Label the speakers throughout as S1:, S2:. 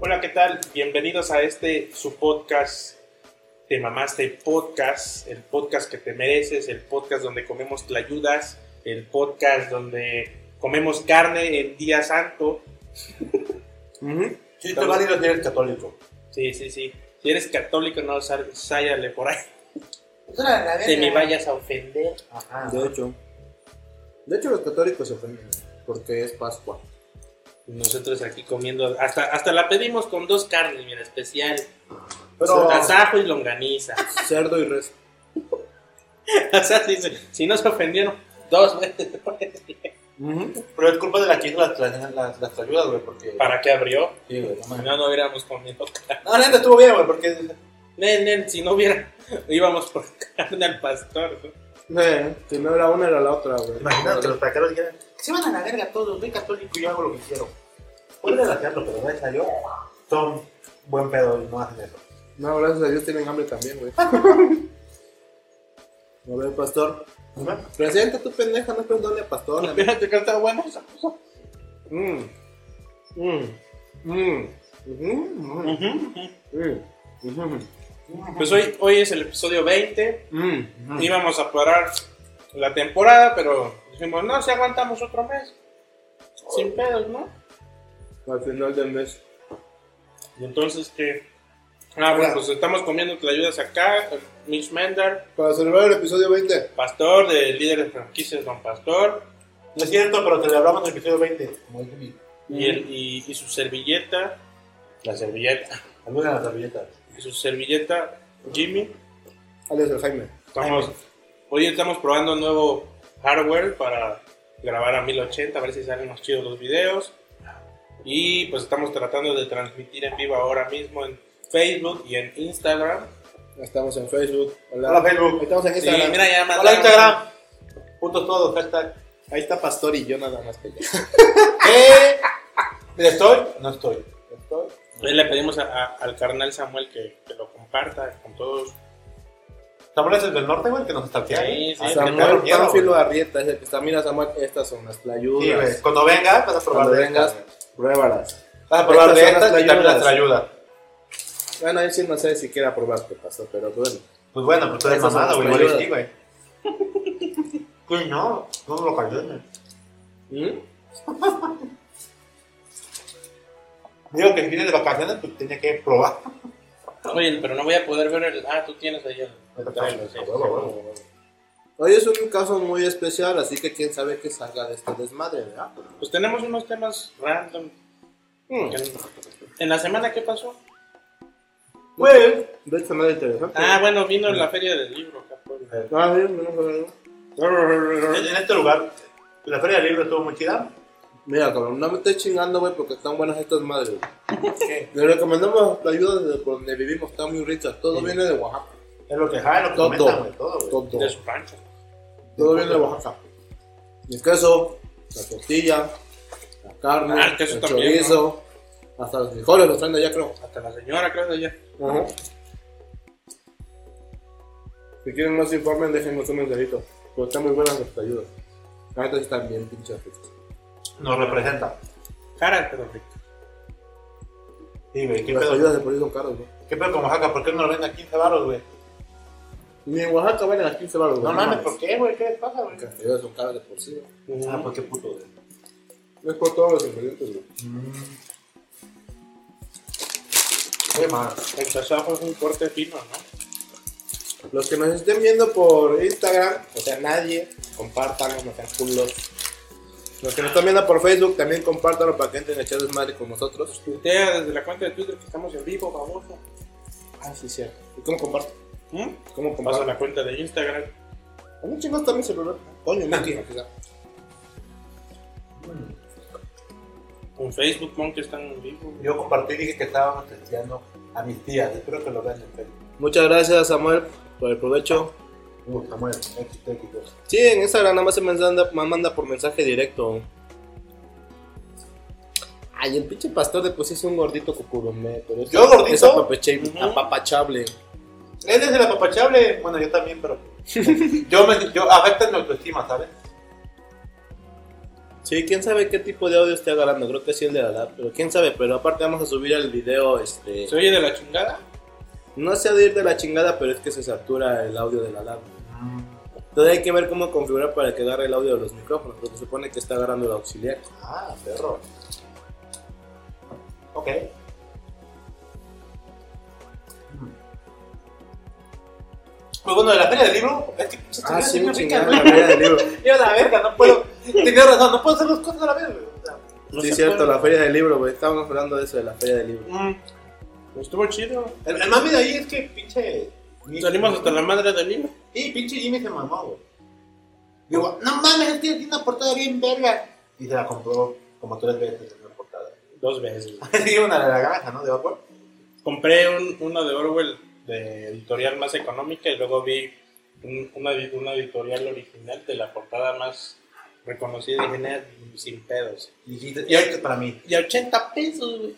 S1: Hola, ¿qué tal? Bienvenidos a este su podcast Te Mamaste Podcast, el podcast que te mereces, el podcast donde comemos tlayudas, el podcast donde comemos carne en Día Santo.
S2: Sí, te va a ir a tener católico.
S1: Sí, sí, sí. Si eres católico, no sal- sáyale por ahí.
S3: Otra la
S1: Te me
S3: verga.
S1: vayas a ofender.
S3: Ajá.
S2: De hecho. De hecho, los católicos se ofenden. Porque es Pascua.
S1: Nosotros aquí comiendo, hasta, hasta la pedimos con dos carnes, mira, especial.
S2: Pero
S1: Tasajo y longaniza.
S2: cerdo y res.
S1: o sea, si, si no se ofendieron, dos veces.
S3: Pero es culpa de la chica las las, las, las ayudas, güey, porque.
S1: ¿Para qué abrió?
S3: Sí, güey, no
S1: Si
S3: mames.
S1: no, no hubiéramos comido carne.
S3: No, neta, estuvo bien, güey, porque.
S1: Nen, nen, si no hubiera, íbamos por carne al pastor. ¿no?
S2: Eh, si no era una, era la otra, güey.
S3: Imagínate que los placaros dijeran: Se van a la verga todos, soy católico y yo hago lo que quiero. Pueden relajarlo, pero gracias a Dios son buen pedo y no hacen eso.
S2: No, gracias a Dios tienen hambre también, güey. A ver, pastor. Presenta tu pendeja, no perdone, pastor. la
S1: Espérate que está bueno esa cosa.
S2: Mm. Mm. Mm. Mhm. Mm. Mhm.
S1: Pues hoy, hoy es el episodio 20.
S2: Mm.
S1: Íbamos a parar la temporada, pero dijimos, no, si aguantamos otro mes. Sin pedos, ¿no?
S2: Al final del mes.
S1: Y entonces, ¿qué? Ah, bueno, pues estamos comiendo te ayudas acá. Mitch Mender,
S2: Para celebrar el episodio 20.
S1: pastor de líderes de franquicias, don Pastor.
S3: No es cierto, pero te lo hablamos en el episodio 20. Como dice mi.
S1: Y, el- y- y su servilleta. La servilleta.
S3: Alguna de las servilletas.
S1: Y su servilleta, Jimmy.
S2: Alias el Jaime.
S1: Estamos, hoy estamos probando nuevo hardware para grabar a 1080, a ver si salen más chidos los videos. Y pues estamos tratando de transmitir en vivo ahora mismo en Facebook y en Instagram.
S2: Estamos en Facebook. Hola,
S3: Hola, Facebook.
S2: Estamos en
S1: Sí,
S2: Instagram.
S1: mira, ya mandaron-
S3: Hola, Instagram. Puntos todos, hashtag.
S2: Ahí está Pastor y yo nada más que yo.
S3: ¿Eh? ¿Estoy? No estoy. ¿Estoy?
S1: Hoy le pedimos a- a- al carnal Samuel que, que lo comparta con todos.
S3: ¿Samuel es el del norte, güey? Que nos está Ah,
S1: Sí, sí, que te
S2: Samuel Pánfilo Arrieta es el que está. Mira, Samuel, estas son las
S3: Sí,
S2: playudas.
S3: güey. Cuando vengas, vas a probar
S2: Cuando
S3: de
S2: vengas,
S3: estas, güey.
S2: pruébalas.
S3: Vas a probar de
S2: Estas son
S3: estas
S2: las
S3: y también las
S2: trayudas.
S3: trayudas.
S2: Bueno, él sí no sé si quiera probar qué pasó, pero bueno.
S3: Pues bueno, pues tú eres
S2: Estas son
S3: mamada,
S2: las
S3: güey. Igual y
S2: trayudas.
S3: sí, güey. Güey, no. No me lo calles.
S2: ¿Mm?
S3: Digo que si vienes de vacaciones, pues tenía que probar.
S1: Oye, pero no voy a poder ver el. Ah, tú tienes ahí el. el-
S3: A huevo, a huevo, a huevo.
S2: Hoy es un caso muy especial, así que quién sabe qué salga de este desmadre, ¿verdad?
S1: Pues tenemos unos temas random. Hmm.
S2: Mm.
S1: ¿En la semana qué pasó?
S2: Güey, pues, de hecho nada interesante.
S1: Ah, bueno, vino la feria del libro. acá, pues.
S3: Eh,
S2: Ah, sí, no, no, no.
S3: En en este lugar, la Feria del Libro estuvo muy chida.
S2: Mira, cabrón, no me estés chingando, güey, porque están buenas estas madres. güey.
S3: ¿Qué?
S2: Les recomendamos la ayuda de por donde vivimos, está muy rica. Todo viene de Oaxaca.
S3: Es lo que ja, es lo que
S2: Todo.
S3: comentan, güey. Todo, güey.
S2: Todo.
S1: De su rancho.
S2: Todo viene de Oaxaca. El queso, la tortilla, la carne,
S1: Ah, el
S2: el,
S1: queso también,
S2: chorizo, hasta los frijoles los traen de allá, creo.
S1: Hasta la señora, creo, de allá.
S2: Ajá. Si quieren más informes, déjenos un mensajito. Porque están muy buenas nuestras ayudas. La neta sí están bien pinches ricas.
S3: Nos representa.
S1: Cara, pero rico.
S3: Sí, güey. ¿Qué
S2: Las
S3: pedo?
S2: ayudas de por ahí son caras, güey.
S3: ¿Qué pedo con Oaxaca? ¿Por qué no lo venden a 15 baros, güey?
S2: Ni en Oaxaca valen a 15 baros,
S3: No mames, ¿por qué, güey? ¿Qué les pasa, güey?
S2: Porque las ayudas son caras de por sí, güey.
S1: Mm,
S3: Ah, pues qué puto, güey.
S2: No es por todos los ingredientes, güey.
S3: Qué mal.
S1: El tasajo es un corte fino, ¿no?
S2: Los que nos estén viendo por Instagram, o sea, nadie, compártanlo, no sean culos. Los que nos están viendo por Facebook, también compártanlo para que entren a echar desmadre con nosotros.
S1: Tuitea desde la cuenta de Twitter que estamos en vivo, baboso.
S2: Ah, sí, cierto. ¿Y cómo comparto?
S1: ¿Mm?
S2: ¿Cómo
S1: Pasa
S2: comparto?
S1: la cuenta de Instagram.
S2: A mí chingos está mi celular. Coño, no quiero que sea.
S1: En Facebook, pon que están en vivo.
S3: Yo compartí y dije que estábamos testeando a mis tías. Espero que lo vean en Facebook.
S2: Muchas gracias, Samuel, por el provecho.
S3: Uh, Samuel, XTX2.
S2: Sí, en Instagram nada más se me manda, me manda por mensaje directo. Ay, el pinche pastor de pues es un gordito cucurumé, pero es,
S3: ¿Yo gordito?
S2: es apapache-
S1: Ujú.
S2: apapachable.
S3: Él es el apapachable. Bueno, yo también, pero. yo me. Yo afecta mi autoestima, ¿sabes?
S2: Sí, quién sabe qué tipo de audio esté agarrando. Creo que sí el de la lab, pero quién sabe. Pero aparte vamos a subir el video, este...
S1: ¿Se oye de la chingada?
S2: No sé de ir de la chingada, pero es que se satura el audio de la lab. Mm. Entonces hay que ver cómo configurar para que agarre el audio de los micrófonos, porque se supone que está agarrando el auxiliar.
S3: Ah, perro. Ok. Pues bueno, de la feria del libro, es que pinche
S2: Ah,
S3: chingada,
S2: sí,
S3: yo
S2: me
S3: me
S2: chingaron
S3: pica.
S2: la feria del libro.
S3: Yo a la verga, no puedo. Tenía razón, no puedo hacer dos cosas a la vez, güey. O sea, no
S2: sí,
S3: se
S2: cierto,
S3: puede.
S2: la feria del libro, güey. Estábamos hablando de eso, de la feria del libro.
S1: Mm, Estuvo chido.
S3: El, el mami de ahí es que pinche.
S1: Salimos hasta la madre del libro.
S3: Sí, pinche Jimmy se mamó, güey. Digo, no mames, este tiene una portada bien verga. Y se la compró como tres veces en una portada.
S1: Dos veces. güey.
S3: sí, una de la granja, ¿no? De Oxford.
S1: Compré un, una de Orwell de editorial más económica y luego vi un- una, edi- una editorial original de la portada más reconocida y dije, "Nah, sin pedos.
S3: Y dijiste, y ahorita para mí.
S1: Y a 80 pesos, güey.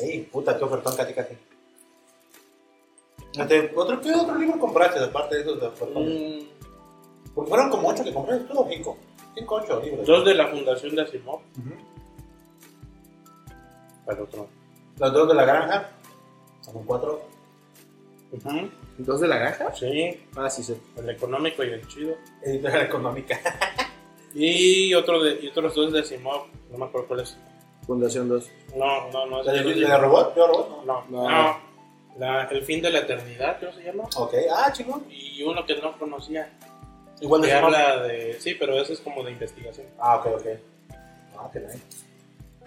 S3: Ey, puta, qué ofertón casi casi. Este, ¿otro, ¿Qué otro libro compraste aparte de esos de ofertón?
S1: Mm,
S3: Porque fueron como ocho que compraste tú o cinco. Cinco, ocho libros.
S1: Dos de la fundación de Asimov
S3: Ujú.
S1: para otro.
S3: Los dos de la granja. Son cuatro.
S1: Ujú,
S2: ¿Dos de la granja?
S1: Sí,
S2: Ah, sí, sí.
S1: el económico y el chido.
S3: Editorial económica.
S1: Y, otro de, y otros dos de Asimov, no me acuerdo cuál es.
S2: Fundación 2.
S1: No, no, no.
S3: ¿La
S1: es
S3: de,
S1: de-
S3: la de robot? ¿Yo robot? No.
S1: No,
S2: No.
S1: no. La- el fin de la eternidad, creo que se llama.
S3: Ok, ah, chingón.
S1: Y uno que no conocía.
S3: Igual
S1: que
S3: de Simón.
S1: habla de. Sí, pero ese es como de investigación.
S3: Ah, ok, ok. Ah, qué nice.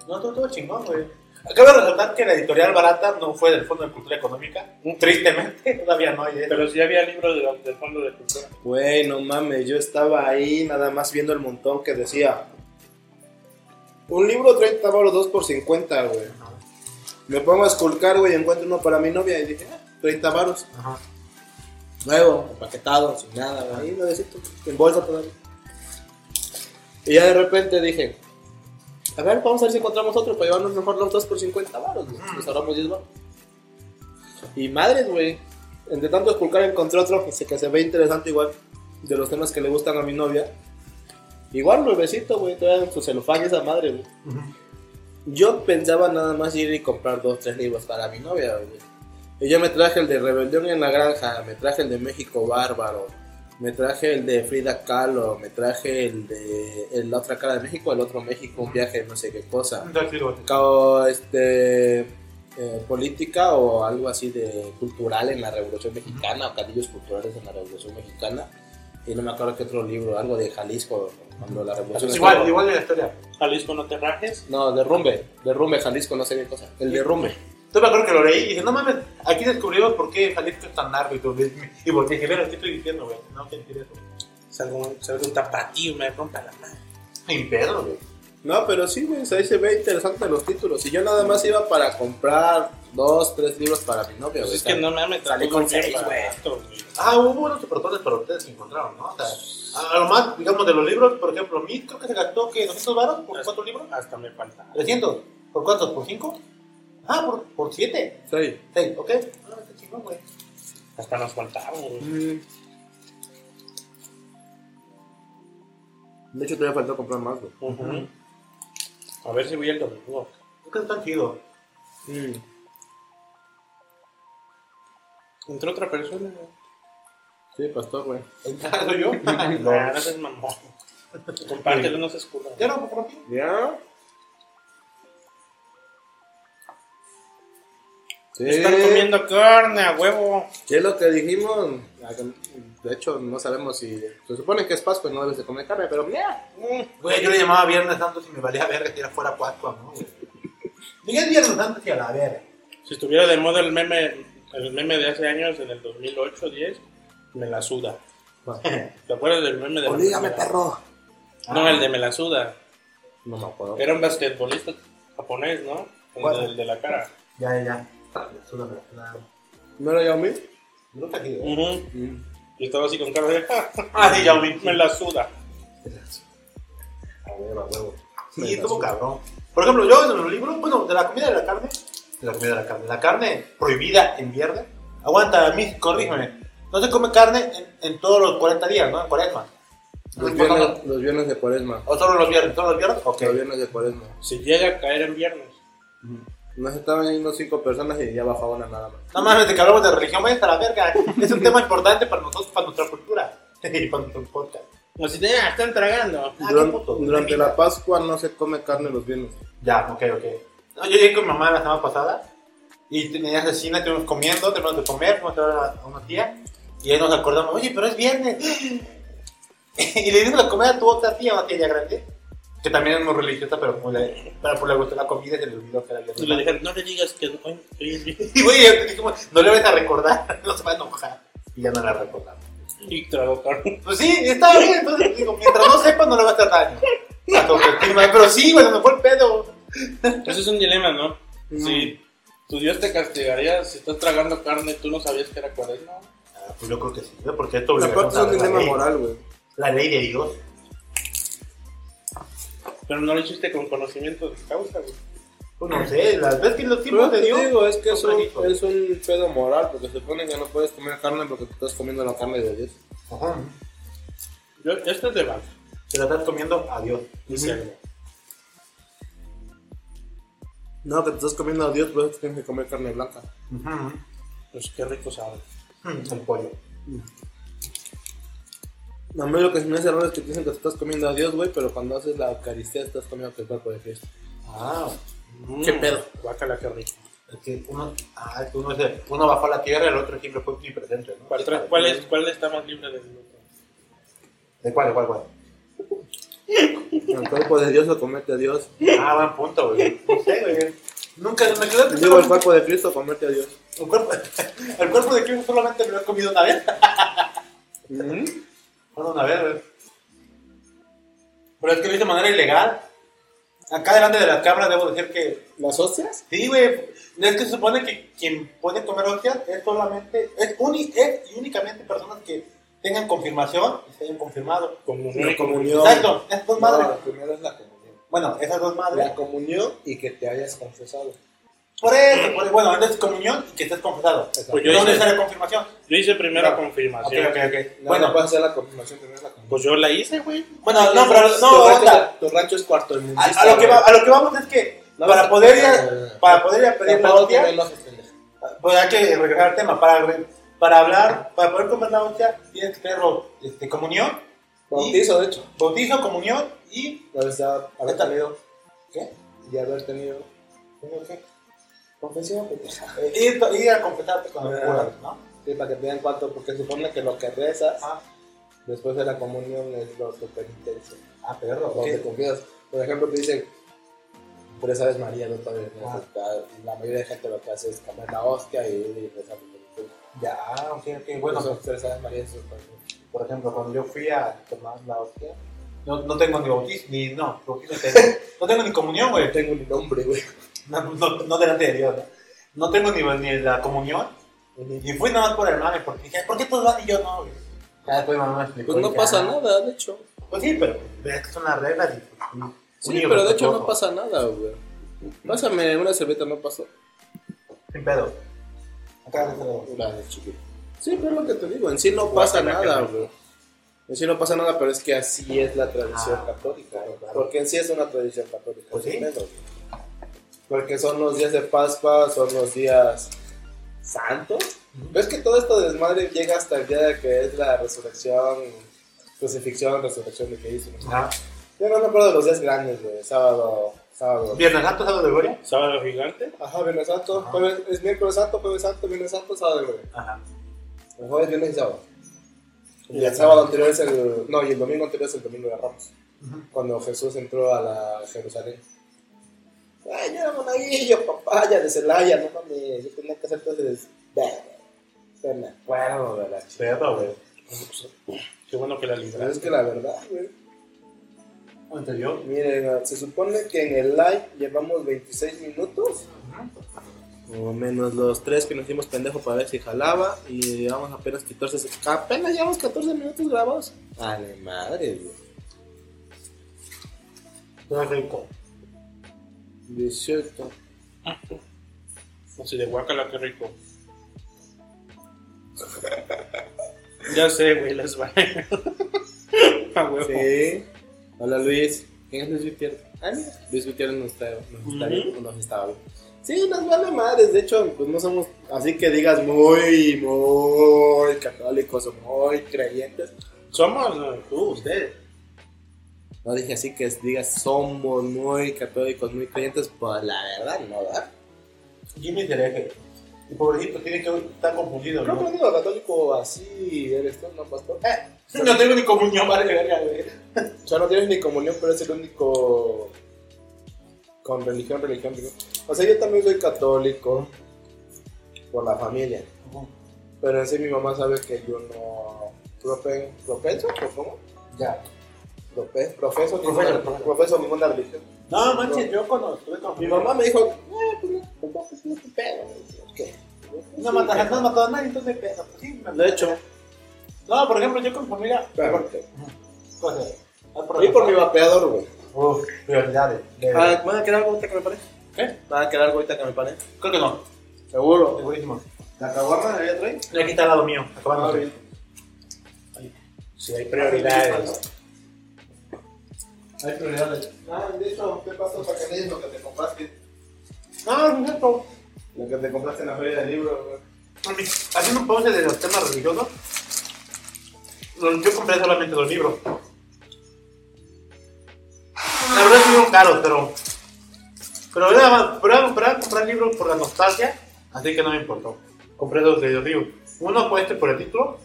S3: No, todo, todo chingón, güey. Acabo de resaltar que la editorial barata no fue del Fondo de Cultura Económica. Tristemente, todavía no hay eso.
S1: Pero sí había libros de la- del fondo de cultura.
S2: Güey, no mames, yo estaba ahí nada más viendo el montón que decía. Un libro 30 baros, dos por 50, güey. Me pongo a esculcar, güey, y encuentro uno para mi novia y dije, ah, 30 baros.
S3: Ajá.
S2: Nuevo, empaquetado, sin nada, güey. Ahí nuevecito, en bolsa todavía. Y ya de repente dije, a ver, vamos a ver si encontramos otro para llevarnos mejor los dos por 50 baros, güey. Nos ahorramos 10 baros. Y madres, güey. Entre tanto esculcar encontré otro que se, que se ve interesante igual, de los temas que le gustan a mi novia. Igual, nuevecito, güey, todavía en su celofán y esa madre, güey. Yo pensaba nada más ir y comprar dos, tres libros para mi novia, güey. Y yo me traje el de Rebelión en la Granja, me traje el de México Bárbaro, me traje el de Frida Kahlo, me traje el de el- La Otra Cara de México, El Otro México, Un Viaje, no sé qué cosa. O, este, eh, política o algo así de cultural en la Revolución Mexicana, o cadillos culturales en la Revolución Mexicana. Y no me acuerdo qué otro libro, algo de Jalisco, cuando la Revolución
S3: Pues Igual,
S2: estaba-
S3: igual de la historia.
S1: Jalisco no te rajes.
S2: no, derrumbe, derrumbe, Jalisco, no sé qué cosa. El derrumbe.
S3: Yo me acuerdo que lo leí y dije, no mames, aquí descubrimos por qué Jalisco es tan largo y todo. Y porque dije, mira, ¿qué estoy diciendo, güey? No, ¿qué decir eso?
S1: Salgo un, salgo un tapatío y me rompa la mano.
S3: Ni pedo, güey.
S2: No, pero sí, güey, ahí se ve interesante los títulos. Y yo nada más iba para comprar dos, tres libros para mi novia,
S1: Pues
S2: güey.
S1: es que no me mames,
S2: Salí
S1: tampoco
S2: con seis,
S1: bien
S2: güey.
S1: barato, güey.
S3: Ah, hubo unos supertones para ustedes que encontraron, ¿no? O sea, a, a lo más, digamos, de los libros, por ejemplo, mí creo que se gastó, ¿qué? ¿200 baros por cuatro libros?
S1: Hasta me falta.
S3: 300. ¿Por cuántos? ¿Por 5? Ah, por, por 7.
S2: Sí.
S3: 6, ok. Ah, está chingón, güey.
S1: Hasta nos faltaba, güey.
S2: Mm. De hecho, todavía faltó comprar más, güey.
S1: Ujú. A ver si voy el domingo.
S3: Es que están chidos.
S2: Mm.
S1: Entró otra persona, güey.
S2: Sí, pastor, güey.
S3: ¿Entrado yo?
S1: Nah,
S3: no.
S1: Ah, no seas mamón. Compártelo, no se escuda.
S3: ¿Ya no por ti?
S2: ¿Ya? Sí.
S1: Están comiendo carne a huevo.
S2: ¿Qué es lo que dijimos? De hecho, no sabemos si... Se supone que es Pascua y no debes de comer carne, pero... mira.
S3: Güey, yo le llamaba Viernes Santo y me valía verga que era fuera Pascua, ¿no? güey? Diga Viernes Santo y a la verga.
S1: Si estuviera de moda el meme, el meme de hace años, en el 2008, 10, me la suda. ¿Te acuerdas del meme de la
S2: Olvídame,
S1: suda?
S2: perro.
S1: No, el de me la suda.
S2: No me acuerdo.
S1: Era un basquetbolista japonés, ¿no?
S3: ¿Cuál?
S1: El del de la cara.
S3: Ya, ya, ya. Me suda, me suda.
S2: ¿No era yo a mí?
S3: No está aquí, güey.
S1: Ujú. Y estaba así con cara de... "Ja, ja,
S3: Ah, sí, ya vi.
S1: me la suda.
S3: A huevo, a huevo.
S2: Me
S3: Sí, estuvo cabrón. Por ejemplo, yo en los libros, bueno, de la comida de la carne, de la comida de la carne, la carne prohibida en viernes, aguanta, a mí, corrígeme, no se come carne en, en todos los 40 días, ¿no? En cuaresma.
S2: Los
S3: Pues no,
S2: viernes, los viernes de cuaresma.
S3: ¿O solo los viernes? ¿Solo los viernes? Ok.
S2: Los viernes de cuaresma.
S1: Si llega a caer en viernes.
S2: Nos estaban yendo cinco personas y ya bajaba una nada más.
S3: No mames, de que hablamos de religión, vayas a la verga. Es un tema importante para nosotros, para nuestra cultura. Y para nuestro podcast.
S1: O si te ah, están tragando.
S3: Ah, qué
S2: Duran-
S3: puto.
S2: durante la Pascua no se come carne los viernes.
S3: Ya, ok, ok. No, yo llegué con mi mamá la semana pasada y tenía asesina, estuvimos comiendo, terminamos de comer, fuimos a ver a a una tía y ahí nos acordamos, oye, pero es viernes. y le dimos la comida a tu otra tía, una tía ya grande, que también es muy religiosa, pero pues le, pero pues le gustó la comida y se le olvidó que era
S1: Y le
S3: viernes.
S1: dijeron, no le digas que hoy hoy es viernes.
S3: Y güey, yo te dije, como, no le vas a recordar, no se va a enojar. Y ya no la recordamos.
S1: Y tragó carne.
S3: Pues sí, está bien, entonces digo, mientras no sepa, no le va a hacer daño. A tu autoestima, pero sí, güey, me fue el pedo.
S1: Eso es un dilema, ¿no? Si tu Dios te castigaría si estás tragando carne, tú no sabías que era cuaresma.
S3: Ah, pues yo creo que sí, ¿no? porque esto
S2: La
S3: obligación
S2: parte es un
S3: la
S2: dilema
S3: ley.
S2: moral, güey.
S3: La ley de Dios.
S1: Pero no lo hiciste con conocimiento de causa, güey.
S3: Pues no sé, las veces que los
S2: Pero
S3: tipos de
S2: te
S3: Dios.
S2: digo, es que es
S3: son
S2: un,
S3: ricos.
S2: es un pedo moral, porque se supone que no puedes comer carne porque te estás comiendo la carne de Dios.
S3: Ajá.
S1: Yo, esto es de base.
S3: Te la estás comiendo a Dios. Dice
S1: Ujú.
S3: algo.
S2: No, que te estás comiendo a Dios, por eso tienes que comer carne blanca.
S3: Ujú.
S1: Pues qué rico sabe.
S3: Mm, El pollo.
S2: A mí lo que se me hace raro es que te dicen que te estás comiendo a Dios, güey, pero cuando haces la Eucaristía estás comiendo el cuerpo de Cristo.
S3: Ah,
S2: Qué
S1: Mm,
S2: pedo.
S1: Guácala, qué rico.
S3: es que uno, ah, es que uno, se- uno bajó a la tierra, el otro siempre fue omnipresente. ¿no?
S1: ¿Cuál, tra- cuál es, ¿Cuál está más libre de gluten?
S3: ¿De cuál, de cuál, cuál?
S2: El cuerpo de Dios lo comete a Dios.
S3: Ah, buen punto, güey. No sé, güey. Nunca me quedé
S2: Te digo, el cuerpo de Cristo comete a Dios.
S3: El cuerpo, el cuerpo de Cristo solamente me lo he comido una vez. Bueno, una vez, güey. Pero es que lo hice de manera ilegal. Acá delante de la cámara debo decir que
S2: ¿Las hostias?
S3: Sí, güey. No es que se supone que quien puede comer hostias es solamente, es, uni- es y únicamente personas que tengan confirmación y se hayan confirmado.
S1: Comunión
S2: La
S1: y comunión.
S2: comunión.
S3: Exacto, esas dos madres.
S2: primero es la comunión.
S3: Bueno, esas dos madres.
S2: La comunión y que te hayas confesado.
S3: Por eso, por eso. Bueno, antes es comunión y que estés confesado.
S1: Pues yo
S3: Yo no
S1: hice, Ah,
S3: necesaria confirmación.
S1: yo hice primero
S3: Claro. Ok,
S1: confirmación.
S3: ok, ok.
S2: bueno,
S3: Bueno,
S2: vas a hacer la confirmación, primero es la comunión.
S1: Pues yo la hice, güey.
S3: bueno, no, pero no,
S2: tu,
S3: onda.
S2: rancho, tu rancho es cuarto del mundo.
S3: A, a lo que va- a lo que vamos es que
S2: No,
S3: para
S2: no,
S3: poder ir
S2: no, no,
S3: a,
S2: no.
S3: para poder ir a pedir la
S2: Tampoco te
S3: hostia,
S2: ven los pendejos.
S3: Pues hay que regresar al tema. Para, re- para hablar, para poder comer la hostia, tienes que tener este, comunión,
S2: Bautizo, de hecho.
S3: bautizo, comunión y.
S2: Debes de haber tenido
S3: ¿Qué?
S2: y haber tenido
S3: ¿Qué?
S2: confesión, pendeja.
S3: Ir, ir a confesarte con el
S2: Ah.
S3: cura, ¿no?
S2: Sí, para que te den cuánto, porque supone que lo que rezas
S3: Ah,
S2: después de la comunión es lo que penitencia.
S3: ah perro.
S2: Cuando te
S3: ok.
S2: confías, por ejemplo, te dicen, por esa vez María, no padres
S4: Ah.
S2: nuestros", y La mayoría de gente lo que hace es comer la hostia y rezar por Jesús.
S3: Ya, ok, ok.
S2: Bueno,
S3: Bueno,
S2: son tres aves María en sus corazones.
S3: por ejemplo, cuando yo fui a tomar la hostia, no, no tengo ni bautismo, ni. No, bautismo tengo. no tengo ni comunión, güey.
S2: No tengo ni nombre, güey.
S3: No, no, no delante de Dios, ¿no? No tengo ni, ni la comunión.
S4: Pues
S3: Y fui nada más por el mame, porque dije, ¿por qué todos van y yo no, güey? Ya después mi mamá me explicó.
S4: Pues no
S3: dije,
S4: pasa
S3: ah,
S4: nada, de hecho.
S3: Pues sí, pero veas que son las reglas. y- y-
S4: Sí,
S3: Unido,
S4: pero de hecho no
S3: tampoco.
S4: pasa nada, güey. Pásame una servilleta, no pasó.
S3: Sin pedo. Acá se lo-
S4: La de chiquito. Sí, pero es lo que te digo, en sí no pasa
S3: Guácala,
S4: nada,
S3: que rico.
S4: güey. En sí no pasa nada, pero es que así es la tradición
S3: Ah,
S4: católica.
S3: claro, claro.
S4: Porque en sí es una tradición católica.
S3: Pues
S4: ese
S3: sí.
S4: pedo, güey. Porque son los días de Pascua, son los días santos. ¿Ves que todo esto desmadre llega hasta el día de que es la resurrección, crucifixión, resurrección de Cristo? ¿no?
S3: Ajá.
S4: Yo no me acuerdo de los días grandes, güey. Sábado, sábado.
S3: Viernes Santo, sábado de gloria.
S1: Sábado gigante.
S4: Ajá, Viernes Santo,
S3: Ajá.
S4: jueves, es miércoles santo, jueves santo, viernes santo, sábado de gloria.
S3: Ajá.
S4: El jueves, viernes y sábado. Y el sábado anterior es el. No, y el domingo anterior es el domingo de Ramos.
S3: Ujú.
S4: Cuando Jesús entró a la Jerusalén. Ay, yo era monaguillo, papaya de Celaya, no mames. Yo tenía que hacer todo ese des- Pero me acuerdo de la ch-
S3: Perro, güey.
S1: Pues, Qué bueno que la
S4: Pero es
S1: libraste.
S4: que la verdad, güey.
S3: Antes yo.
S2: ah,
S4: Miren, se supone que en el live llevamos 26 minutos.
S2: O menos los tres que nos hicimos pendejo para ver si jalaba y llevamos apenas 14 sec- apenas llevamos 14 minutos grabados.
S4: A mi madre, güey.
S3: Todo rico.
S4: 18.
S1: Así de guácala, qué rico. Ya sé, güey, las vainas.
S5: A huevo.
S6: Sí. Hola Luis. ¿Quién es Luis Gutiérrez? Ah, mira. Luis Gutiérrez nos está, nos está bien, nos está bien. Sí, nos vale madres. De hecho, pues no somos así que digas muy, muy católicos o muy creyentes.
S5: Somos no, tú, ustedes.
S6: No dije así que digas somos muy católicos, muy creyentes. Pues la verdad, no, ¿verdad?
S3: Jimmy se deje. Y pobrecito, tiene que estar confundido,
S2: Creo que
S3: ¿no?
S2: el único católico así eres tú, ¿no, pastor?
S6: Eh,
S3: No tengo ni comunión, vale, verga, güey.
S2: O sea, no tienes ni comunión, pero es el único con religión, religión, religión. O sea, yo también soy católico por la familia.
S3: Ujú.
S2: Pero en sí mi mamá sabe que yo no propen, propenso, ¿o ¿cómo?
S3: Ya.
S2: Prope-
S3: Profeso,
S2: profeso, ninguna,
S3: profeso.
S2: profeso ninguna religión.
S3: No, manches, yo cuando estuve con
S2: Mi mamá me dijo, "Eh, pues no, tampoco es no te pedo. ¿Qué?
S3: No matas, no has matado a nadie, entonces pesa. Pues sí, me-
S2: De hecho,
S3: No, por ejemplo, yo con mi familia. pues, eh,
S2: espérate.
S3: Cosas.
S2: Y por mi vapeador, güey.
S3: Uf, prioridades. De-
S6: Ah, ¿Van a quedar algo ahorita que me pare?
S3: ¿Qué?
S6: ¿Van a quedar algo ahorita que me pare?
S3: Creo que no.
S6: Seguro.
S3: Segurísimo.
S2: ¿La caguama de traer?
S3: Y Aquí está al lado mío.
S6: Ah,
S3: Acabando.
S5: Si hay prioridades.
S2: Hay prioridades. Ah, de hecho, ¿qué pasó para que lees lo que te compraste?
S3: No, no es cierto.
S2: Lo que te compraste en la feria del libro, güey.
S3: Mami, Haciendo un pause de los temas religiosos, los- yo compré solamente dos libros. La verdad estuvieron caros, pero. Pero era, pero era- pero era comprar libros por la nostalgia, así que no me importó. Compré dos de ellos, digo. Uno fue este por el título,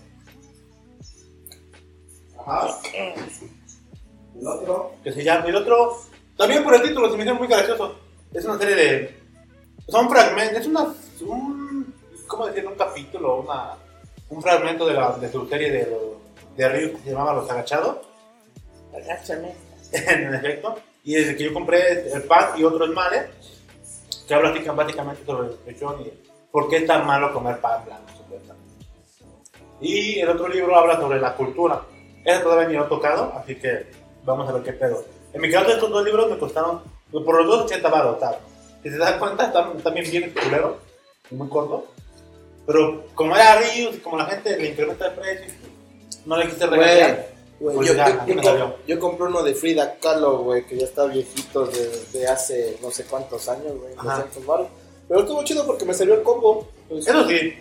S2: Ajá. El otro.
S3: que se llama. Y el otro, también por el título, se me hizo muy gracioso. Es una serie de. Son fragmentos, es una. Un, ¿Cómo decirlo? Un capítulo, una, un fragmento de, la, de su serie de, de Ryu que se llamaba Los Agachados. en efecto. Y desde que yo compré el pan y otros males, que habla aquí básicamente sobre la nutrición y por qué es tan malo comer pan blanco, supuestamente. Y el otro libro habla sobre la cultura. Ese todavía ni lo he tocado, así que vamos a ver qué pedo. En mi caso, estos dos libros me costaron pues, por los dos 80 baros, tal. Si te das cuenta, están, están bien, bien culeros, y muy cortos. Pero como era Ríos y como la gente le incrementa el precio, no le quise regalar.
S2: Güey,
S3: Pues
S2: yo,
S3: ya,
S2: yo-
S3: aquí me
S2: yo-
S3: dolió.
S2: yo compré uno de Frida Kahlo, güey, que ya está viejito desde hace no sé cuántos años, güey,
S3: Ajá.
S2: 200 baros. Pero estuvo chido porque me sirvió el combo. Pues,
S3: Eso sí,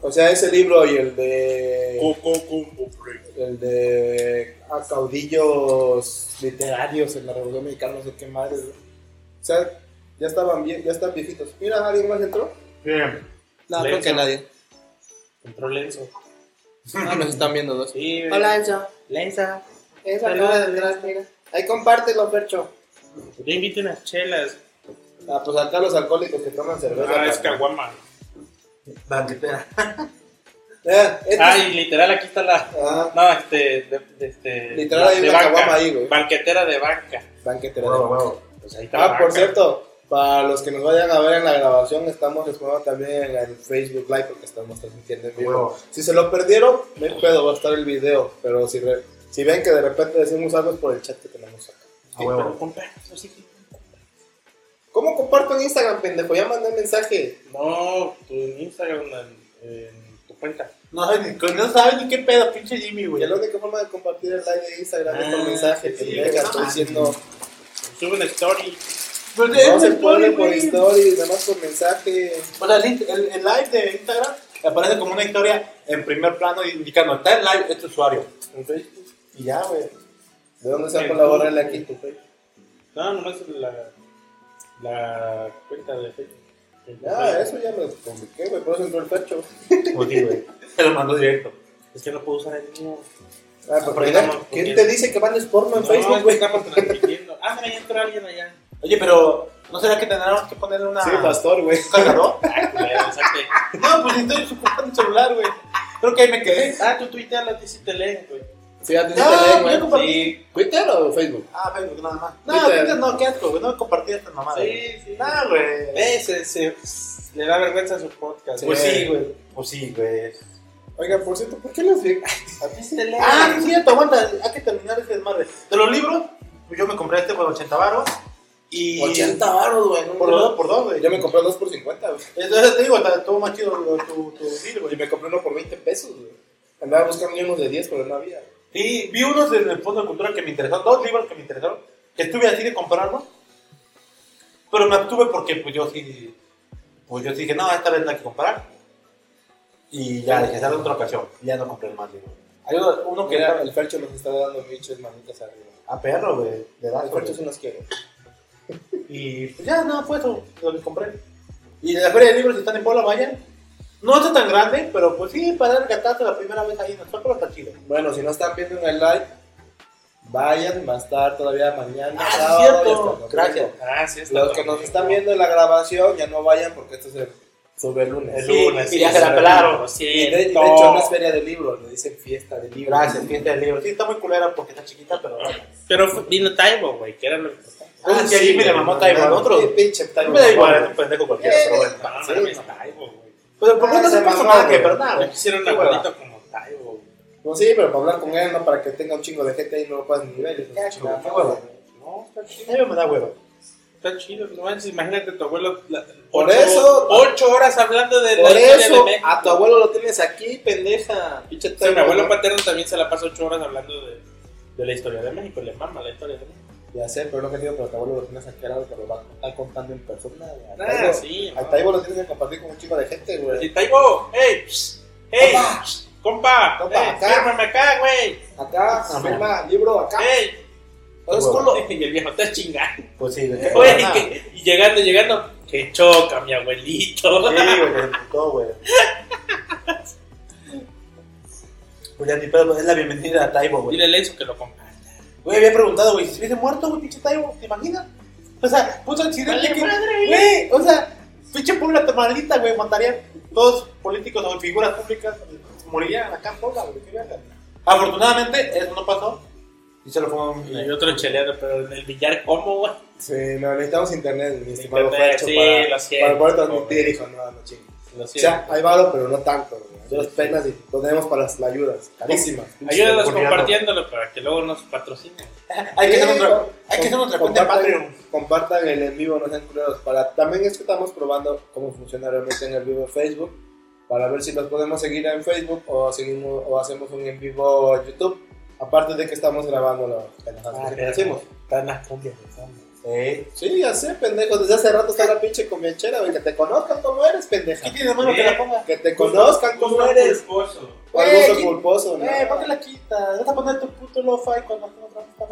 S2: o sea, ese libro y el de.
S5: Cucucumbupre.
S2: el de a caudillos literarios en la Revolución Mexicana, no sé qué madre. güey. O sea, ya estaban bien, ya están viejitos. Mira, alguien más entró.
S3: bien.
S6: No, creo que
S5: Lenzo.
S6: nadie.
S5: Entró Lenzo.
S6: Ah, nos están viendo dos.
S5: Sí, güey.
S6: Hola,
S2: Enzo.
S5: Lenza.
S2: Enzo,
S6: Saludos,
S2: acaba de entrar, mira. Ahí compártelo, Percho.
S5: Te invito unas chelas.
S2: Ah, pues acá los alcohólicos que toman cerveza.
S5: Ah, es
S2: carnal.
S5: caguama.
S3: Banquetera.
S2: Eh, este-
S5: Ay, literal, aquí está la.
S2: Ah,
S5: No, este. De, de- este
S2: Literal, hay
S5: de
S2: una
S5: banca.
S2: caguama ahí, güey.
S5: Banquetera de banca.
S2: banquetera.
S3: Huevo, huevo.
S5: Pues ahí está.
S2: Ah, por
S5: banca.
S2: cierto, para los que nos vayan a ver en la grabación, estamos disponibles también en el Facebook Live porque estamos transmitiendo en vivo.
S3: Huevo.
S2: Si se lo perdieron, no hay pedo, va a estar el video. Pero si, re- si ven que de repente decimos algo es por el chat que tenemos acá.
S3: A
S5: Sí, pero
S3: huevo.
S5: con perros, sí.
S2: ¿Cómo comparto en Instagram, pendejo? Ya mandé mensaje.
S5: No, tu Instagram, en, en tu cuenta.
S3: No sabes ni, no sabes ni qué pedo, pinche Jimmy, güey.
S2: Ya la única forma de compartir el live de Instagram es
S5: Ah,
S2: por mensaje.
S5: sí, Ah,
S2: pendeja,
S5: no
S2: estoy
S5: mames.
S2: diciendo.
S5: Sube una story.
S3: Pero te-
S2: No se pone por
S3: güey.
S2: stories, nada más por mensaje.
S3: O sea, el, el- el live de Instagram aparece como una historia en primer plano indicando, está en live este usuario.
S2: En Facebook.
S3: Y ya, güey.
S2: ¿De dónde
S5: En
S2: saco la borra
S5: Google.
S2: de aquí? tu Facebook?
S5: No, nomás la, la cuenta de Facebook.
S2: Ah, eso ya lo publiqué, güey. Por eso entró el pecho.
S3: Pues sí, güey. Se lo mandó directo.
S5: Es que no puedo usar el mío.
S2: Ah, pero
S5: por ahí
S2: mira,
S5: estamos,
S2: ¿Quién
S5: porque-
S2: te dice que mandes porno en
S5: No,
S2: Facebook,
S5: es que
S2: güey?
S5: estamos transmitiendo. Ah, mira, ya entró alguien allá.
S3: Oye, pero ¿no será que tendremos que ponerle una...
S2: Sí, pastor, güey.
S3: ¿Un cargador?
S5: Ah, culero, salte.
S3: no, pues estoy ocupando el celular, güey. Creo que ahí me quedé.
S5: Ah, tú tuiteas a ti si te leen, güey.
S2: Sí, antes
S3: No,
S2: te leen,
S3: yo
S2: güey.
S3: compartí.
S2: Sí. ¿Twitter o Facebook?
S3: Ah, Facebook nada más. No,
S2: Twitter.
S3: Twitter no, qué asco, güey. No compartí esta mamada. güey.
S5: Sí, sí.
S2: Ah.
S3: No, güey.
S5: Eh, se, se- le da vergüenza a su podcast.
S2: Sí.
S5: Pues sí, güey.
S3: Pues sí, güey.
S2: Oiga, por cierto, ¿por qué las vi?
S5: A ti si te leen.
S3: Ah, sí, es cierto, aguanta, hay que terminar ese desmadre. De los libros, pues yo me compré este por 80 baros. Y.
S2: baros, güey. no
S3: Por
S2: mames.
S3: dos, por dos, güey.
S2: Yo me compré dos por 50, güey.
S3: Entonces te digo, está- estuvo más chido lo- tu, tu libro,
S2: Y
S3: güey.
S2: me compré uno por 20 pesos, güey. Andaba buscando yo unos de 10, pero no había. güey.
S3: Y vi unos en el Fondo de Cultura que me interesaron, dos libros que me interesaron, que estuve así de comprarlos. Pero me abstuve porque pues yo sí, pues yo sí dije, no, esta vez la hay que comprar. Y ya dije, será otra ocasión. Y ya no compré más libros. Hay uno, uno que
S2: Mira,
S3: era
S2: el Fercho nos está dando bichos manitas arriba.
S3: a perro, güey, de edad.
S2: Ah, El Fercho sí nos quiere.
S3: Y pues ya, no, fue eso lo que compré. Y de la feria de libros, si están en bola, vayan. No está tan grande, pero pues sí, para dar gatazo la primera vez ahí en el Zócalo está chido.
S2: Bueno, si no están viendo en el live, vayan, va a estar todavía mañana.
S3: Ah, sí,
S2: sábado,
S3: cierto.
S2: y hasta domingo.
S3: Gracias.
S1: Ah, sí, está
S2: Los que
S1: todo
S2: nos
S1: bien.
S2: están viendo en la grabación ya no vayan porque esto se sube el lunes.
S1: El
S3: Sí,
S1: lunes.
S3: y ya se la pelaron, lo
S1: Sí,
S2: Y de, y de hecho no es feria de libros, le dicen fiesta de libros.
S3: Gracias, fiesta de libros. Sí, está muy culera porque está chiquita, pero.
S1: Pero fue- vino Taibo, güey, que era lo importante.
S3: Ah, sí,
S2: Ah, sí,
S3: me la mamó Taiwán. Otro.
S2: Sí, pinche
S3: A
S2: Taiwán.
S3: mí me da igual, es un pendejo cualquiera, pero bueno.
S1: No,
S2: Eh, Sí, Ah,
S1: no mames,
S2: no.
S1: Taibo, güey.
S3: Pero ¿por qué no
S2: Ah,
S3: se
S2: se
S3: puso
S2: mamó,
S3: nada que
S2: güey.
S3: verdad,
S1: Me
S3: güey?
S1: quisieron un
S3: Qué hueva.
S1: abuelito como Taibo, güey.
S2: Pues sí, pero para hablar con él, no para que tenga un chingo de gente ahí no lo puedas ni ver. Eso es
S3: Ya,
S2: chingada
S3: qué
S2: madre.
S3: hueva.
S1: No, está chido.
S3: A mí me da hueva.
S1: Está chido, no manches, imagínate tu abuelo. la-
S2: Por
S1: ocho-
S2: eso-
S1: Ocho horas hablando de la
S2: Por
S1: historia de
S2: eso, ah,
S1: México.
S2: a tu abuelo lo tienes aquí, pendeja. Pinche
S1: O sea, mi
S2: Taiwán.
S1: abuelo paterno también se la pasa ocho horas hablando de, de la historia de México. Le mama la historia de México.
S2: Ya sé, pero lo que digo, pero a tu abuelo lo tienes aquí al lado, te lo va a estar contando en persona. güey. A tu
S1: Ah,
S2: abuelo-
S1: sí.
S2: A Taibo lo tienes que compartir con un chingo de gente,
S1: Y
S2: güey.
S1: Taibo, ¡ey! pss, ¡ey!
S2: Compa.
S1: pss, ¡Compa!
S2: Compa,
S1: ¡Ey!
S2: acá.
S1: ¡Fírmame acá, güey!
S2: Acá,
S3: Sí.
S2: firma, libro, acá.
S1: ¡Ey!
S2: Todo es
S3: Huevo.
S2: culo.
S1: Y el viejo está chingando.
S3: Pues sí, güey.
S1: Oye,
S3: Nada.
S1: y que- y llegando, llegando, que choca mi abuelito.
S3: Sí, güey, que se emputó, güey. Pues ya ni pedo, es la bienvenida a Taibo, güey.
S1: Dile a Lenzo que lo comparta.
S3: Güey, había preguntado, güey, si se hubiese muerto, güey, pinche Taibo, ¿te imaginas? O sea, puto accidente
S1: Vale
S3: que...
S1: madre,
S3: Güey, o sea, pinche Puebla tamalita, güey, matarían todos políticos o figuras públicas, morirían acá en Puebla, güey, qué verga. Afortunadamente, eso no pasó. Y se lo fue
S1: Y
S3: un...
S1: hay otro cheleado, pero en el billar, ¿cómo, güey?
S2: Sí, no, necesitamos internet, mi estimado
S1: Internet,
S2: Fercho,
S1: sí, lo
S2: para,
S1: siento,
S2: para poder transmitir,
S1: güey.
S2: hijo, no, no chingo.
S1: Lo
S2: O sea,
S1: siento.
S2: hay varo, pero no tanto, güey. Yo las penas y lo tenemos para las ayudas, carísimas.
S1: Ayúdanos
S3: Porque ya no.
S1: compartiéndolo para que luego nos patrocinen.
S3: Hay que
S2: Sí,
S3: hacer otra,
S2: no.
S3: hay que hacer otra cuenta de
S2: Compartan-
S3: Patreon.
S2: Compartan el en vivo, no sean culeros. Para, también es que estamos probando cómo funciona realmente en el vivo en Facebook, para ver si los podemos seguir en Facebook o, seguimos, o hacemos un en vivo en YouTube. Aparte de que estamos grabando lo que nos
S1: Ah,
S2: hacemos.
S1: Están las cumbias de fondo.
S3: Eh,
S2: Sí, ya sé, pendejo. Desde hace rato está la pinche comienchera, güey. Que te conozcan cómo eres, pendeja.
S3: ¿Qué tiene de malo que la ponga?
S2: Que te conozcan
S3: pues,
S2: cómo eres. Al
S3: Güey,
S2: gusto
S3: ¿quién-
S2: culposo, ¿no?
S3: pues, Eh, ¿por qué la quitas? Vas a poner tu puto lo-fi cuando no transmita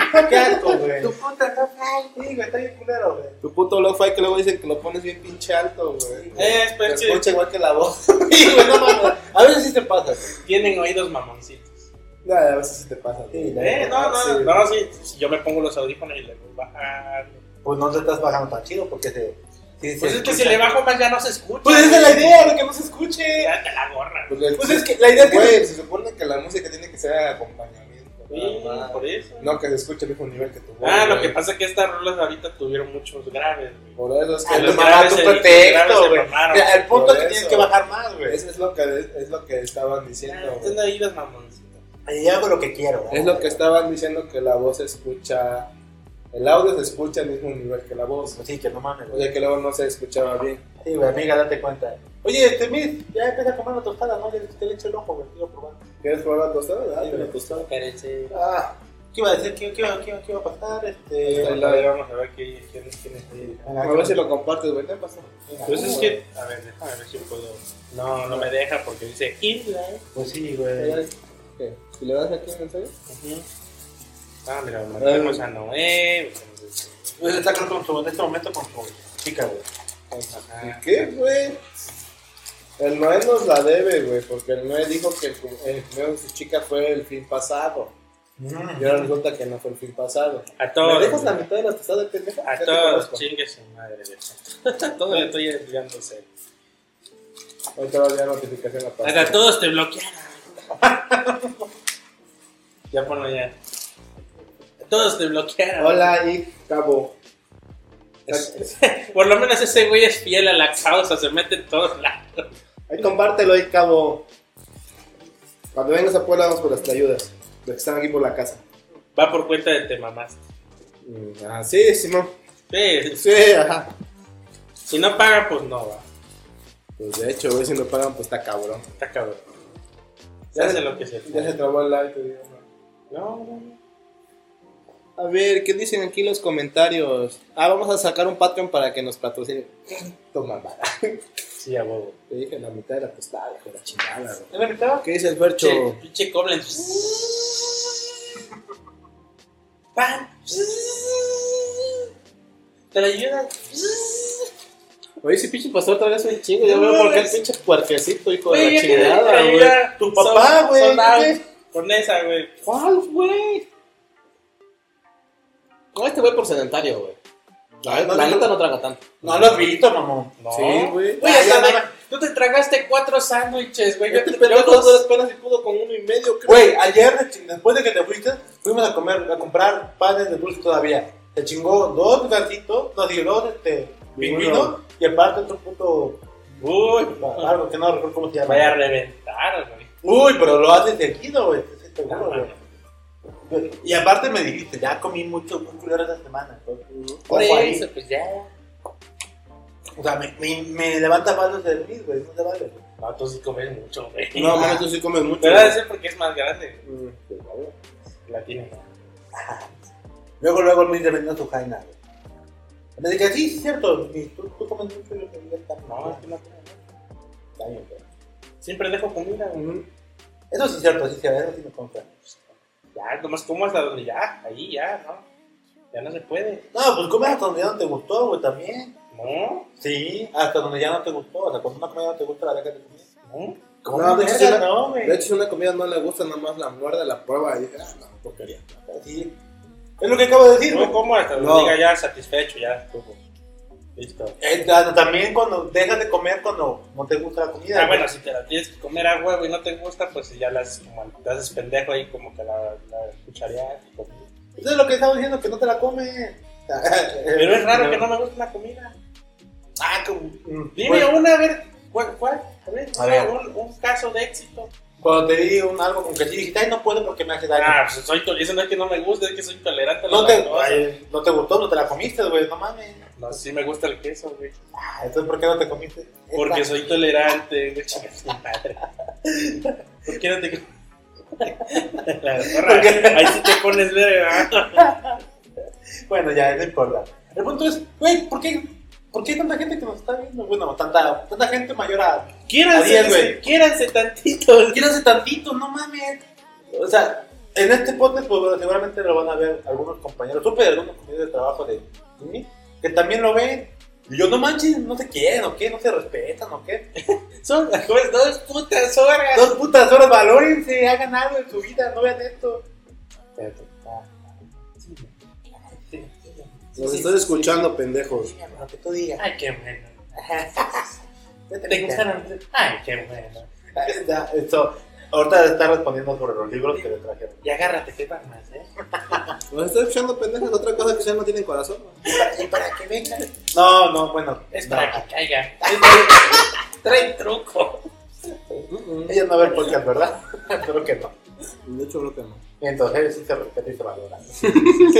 S3: nada, güey. Qué asco, güey. Tu puta lo-fi. Sí, güey, está bien culero, güey.
S2: Tu puto lo-fi que luego dicen que lo pones bien pinche alto, güey.
S1: Eh,
S2: Te
S1: espera, que
S2: escucha igual que la voz.
S3: Sí, güey, no mames. A veces sí te pasa.
S1: tienen oídos mamoncitos.
S2: No, a veces sí te pasa.
S3: Sí,
S2: güey.
S1: Eh, no, no,
S2: Sí.
S1: no, sí. Si yo me pongo los audífonos y le voy bajando.
S3: Pues no te estás bajando tan chido porque se. sí,
S1: Pues
S3: se
S1: es que
S3: escucha.
S1: si le bajo más ya no se escucha.
S3: Pues esa es la idea, güey, que no se escuche.
S1: Ya te la gorra.
S2: Pues, el-
S3: Pues es que la idea es que.
S2: Güey, se supone que la música tiene que ser acompañamiento.
S1: Sí,
S2: nada más.
S1: por eso.
S2: No que se escuche el mismo nivel que tu voz.
S1: Ah, lo
S2: güey.
S1: que pasa es que estas rolas ahorita tuvieron muchos graves, güey.
S2: Por eso es que.
S3: Ah,
S1: los no.
S3: tu
S2: lo-
S3: mamá,
S1: graves
S3: tu
S1: se- los
S3: pretexto,
S1: graves
S3: güey.
S1: se mamaron.
S3: Mira, El punto
S2: Por
S3: es que
S2: eso.
S3: tienes que bajar más, güey.
S2: eso es lo que, es lo que estaban diciendo.
S1: Ah,
S2: güey.
S1: Tienen oídos mamoncitos.
S3: Y yo hago lo que quiero, güey.
S2: Es lo que estaban diciendo que la voz se escucha. El audio se escucha al mismo nivel que la voz.
S3: Pues Sí, que no mames,
S2: O
S3: güey.
S2: sea que luego no se escuchaba bien.
S3: Sí, güey, amiga, date cuenta. Oye, este Miss, ya empieza a comer la tostada, ¿no? Le, te le echo el ojo, güey, quiero probar.
S2: ¿Quieres probar la tostada? Ah,
S3: Sí,
S2: pero
S3: güey.
S2: la tostada.
S1: Parece.
S3: Ah, ¿qué iba a decir? ¿Qué, qué, iba- qué, iba- qué iba a pasar? Este.
S2: Ahí la veo.
S1: Vamos a ver qué- quién es quién
S2: este
S1: es. quién.
S3: Venga,
S2: A ver si lo compartes, güey. ¿Qué pasó?
S3: venga.
S1: Pues es que. A ver, déjame ver si puedo. No, no me deja porque dice inline.
S3: Pues sí, güey.
S2: ¿Qué? ¿Y le das aquí en el serio?
S1: Ujú. Ah, mira, mandamos a Noé.
S3: Pues está creo con su, en este momento con su chica, güey.
S1: Ajá.
S2: ¿Qué, güey? El Noé nos la debe, güey, porque el Noé dijo que el, cum- el cumpleaños de su chica fue el fin pasado. Y ahora resulta que no fue el fin pasado.
S1: A
S2: ¿Me
S1: todos.
S2: dejas la mitad de la tostada de pendeja? Ya
S1: A
S2: te
S1: todos,
S2: conozco.
S1: chingue su madre. viejo. Todo le estoy enviando cero.
S2: Ahorita va a llegar notificación a pasar.
S1: Hasta todos te bloquearon. ya ponlo ya. Todos te bloquearon.
S2: Hola, y cabo.
S1: Por lo menos ese güey es fiel a la causa, se mete en todos lados.
S2: Ahí compártelo, y cabo. Cuando vengas a Puebla, vamos por las ayudas. Los que están aquí por la casa.
S1: Va por cuenta de te mamaste.
S2: Mm, Ah, sí, Simón.
S1: Sí,
S2: Sí, ajá.
S1: si no paga, pues no va.
S2: Pues de hecho, güey, si no pagan, pues está cabrón.
S1: Está cabrón. Se hace lo que se
S2: Ya se trabó el live, te digo.
S1: No, no, no.
S7: A ver, ¿qué dicen aquí en los comentarios? Ah, vamos a sacar un Patreon para que nos patrocine.
S2: Toma, mala.
S1: Sí, a huevo.
S2: Te dije la mitad de la tostada, hijo de la chingada, güey.
S3: ¿Es la mitad?
S7: ¿Qué dice el Fercho?
S1: Pinche, pinche Koblenz. Pan. Te la ayudas.
S7: Oye, ese pinche pastor otra vez un chingo. Yo veo por qué el pinche puerquecito, hijo de
S1: Güey,
S7: la
S1: ya te
S7: chingada,
S1: dije,
S7: güey.
S1: ya,
S3: Tu papá,
S1: son-
S3: güey,
S1: son out
S3: ¿qué?
S1: Con esa, güey.
S7: ¿Cuál, güey? Con este güey por sedentario, güey. La,
S3: no,
S7: la
S3: no.
S7: neta no traga tanto.
S3: No lo has visto, mamón.
S1: No.
S7: Sí, güey.
S1: Güey,
S3: Ah,
S1: hasta
S3: ya,
S1: me-
S3: ya.
S1: tú te tragaste cuatro sándwiches, güey. Yo
S7: Este
S1: te-
S7: pendejo
S1: yo
S7: a
S1: dos-
S7: duras penas y pudo con uno y medio, creo.
S3: Güey, ayer, después de que te fuiste, fuimos a comer, a comprar panes de dulce todavía. Te chingó dos gatitos, dos dilos, este, pingüino, y aparte otro puto, ah,
S1: Uy,
S3: algo que no recuerdo cómo se llama.
S1: vaya a reventar, güey.
S3: Uy, pero lo has desdequido, güey. Sí, seguro,
S1: No,
S3: güey. Y aparte me dijiste, ya comí mucho muy culero esta semana. entonces, ojo ahí.
S1: pues ya.
S3: O sea, me, me, me levanta malos del mí, güey. No te vale, güey.
S1: No, tú sí comes mucho, güey.
S7: No, mames, tú sí comes mucho.
S1: Pero ha de
S7: güey.
S1: ser porque es más grande.
S7: Mm.
S1: La tiene. ¿no?
S3: Luego, luego me dice, vendiendo su jaina, güey. Me dije, sí, sí, es cierto. y tú, tú comes mucho y yo te digo,
S1: No,
S3: no,
S1: es que no.
S3: está bien, güey.
S1: Siempre dejo comida, güey.
S3: Eso sí es cierto, sí, sí, eso sí me consta.
S1: Ya, nomás como hasta donde ya. Ahí ya, ¿no? Ya no se puede.
S3: No, pues comes hasta donde ya no te gustó, güey, también.
S1: No,
S3: Sí, hasta donde ya no te gustó. O sea, cuando una comida no te gusta, la dejas de comer.
S1: no.
S3: ¿Cómo
S2: No, de hecho, sí,
S3: verga,
S2: la-
S3: no, güey?
S2: De hecho, si una comida no le gusta, nada más la muerde, la prueba y dije, ah, no, porquería.
S3: Sí. Es lo que acabo de decir, güey.
S1: No como hasta donde
S2: No.
S1: diga ya satisfecho, ya. estuvo. Listo.
S3: Eh, ta- También cuando dejas de comer cuando no te gusta la comida.
S1: Ah,
S3: güey.
S1: bueno, si te la tienes que comer a huevo y no te gusta, pues ya las como, te haces pendejo ahí como que la, la cuchareas y comida.
S3: Eso es lo que estaba diciendo, que no te la comes.
S1: Pero es raro que no me guste la comida.
S3: Ah, que- mm,
S1: Dime
S3: bueno,
S1: una, a ver, ¿cuál? cuál? A ver,
S3: A
S1: una,
S3: ver.
S1: Un, un caso de éxito.
S3: Cuando te di un algo con que sí dijiste, ay, no puedo porque me hace daño.
S1: Ah, pues soy tol- eso no es que no me guste, es que soy tolerante a la
S3: no, te,
S1: lactosa.
S3: ay, no te gustó, no te la comiste, güey, no mames.
S1: No, sí me gusta el queso, güey.
S3: Ah, entonces, ¿por qué no te comiste? esta?
S1: Porque soy tolerante, güey, chinga su madre. ¿Por qué no te... La zorra, ahí sí te pones verga.
S3: Bueno, ya, no importa. El punto es, güey, ¿por qué, ¿por qué hay tanta gente que nos está viendo? Bueno, tanta, tanta gente mayor a
S1: Quiéranse,
S3: Adiós, güey.
S1: quiéranse tantitos.
S3: Quírense tantito, no mames. O sea, en este podcast, pues bueno, seguramente lo van a ver algunos compañeros. Supe de algunos compañeros de trabajo de Jimmy que también lo ven. Y yo, no manches, no te quieren, o qué, no se respetan, o qué.
S1: Son pues, dos putas horas.
S3: Dos putas horas, valórense, hagan algo en su vida, no vean esto.
S2: Los estoy escuchando, pendejos.
S3: Lo que tú digas.
S1: Ay, qué bueno.
S3: Ya
S1: ¿Te
S3: gustaron?
S1: gustaron? Ay, qué bueno.
S3: Ah, ya, Esto, ahorita está respondiendo sobre los libros que le trajeron.
S1: Y agárrate, que van más, ¿eh?
S2: Los estoy escuchando, pendejos. Otra cosa que ustedes no tienen corazón. güey.
S3: Y para que vengan. No, no, bueno.
S1: Es
S3: no.
S1: para que caiga. Es para- Trae truco.
S3: Ella no ve el podcast, ¿verdad? Creo que no.
S2: De hecho, creo que no.
S3: Entonces sí se respeta y se valora.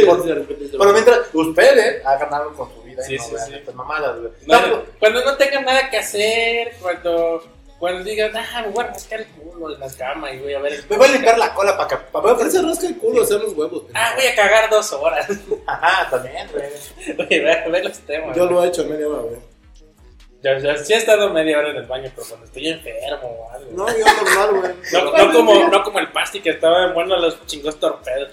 S2: Por cierto,
S3: Pero mientras ustedes hagan algo con su vida
S1: Sí,
S3: y no
S1: sí,
S3: vean
S1: sí.
S3: estas mamadas, güey.
S1: No,
S3: No,
S1: cuando no tengan nada que hacer, cuando, cuando digan, ah, me voy a rascar el culo en la cama y voy a ver el
S3: me voy a limpiar la cola para que. pa' ver-
S2: Pero se rasca el culo, hacer los huevos.
S1: Ah, voy a cagar dos horas.
S3: Ajá, también, güey.
S1: Voy a ver, ver los temas.
S2: Yo lo he hecho media hora, güey.
S1: Yo- yo sí he estado media hora en el baño, pero cuando estoy enfermo o algo.
S2: No, yo normal, güey.
S1: No, no como, no como el pasti que estaba bueno los chingos torpedos.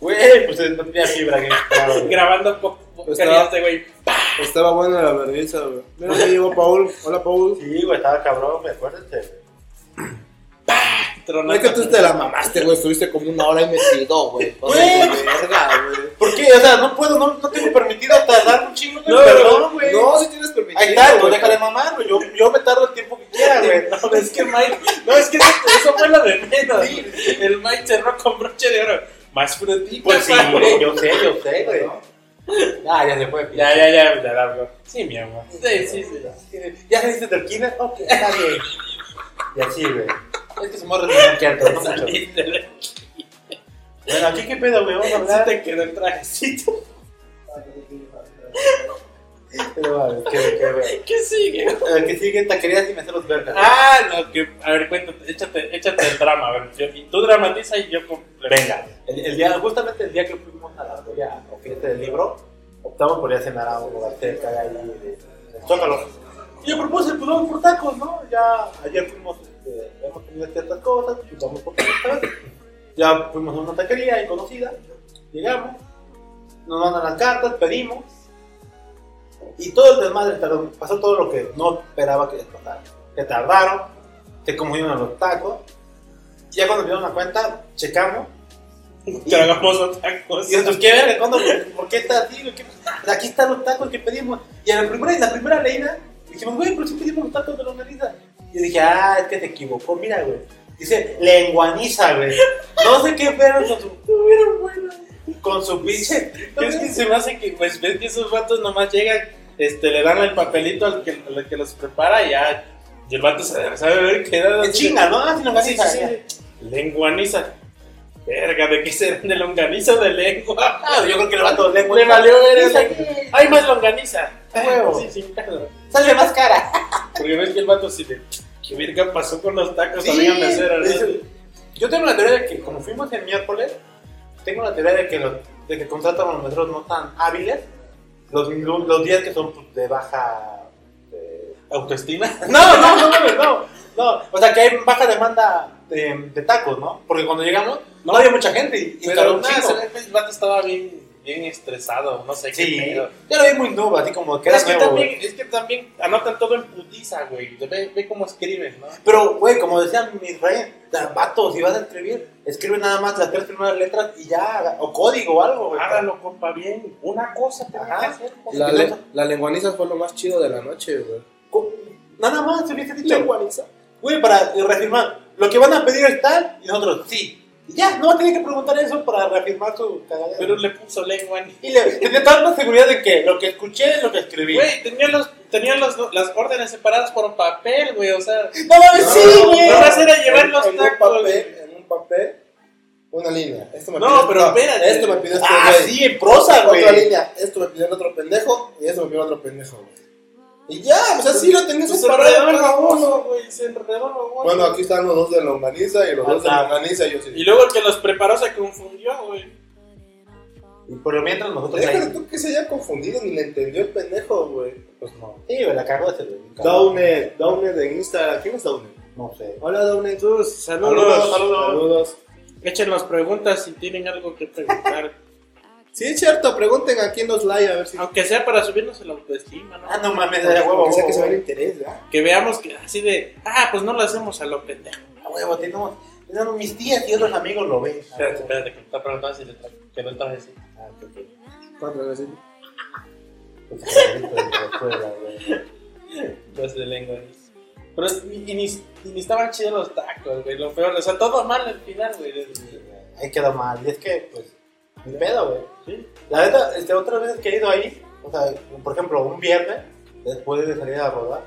S3: Güey, pues eh, no tenía fibra que claro, güey.
S1: Grabando po- po-
S2: Estaba-
S1: este güey.
S2: Estaba buena la vergüenza, güey. Mira, ahí llegó Paul. Hola, Paul.
S3: Sí, güey, estaba cabrón, güey, acuérdense.
S2: No es que tú te la mamaste, güey. Estuviste como una hora y metido, güey. O sea,
S3: Güey.
S2: de verga, güey.
S3: ¿Por qué? O sea, no puedo, no, no tengo permitido tardar un chingo de
S1: No,
S3: perdón, güey.
S2: No, si tienes permitido.
S3: Ahí está, pues
S2: güey.
S3: déjale mamar, güey. Yo, yo me tardo el tiempo que quiera, güey.
S1: No, es que Mike, no, es que eso, eso fue lo de menos. El Mike cerró con broche de oro. Más frutita.
S3: Pues sí,
S1: pa-
S3: güey, yo sé, yo sé, güey. Ah, ya se fue.
S1: Ya, ya, ya, ya, la veo. Sí, mi amor. Sí, sí, sí.
S3: ¿Ya saliste del kinder? Ok, está bien. Y así, güey. Es que se morre de maquillaje, no mucho.
S1: Saliste, le-
S3: Bueno, aquí qué pedo, güey, vamos a
S1: sí
S3: hablar.
S1: te quedó el trajecito.
S3: Pero vale, qué, qué ver.
S1: ¿Qué sigue?
S3: El que sigue taquerías y me hace los vergas.
S1: Ah, no, que. A ver, cuéntate, échate, échate el drama. A ver, yo- tú dramatiza y yo. Venga.
S3: El, el día, justamente el día que fuimos a la feria o fiesta del libro, optamos por ir a cenar a un lugar cerca de ahí. de- de Zócalo. Y yo propuse, pues vamos por tacos, ¿no? Ya ayer fuimos, este, hemos comido ciertas cosas, pues vamos por tacos. Ya fuimos a una taquería ahí conocida, llegamos, nos mandan las cartas, pedimos. Y todo el desmadre, tardó- pasó todo lo que no esperaba que pasara. Se tardaron, se confundieron los tacos. Ya cuando vieron la cuenta, checamos
S5: Que hagamos otra cosa.
S3: y nosotros, ¿qué verga? ¿Cuándo? ¿Por qué está así? güey? ¿Qué pasa? Aquí están los tacos que pedimos. Y en la primera, en la primera leída, dijimos, güey, ¿por qué pedimos los tacos de longaniza? Y yo dije, ah, es que te equivocó, mira, güey. Dice, lenguaniza, güey. No sé qué verga con su... Con su pinche...
S1: Es que se me hace que, pues, ves que esos vatos nomás llegan, este, le dan el papelito al que, al que los prepara y ya. Y el vato se sabe ver que era
S3: En chinga, ¿no? Ah, sí,
S1: Sí,
S3: longaniza.
S1: sí, sí. Lenguaniza. Verga, ¿de qué será? ¿De longaniza o de lengua?
S3: Ah, yo creo que le va todo
S1: Le
S3: lenguaniza.
S1: valió ver eso. Hay más longaniza.
S3: Huevo.
S1: Sí, sin pedo.
S3: Sale más cara.
S1: Porque ves que el vato así de. ¿Qué verga pasó con los tacos?
S3: Sí.
S1: Habían de ser, ¿verdad?
S3: Dice, Yo tengo la teoría de que, como fuimos el miércoles, tengo la teoría de que, los- de que contratan a los metros no tan hábiles los, lu- los días que son pues, de baja. eh,
S5: Autoestima.
S3: No, no, no, no, no, no. O sea, que hay baja demanda de, de tacos, ¿no? Porque cuando llegamos, no había mucha gente. Y, y
S1: Pero
S3: tardó un
S1: nada,
S3: chingo.
S1: se ve que el vato estaba bien, bien estresado, no sé
S3: Sí,
S1: qué pedo.
S3: yo lo vi muy nuevo, así como que era
S1: Es que,
S3: nuevo,
S1: también,
S3: güey.
S1: es que también anotan todo en putiza, güey. Ve, ve cómo escriben, ¿no?
S3: Pero, güey, como decía mi rey, vato, si vas a escribir, escribe nada más las tres primeras letras y ya, o código o algo, güey.
S1: Hágalo, compa, bien. Una cosa tenés
S3: Ajá.
S1: que hacer. compa.
S6: La, le- la lenguaniza fue lo más chido de la noche, güey.
S3: Co- Nada más se hubiese dicho,
S6: ¿Lenguaniza?
S3: güey, para eh, reafirmar, lo que van a pedir es tal, y nosotros, sí. Y ya, no tiene que preguntar eso para reafirmar su cagadera.
S1: Pero le puso lengua ni.
S3: y le tenía tanta seguridad de que lo que escuché es lo que escribí.
S1: Güey, tenía, los, tenía los, las órdenes separadas por papel, güey. O sea,
S3: no mames, sí, güey.
S1: no vas a ir a llevar los
S2: en
S1: tacos.
S2: Un papel, en un papel, una línea. Esto me
S1: No,
S2: pidió-
S1: pero espérate.
S2: Esto me pidió este
S3: Ah,
S2: güey.
S3: sí, en prosa, güey.
S2: Otra línea. Esto me pidió el otro pendejo y esto me pidió el otro pendejo, güey. Y ya, o sea, sí lo tenías
S1: se
S2: separado
S1: enredó el
S2: cada uno.
S1: baboso, güey. Se enredó el baboso.
S2: Bueno, aquí están los dos de longaniza y los dos de
S3: Ajá.
S2: longaniza y yo
S1: Y
S2: sí.
S1: luego el que los preparó se confundió, güey.
S3: Y por lo mientras nosotros
S2: Déjale
S3: ahí.
S2: tú que se haya confundido ni le entendió el pendejo, güey.
S3: Pues no. Sí, güey, la cagó ese, güey.
S2: Daune, Daune de Instagram. ¿Quién es Daune?
S3: No sé.
S2: Hola, Daune. Saludos,
S1: Saludos,
S2: saludos.
S1: Echen las preguntas si tienen algo que preguntar.
S2: Sí, es cierto. Pregunten aquí en los live a ver si.
S1: Aunque sea para subirnos el autoestima, ¿no?
S3: Ah, no mames, era huevo,
S2: que sea que se vea el
S3: huevo.
S2: interés, ¿verdad?
S1: Que veamos que así de, ah, pues no lo hacemos a lo pendejo.
S3: Ah, huevo, tenemos. tenemos mis tías y otros amigos lo ven.
S1: Espérate, espérate, que me está preguntando si le tra- que no traje así.
S3: Ah, ok, ok.
S6: ¿Cuántas veces?
S3: Pues, cagadito de la escuela, güey.
S1: Los de lengua. Pero es- y, y ni, y ni estaban chidos los tacos, güey, lo peor. O sea, todo mal al final, güey.
S3: Ahí quedó mal. Y es que, pues, ni pedo, güey.
S1: Sí.
S3: La neta, este, otras veces que he ido ahí, o sea, por ejemplo, un viernes, después de salir a rodar,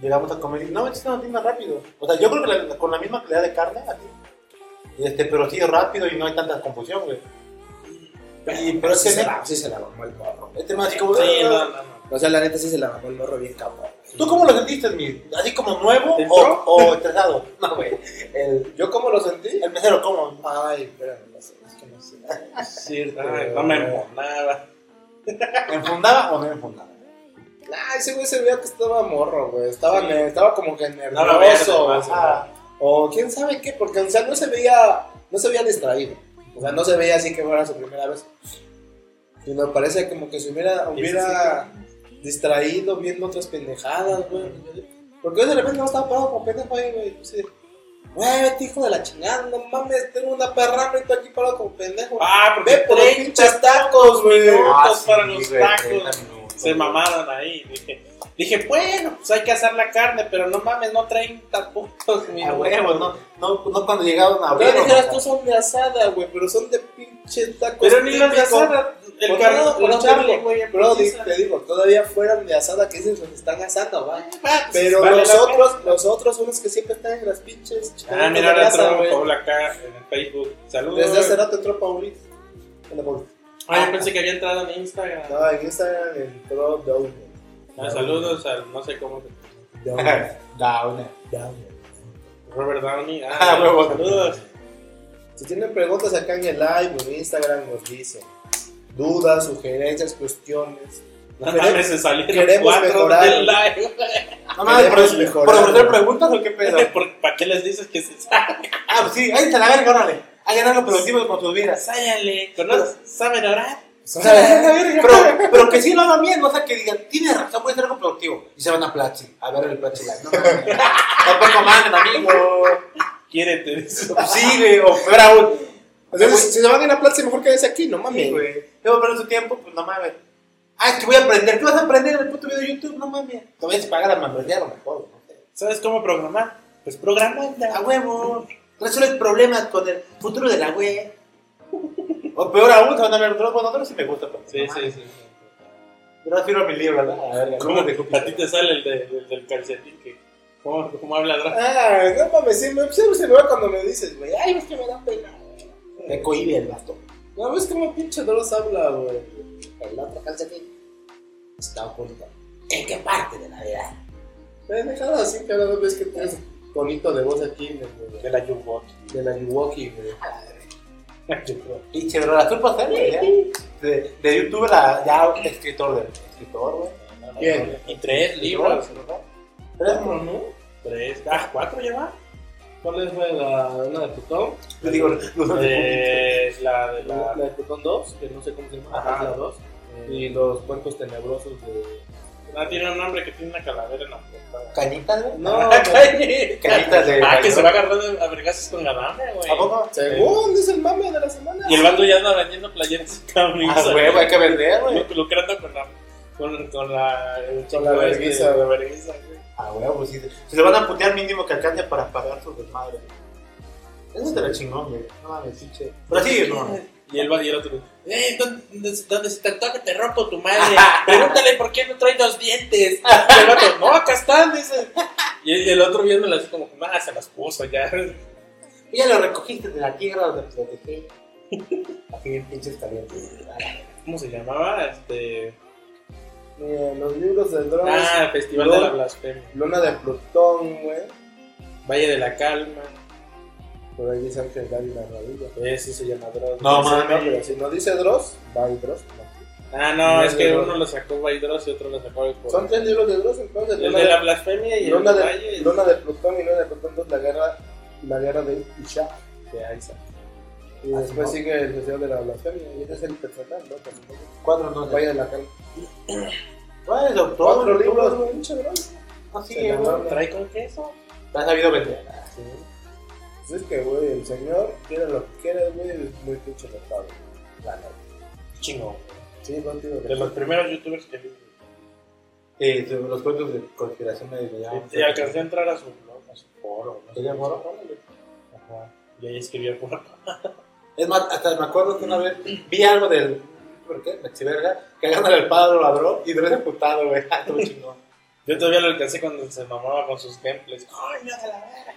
S3: llegamos a comer y no, es una tienda rápido. O sea, yo creo que la- con la misma calidad de carne, así. Y Este, pero sí rápido y no hay tanta confusión, güey. Y, pero
S6: Sí
S3: este,
S6: se,
S3: men-
S6: la, sí se la mamó el morro.
S3: este man así como,
S1: Sí, no, no, no.
S6: O sea, la neta sí se la mamó el morro bien cabrón.
S3: ¿tú cómo lo sentiste, mi? ¿Así como nuevo
S1: ¿Entró?
S3: o, o estresado? No, güey. El,
S2: ¿Yo cómo lo sentí?
S3: el mesero, ¿cómo?
S2: Ay, espérame, no sé, es que no sé.
S1: Cierto, Ay, no me emponaba.
S3: ¿Enfundaba o no enfundaba?
S2: Nah, ese güey se veía que estaba morro, güey. Estaba, ne- estaba como que
S1: No lo veas,
S2: nervioso. o sea, o quién sabe qué, porque o sea, no se veía, no se veía distraído. O sea, no se veía así que fuera su primera vez. Sino parece como que se hubiera, hubiera distraído viendo otras pendejadas, güey. Porque de repente no estaba parado como pendejo ahí, güey. Yo así de, Güey, vete, hijo de la chingada, no mames, tengo una perra y tú aquí parado como pendejo.
S1: Ah, porque
S2: Ve por los
S1: 30
S2: pinches tacos, güey.
S1: minutos para
S3: Ah, sí,
S1: los
S3: güey,
S1: tacos.
S3: 30 minutos.
S1: Se mamaron ahí. Dije, dije, bueno, pues hay que hacer la carne, pero no mames, no 30 puntos, mi
S3: A
S1: Ah, güey.
S3: huevo, no, no, no cuando llegaron a
S2: No
S3: abrir.
S2: dijeras tú son de asada, güey, pero son de pinches tacos.
S1: Pero ni las de
S2: típicos.
S1: asada, Pues el
S2: Por
S1: carnal,
S2: nada, por
S1: el
S2: nada,
S1: charlie,
S2: digo,
S1: güey,
S2: Bro, di-
S1: empieza.
S2: te digo, todavía fueran de asada, que dicen los están asando, va.
S1: Ah, pues,
S2: Pero
S1: vale la
S2: los
S1: pena.
S2: otros, los otros son los que siempre están en las pinches.
S1: Ah,
S2: chicharrones
S1: mira,
S2: de
S1: ahora
S2: grasa,
S1: entró
S2: güey.
S1: Paula acá en el Facebook. Saludos.
S2: Desde hace rato entró pues, Paulita.
S1: Ah, yo pensé que había entrado en Instagram.
S2: No, en Instagram entró Down.
S1: Ah, saludos al no sé cómo. se-
S6: Downer,
S3: Downer.
S6: Downer.
S1: Robert Downey. Ah,
S3: Ah, huevo.
S1: saludos.
S2: Si tienen preguntas acá en el live o en Instagram, nos dicen. Dudas, sugerencias, cuestiones.
S1: No mames, se salieron
S2: queremos
S1: cuatro
S2: mejorar.
S1: del live.
S3: No mames, por,
S2: Queremos
S3: por,
S2: mejorar.
S3: ofrecer preguntas o qué pedo.
S1: ¿Por- ¿Para qué les dices que se salen?
S3: Ah, pues sí, ahí se la verga, órale. A ganar lo productivo con tus vidas.
S1: Sáyanle, ¿conoces? ¿Saben orar?
S3: O sea, pero, pero que sí lo hagan bien, no sea que digan, tienes razón, voy a hacer algo productivo. Y se van a Platzi, a ver el Platzi Live. No mames. Tampoco mandan, amigo.
S1: Quiérete. dice.
S3: Sí, güey, o peor aún.
S2: Entonces, si se van a ir a Platzi, mejor quédense aquí, no mames.
S3: Sí, güey. Debo perder su tiempo, pues no mames. Ah, es que voy a aprender. ¿Qué vas a aprender en el puto video de YouTube? No mames. Te voy a pagar la membresía a lo mejor. no sé.
S1: ¿Sabes cómo programar? Pues programando.
S3: A huevo. Resuelves problemas con el futuro de la web. O peor aún, se van a ver otros con otros si me gusta. Pero,
S1: Sí, sí, sí.
S3: Yo refiero a mi libro, ¿verdad? A ver,
S1: ¿Cómo
S3: ¿cómo te
S1: a ti te sale el, de- el del calcetín? Que, ¿cómo, ¿Cómo habla Dra-
S2: Ah, no mames, sí, me, siempre se me va cuando me dices, güey. Ay, es que me da pena.
S3: Me cohibe el vato.
S2: No, ves cómo pinche Dross habla, güey. El otro calcetín está oculto.
S3: ¿En qué parte de la vida?
S2: Me he dejado así, cada vez ves que tienes bonito de voz aquí, güey.
S1: De la Yugo.
S2: De la Milwaukee, güey.
S3: Pinche, bro, la estoy pasando, ya. ¿eh? De, de YouTube, la, ya escritor, de, escritor, güey.
S2: Bien.
S1: Y tres
S3: Libro,
S1: libros.
S3: ¿verdad? Pero,
S2: ¿no?
S1: Tres. Ah, cuatro lleva.
S2: ¿Cuál fue la una de Plutón?
S3: yo digo, los
S1: Eh, la de
S2: La,
S1: la.
S2: de Plutón 2, que no sé cómo se llama,
S1: Ajá.
S2: es la 2. Y los cuentos tenebrosos de.
S1: No, Ah, tiene un nombre que tiene una calavera en la portada.
S3: Cañitas, güey.
S2: No, no,
S3: Caritas de
S1: Ah, que
S3: baño.
S1: se va agarrando a vergazos con Adame, güey.
S3: ¿A poco?
S2: según es el mame de la semana.
S1: Y el vato ya anda vendiendo playeras y camisas.
S3: Ah, huevo, hay que vender, güey.
S1: Lu- Lucrando con la. Con, con la. el chico
S2: la
S1: este,
S2: vergüenza,
S1: la vergüenza, güey.
S3: Ah, huevo, sí. Si se van a putear, mínimo que alcance para pagar sus desmadres. Eso te lo chingón, güey. No mames, sí, che. Pero sí, no.
S1: Y él va y el otro. "Eh, ¿dónde, dónde se te antoja te rompo tu madre? Pregúntale por qué no trae dos dientes. Y el vato, no, acá están, dice. Y el, y el otro viéndolas como, ah, se las puso ya.
S3: Y ya lo recogiste de la tierra donde te lo dejé. Así bien pinches calientes.
S1: ¿Cómo se llamaba? Este.
S2: Mira, Eh, los libros de Dross.
S1: Ah, Festival de la Blasfemia.
S2: Luna de Plutón, güey.
S1: Valle de la Calma.
S2: Por ahí dice Ángel Dávila Radilla.
S1: Ese se llama Dross.
S3: No,
S2: Sí,
S3: mames.
S2: pero si no dice Dross, va y Dross. no.
S1: Ah, no,
S2: No
S1: es
S2: es
S1: que
S2: de Dross.
S1: uno lo sacó Vaidros y otro lo sacó el por-
S2: Son tres libros de Dross, entonces.
S1: El
S2: Luna
S1: de
S2: de-
S1: la Blasfemia y el
S2: Luna
S1: Valle.
S2: de, Luna de Plutón y Luna de Plutón 2, la guerra, la guerra de Isha,
S1: este,
S2: de Isaac. Y
S3: Ah,
S2: después
S3: no.
S2: sigue el Festival de la Blasfemia, y ese es el personal, ¿no? Por supuesto.
S3: Cuatro, no sé.
S2: Vaya la calma.
S3: ¿Cuál es el doctor?
S2: Cuatro
S3: doctor?
S2: libros, güey, mucho, ¿no?
S3: Ah, sí,
S2: Se
S3: güey.
S2: ganaron.
S1: ¿Trae con queso?
S3: Te has sabido vender.
S2: Pues Es que, güey, el señor quiere lo que quiere, güey, es muy pinche notable. La neta.
S1: Chingo.
S2: Sí, contigo.
S1: De los primeros youtubers que vi.
S3: Sí, sí, Eh, los cuentos de conspiración me llaman.
S1: Y alcancé a entrar a su blog, a su foro. ¿no?
S3: ¿Tenía foro?
S1: Ajá. Y ahí escribió por
S3: Es más, hasta me acuerdo que una vez vi algo del. ¿Por qué? Mexiverga. Cagándole al padre ladrón y tres emputados, güey. Ah, todo chingón.
S1: Yo todavía lo alcancé cuando se mamaba con sus gameplays. ¡Coño de la verga!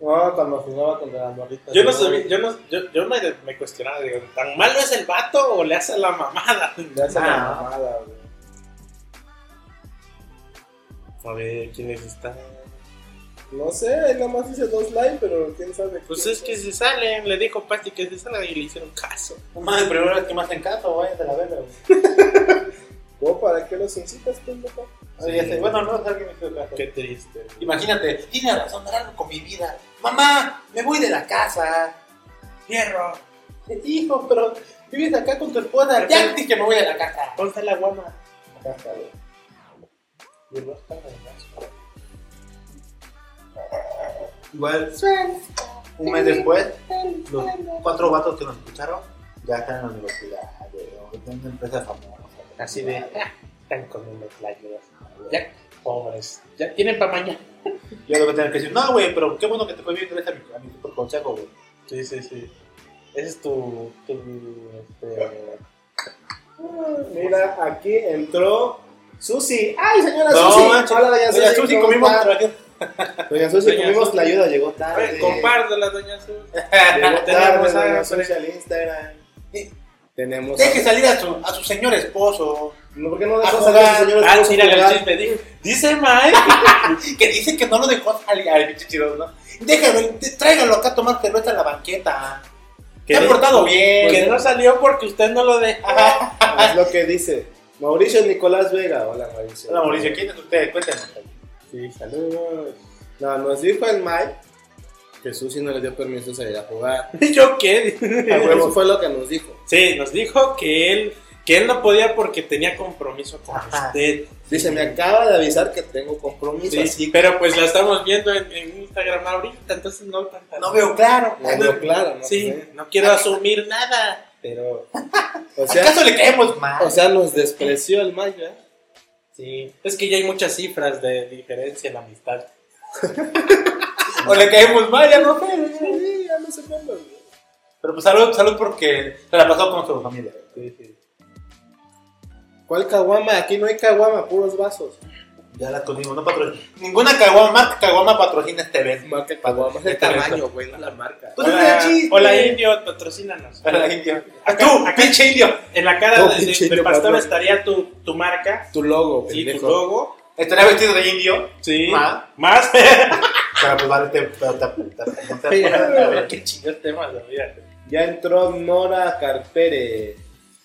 S2: No, cuando jugaba contra la morrita.
S1: Yo no
S2: sí,
S1: sabía,
S2: güey.
S1: yo, no, yo, yo me, me cuestionaba, digo, ¿tan malo es el vato o le hace la mamada?
S2: Le hace la
S3: Ah.
S2: mamada, güey.
S1: A ver, ¿quiénes están?
S2: No sé, ahí nada más dice dos likes, pero quién sabe.
S1: Pues
S2: quién
S1: es que se salen, le dijo Pasti que se salgan y le hicieron caso.
S3: No mames, primero es que me hacen caso, güey, de la verga, güey.
S2: ¿Vos para qué los incitas, pendejo?
S3: Oye, ya sé, Bueno, no, es alguien me hizo caso.
S1: Qué triste. güey.
S3: Imagínate, tiene razón, era algo con mi vida. Mamá, me voy de la casa. Fierro. Hijo, pero vives acá con tu esposa. Ya te dije que me voy de la casa.
S1: Ponte la guama.
S3: Igual, un mes después, los cuatro vatos que nos escucharon ya están en la universidad, güey, o en una empresa famosa.
S1: Así de, ah, están comiendo playas. Ya, pobres. Ya tienen para mañana.
S3: Yo lo que tener que decir, no, güey, pero qué bueno que te fue bien gracias a mi, a mi super consejo, güey.
S1: Sí, sí, sí. Ese es tu. tu este,
S2: Ah, Mira, aquí entró Susi. ¡Ay, señora
S3: No,
S2: Susi!
S3: manches.
S2: Hola, doña Susi.
S3: Oye, tú sí
S2: ¿cómo
S3: comimos.
S2: está? Doña Susi,
S1: Doña
S2: comimos
S1: Susi.
S2: la ayuda, llegó
S1: A
S2: tarde.
S1: ver, compártela, doña Azul.
S2: Llegó tarde,
S1: Tenemos
S2: doña
S1: hambre.
S2: Susi al Instagram.
S3: Sí.
S2: Tenemos.
S3: Deje salir a su, a su señor esposo.
S2: No, ¿Por qué no dejó
S3: A
S2: salir a
S3: jugar.
S1: Ah,
S2: esos señores? Vamos a
S1: mira, el
S2: jugar.
S1: chisme dijo. Dice Mike.
S3: Que dice que no lo dejó salir al pinche chido, ¿no? Déjalo, te- tráigalo acá a tomar cerveza en la banqueta.
S1: Que
S3: Te ha
S1: de-
S3: portado bien.
S1: Que no salió porque usted no lo dejó.
S2: Es lo que dice Mauricio Nicolás Vega. Hola, Mauricio.
S3: Hola Mauricio, ¿quién es usted? Cuéntenos.
S2: Sí, saludos. No, nos dijo el Mike que Susi no le dio permiso de salir a jugar. Ah,
S1: ¿Y yo qué?
S2: Eso fue lo que nos dijo.
S1: Sí, nos dijo que él, que él no podía porque tenía compromiso con
S3: Ajá.
S1: usted.
S2: Dice, me acaba de avisar que tengo compromiso.
S1: Sí,
S2: así
S1: pero pues la estamos viendo en, en Instagram ahorita, entonces no tanta-
S3: No veo claro.
S2: que no veo claro, ¿no?
S1: Sí, no quiero asumir nada.
S2: Pero, o sea,
S3: ¿Acaso le caemos mal?
S2: o sea, nos despreció el Mike, ¿verdad?
S1: Sí, es que ya hay muchas cifras de diferencia en la amistad.
S3: O le caemos mal, ya no sé.
S2: Sí, ya no sé cuándo.
S3: Pero pues salud, salud porque se la pasó con su familia.
S2: ¿Cuál caguama? Aquí no hay caguama, puros vasos.
S3: Ya la tuvimos, no patrocina. Ninguna caguama, marca caguama patrocina este evento.
S2: Marca el caguama. Es el tamaño, güey, no la marca.
S3: Pues ese es el chiste.
S1: hola indio, patrocínanos.
S3: Hola, indio.
S1: Acá-
S3: tú,
S1: acá-
S3: pinche indio.
S1: En la cara
S2: No,
S1: de- de,
S2: pinche
S1: del
S2: indio,
S1: pastor
S2: cabrón.
S1: estaría tu, tu marca,
S2: Tu logo,
S1: sí, tu
S2: pendejo.
S1: logo.
S3: Estaría vestido de indio.
S1: Sí.
S3: Ma.
S1: Más.
S3: Para pues vale, te. te- te- te- te-
S1: Qué chingón tema, la vida.
S2: Ya entró Nora Carpere.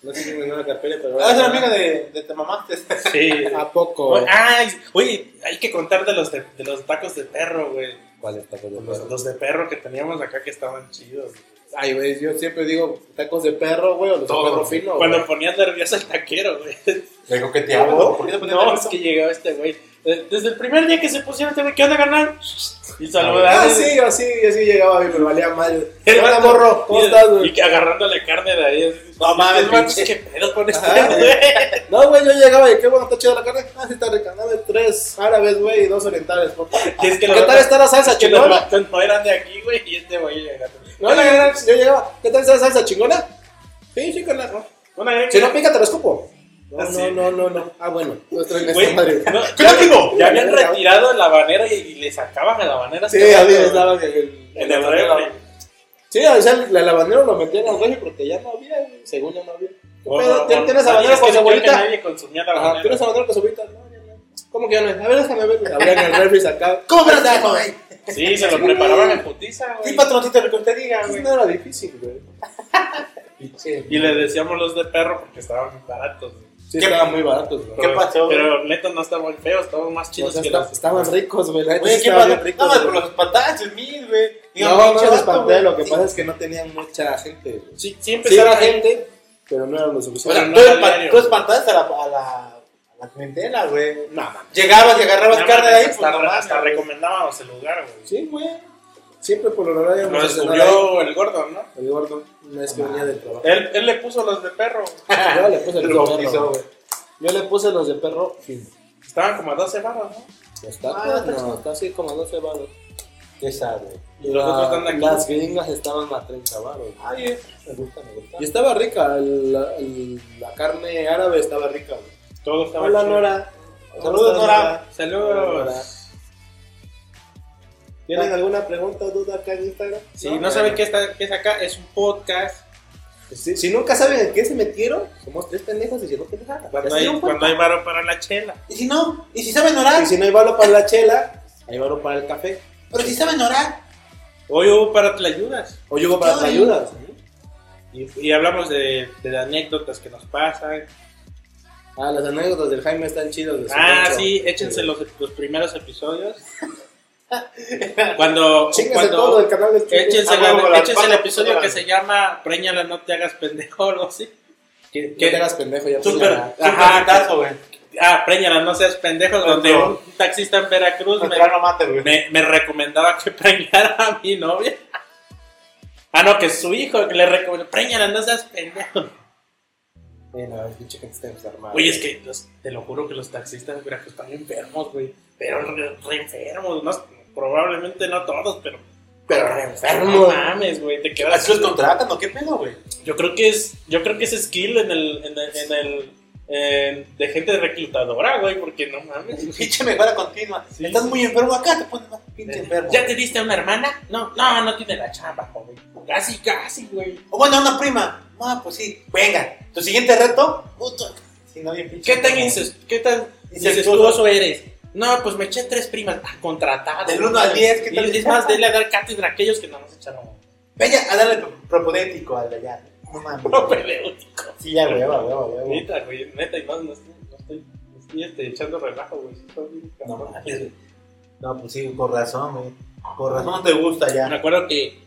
S2: No sé quién es Nora Carpere, pero...
S3: Ah, es la amiga de, de tu mamá.
S1: Sí.
S2: ¿A poco?
S1: Oye, ay, oye, hay que contar de los, de, de los tacos de perro, güey.
S2: ¿Cuál es tacos de
S1: Los,
S2: perro?
S1: los de perro que teníamos acá que estaban chidos.
S2: Ay, güey, yo siempre digo tacos de perro, güey, o los de
S3: Todo.
S2: perro fino. güey.
S1: Cuando ponías nervioso al taquero, güey.
S3: Le coqueteaba. ¿Por qué te ponías
S1: No, es
S3: nervioso?
S1: que llegaba este güey. Eh, Desde el primer día que se pusieron, este güey, ¿qué onda, ganar? Y saludar.
S2: Ah, sí, así, así llegaba a mí, pero valía madre.
S1: El
S2: Hola,
S1: vato,
S2: morro, ¿cómo
S1: y-
S2: estás, güey?
S1: Y que agarrándole carne de ahí. así.
S3: No mames,
S1: Estos vatos,
S3: pinche.
S1: ¿Qué pedo con este
S2: Ajá.
S1: güey?
S2: No, güey, yo llegaba y qué bueno, está chida la carne. Ah, sí, está rica. Dame tres árabes, güey, y dos orientales, papá.
S1: Que es que
S2: ¿Qué
S1: los
S2: tal
S1: vatos-
S2: está la salsa
S1: que los
S2: chingona?
S1: vatos no eran de aquí, güey, y este güey llegando.
S2: No, yo llegaba, yo llegaba. ¿Qué tal está la salsa chingona? Sí, sí, carnal. ¿no?
S1: Una vez
S2: Si no pica, te lo escupo. No,
S1: Ah, sí.
S2: no, no, no, no. Ah, bueno, no estoy en
S1: Güey,
S2: esta madre.
S1: no,
S3: ¿Qué
S1: ya,
S3: te digo?
S1: ya habían retirado la habanera y, y le sacaban a la habanera.
S2: Sí,
S1: este
S2: a mí
S1: vato,
S2: me daba el,
S1: En el refri.
S2: Sí, o sea, el lavandero lo metían al refri porque ya no había, güey, según ya no había. ¿Qué
S1: O-
S2: pedo?
S1: o-
S2: ¿Tien- ¿Tienes
S1: o-
S2: habanero
S1: es que
S2: con
S1: yo creo que
S2: cebollita?
S1: nadie consumía la
S2: Ajá,
S1: habanera.
S2: ¿tienes habanero con cebollita? No, ya no. ¿Cómo que ya no hay? A ver, déjame ver. Abrían el refri y sacaban.
S3: ¿Cómo me lo dejo, güey?
S1: Sí, se lo preparaban en putiza,
S3: Sí,
S1: güey.
S3: patroncito, lo que usted diga,
S2: Eso
S3: güey.
S2: no era difícil, güey.
S1: Y le decíamos los de perro porque estaban baratos. güey.
S2: Sí,
S3: ¿Qué-
S2: estaban muy baratos, güey.
S1: Pero-
S3: pasó, güey?
S1: Pero neta no estaban feos, estaban más
S2: O
S1: chidos
S2: sea,
S1: que
S2: esta-
S1: los.
S2: estaban ricos, güey. la neta
S3: Oye,
S2: sí
S3: ¿qué
S2: estaba
S3: pasa?
S2: bien rico,
S1: Ah,
S3: No,
S2: güey.
S3: pero los espantaste, mil, güey. Digo,
S2: No, no
S3: pinche
S2: los
S3: vato,
S2: espanté.
S3: güey.
S2: Lo que pasa es que no tenían mucha gente, güey.
S1: Sí, siempre
S2: Sí era
S1: estaban ahí.
S2: gente, pero no eran lo
S3: O
S2: suficiente.
S3: sea,
S1: Pero
S3: tú,
S1: no
S3: espa-
S1: diario,
S3: tú
S1: güey.
S3: espantaste a la, a la, a la clientela, güey.
S2: No, mames.
S3: Llegabas y agarrabas
S1: Nada más
S3: carne de ahí, pues
S1: hasta,
S3: no mames,
S1: hasta
S3: güey.
S1: recomendábamos el lugar, güey.
S2: Sí, güey. Siempre por lo horario
S1: Lo
S2: vamos a cenar ahí.
S1: descubrió el gordo, ¿no?
S2: El gordo, una vez que venía del trabajo.
S1: Él, él le puso los de perro. güey.
S2: Yo le puse los
S3: Lo
S2: de
S3: bautizó,
S2: perro. güey. Yo le puse los de perro fino.
S1: Estaban como a 12 barras, ¿no?
S2: Los tacos,
S3: Ah,
S2: no, está así como 12 baros.
S3: ¿Qué sabe?
S2: Y
S1: Los otros
S2: la-
S1: están aquí.
S2: las gringas estaban a 30 baros.
S3: Ay, eh, me gusta, me gusta.
S2: Y estaba rica, el- el- la carne árabe estaba rica. güey.
S1: Todo estaba
S2: Hola
S1: chido.
S2: Nora.
S3: Saludos, Nora.
S2: Hola.
S1: Saludos.
S2: ¿Tienen alguna pregunta o duda acá en Instagram?
S1: Si no, saben qué, está, qué es acá, es un podcast.
S2: Si, si nunca saben en qué se metieron, somos tres pendejos y si no tienen nada.
S1: Cuando
S2: Ya se
S1: hay,
S2: dieron cuenta.
S1: cuando hay varo para la chela.
S3: Y si no, y si saben orar,
S2: Y si no hay balo para la chela, hay balo para el café.
S3: pero si saben orar.
S1: Hoy hubo para Tlayudas.
S2: O yo para las
S3: Ay.
S2: ayudas.
S1: Y, y hablamos de, de anécdotas que nos pasan.
S2: Ah, las anécdotas del Jaime están chidas. de su
S1: Ah,
S2: rancho.
S1: sí, échense los, los primeros episodios. Cuando.
S2: Chíngase
S1: cuando
S2: todo el canal de Chile.
S1: Échense,
S3: Ah,
S1: la-
S3: como la-
S1: échense el episodio
S3: como la-
S1: que se llama Preñala, no te hagas pendejo o algo así. Que,
S2: No
S1: que-
S2: te hagas pendejo ya.
S1: Súper.
S2: pues, ya.
S1: Ajá,
S3: tazo, güey.
S1: ah, Preñala, no seas pendejo. Donde
S3: Otro.
S1: un taxista en Veracruz me,
S3: Entrar no mate, güey.
S1: me- me recomendaba que preñara a mi novia. Ah, no, que su hijo que le recomendó. Preñala, no seas pendejo.
S2: Eh, no, pinche gente está enferma.
S1: Oye, es que los- te lo juro que los taxistas de Veracruz están enfermos, güey. Pero re, re enfermos. No, probablemente no todos, pero.
S2: Pero
S1: re
S2: enfermo.
S1: No mames, güey. Te quedas.
S3: ¿Así los contratan o qué pedo, güey?
S1: Yo creo que es, yo creo que es skill en el, en el, en el- en- de gente reclutadora, güey, porque no mames.
S3: Pinche mejora continua.
S1: Sí. Eh,
S3: Estás muy enfermo acá, te pones más pinche enfermo.
S1: ¿Ya te diste a una hermana? No, no, no tiene la chamba, güey. Casi, casi, güey.
S3: O bueno, una prima. Ah, pues sí, venga. Tu siguiente reto, puto. Sí, no, bien pinche.
S1: ¿Qué tan, inces- qué tan
S3: Incestuoso.
S1: incestuoso eres? No, pues me eché tres primas. Ah, contratado.
S3: Del uno al diez, ¿qué
S1: Y
S3: tal?
S1: Es más, dele a dar cátedra a aquellos que no nos echaron.
S3: Vaya a darle pro- propodéntico al de allá. No mames.
S1: Propedéutico.
S3: Sí, ya, güey, ya va, ya va, ya va.
S1: Neta, güey, neta, y más no estoy, no estoy, no estoy, este, echando relajo, güey. sí, estoy bien
S3: No
S1: cabrón.
S3: mames, güey. No, pues sí, por razón, güey. Por razón te gusta
S1: Me
S3: ya.
S1: acuerdo que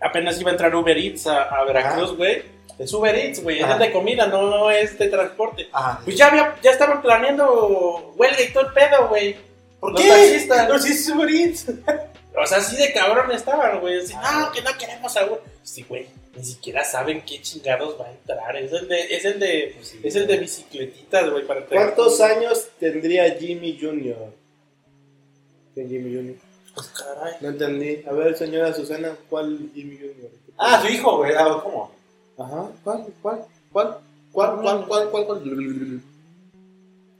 S1: apenas iba a entrar Uber Eats a, a Veracruz, güey. Es Uber Eats, güey,
S3: Ajá.
S1: es de comida, no es de transporte.
S3: Ajá.
S1: Pues ya había, ya estaban planeando huelga y todo el pedo, güey.
S3: ¿Por
S1: los
S3: qué?
S1: taxistas.
S3: No, sí, es Uber Eats.
S1: O sea, así de cabrón estaban, güey. Así,
S3: Ah.
S1: no, que no queremos a Uber. Sí, güey, ni siquiera saben qué chingados va a entrar. Es el de, es el de, es el de bicicletitas, güey, para entregar.
S2: ¿Cuántos años tendría Jimmy Jr.? ¿Qué Jimmy Jr.?
S1: Pues, caray.
S2: No entendí. A ver, señora Susana, ¿cuál Jimmy Jr.?
S3: Ah, su hijo, güey. Ah, ¿Cómo?
S2: Ajá, ¿cuál? ¿Cuál? ¿Cuál? ¿Cuál? ¿Cuál? ¿Cuál? ¿Cuál? ¿Cuál?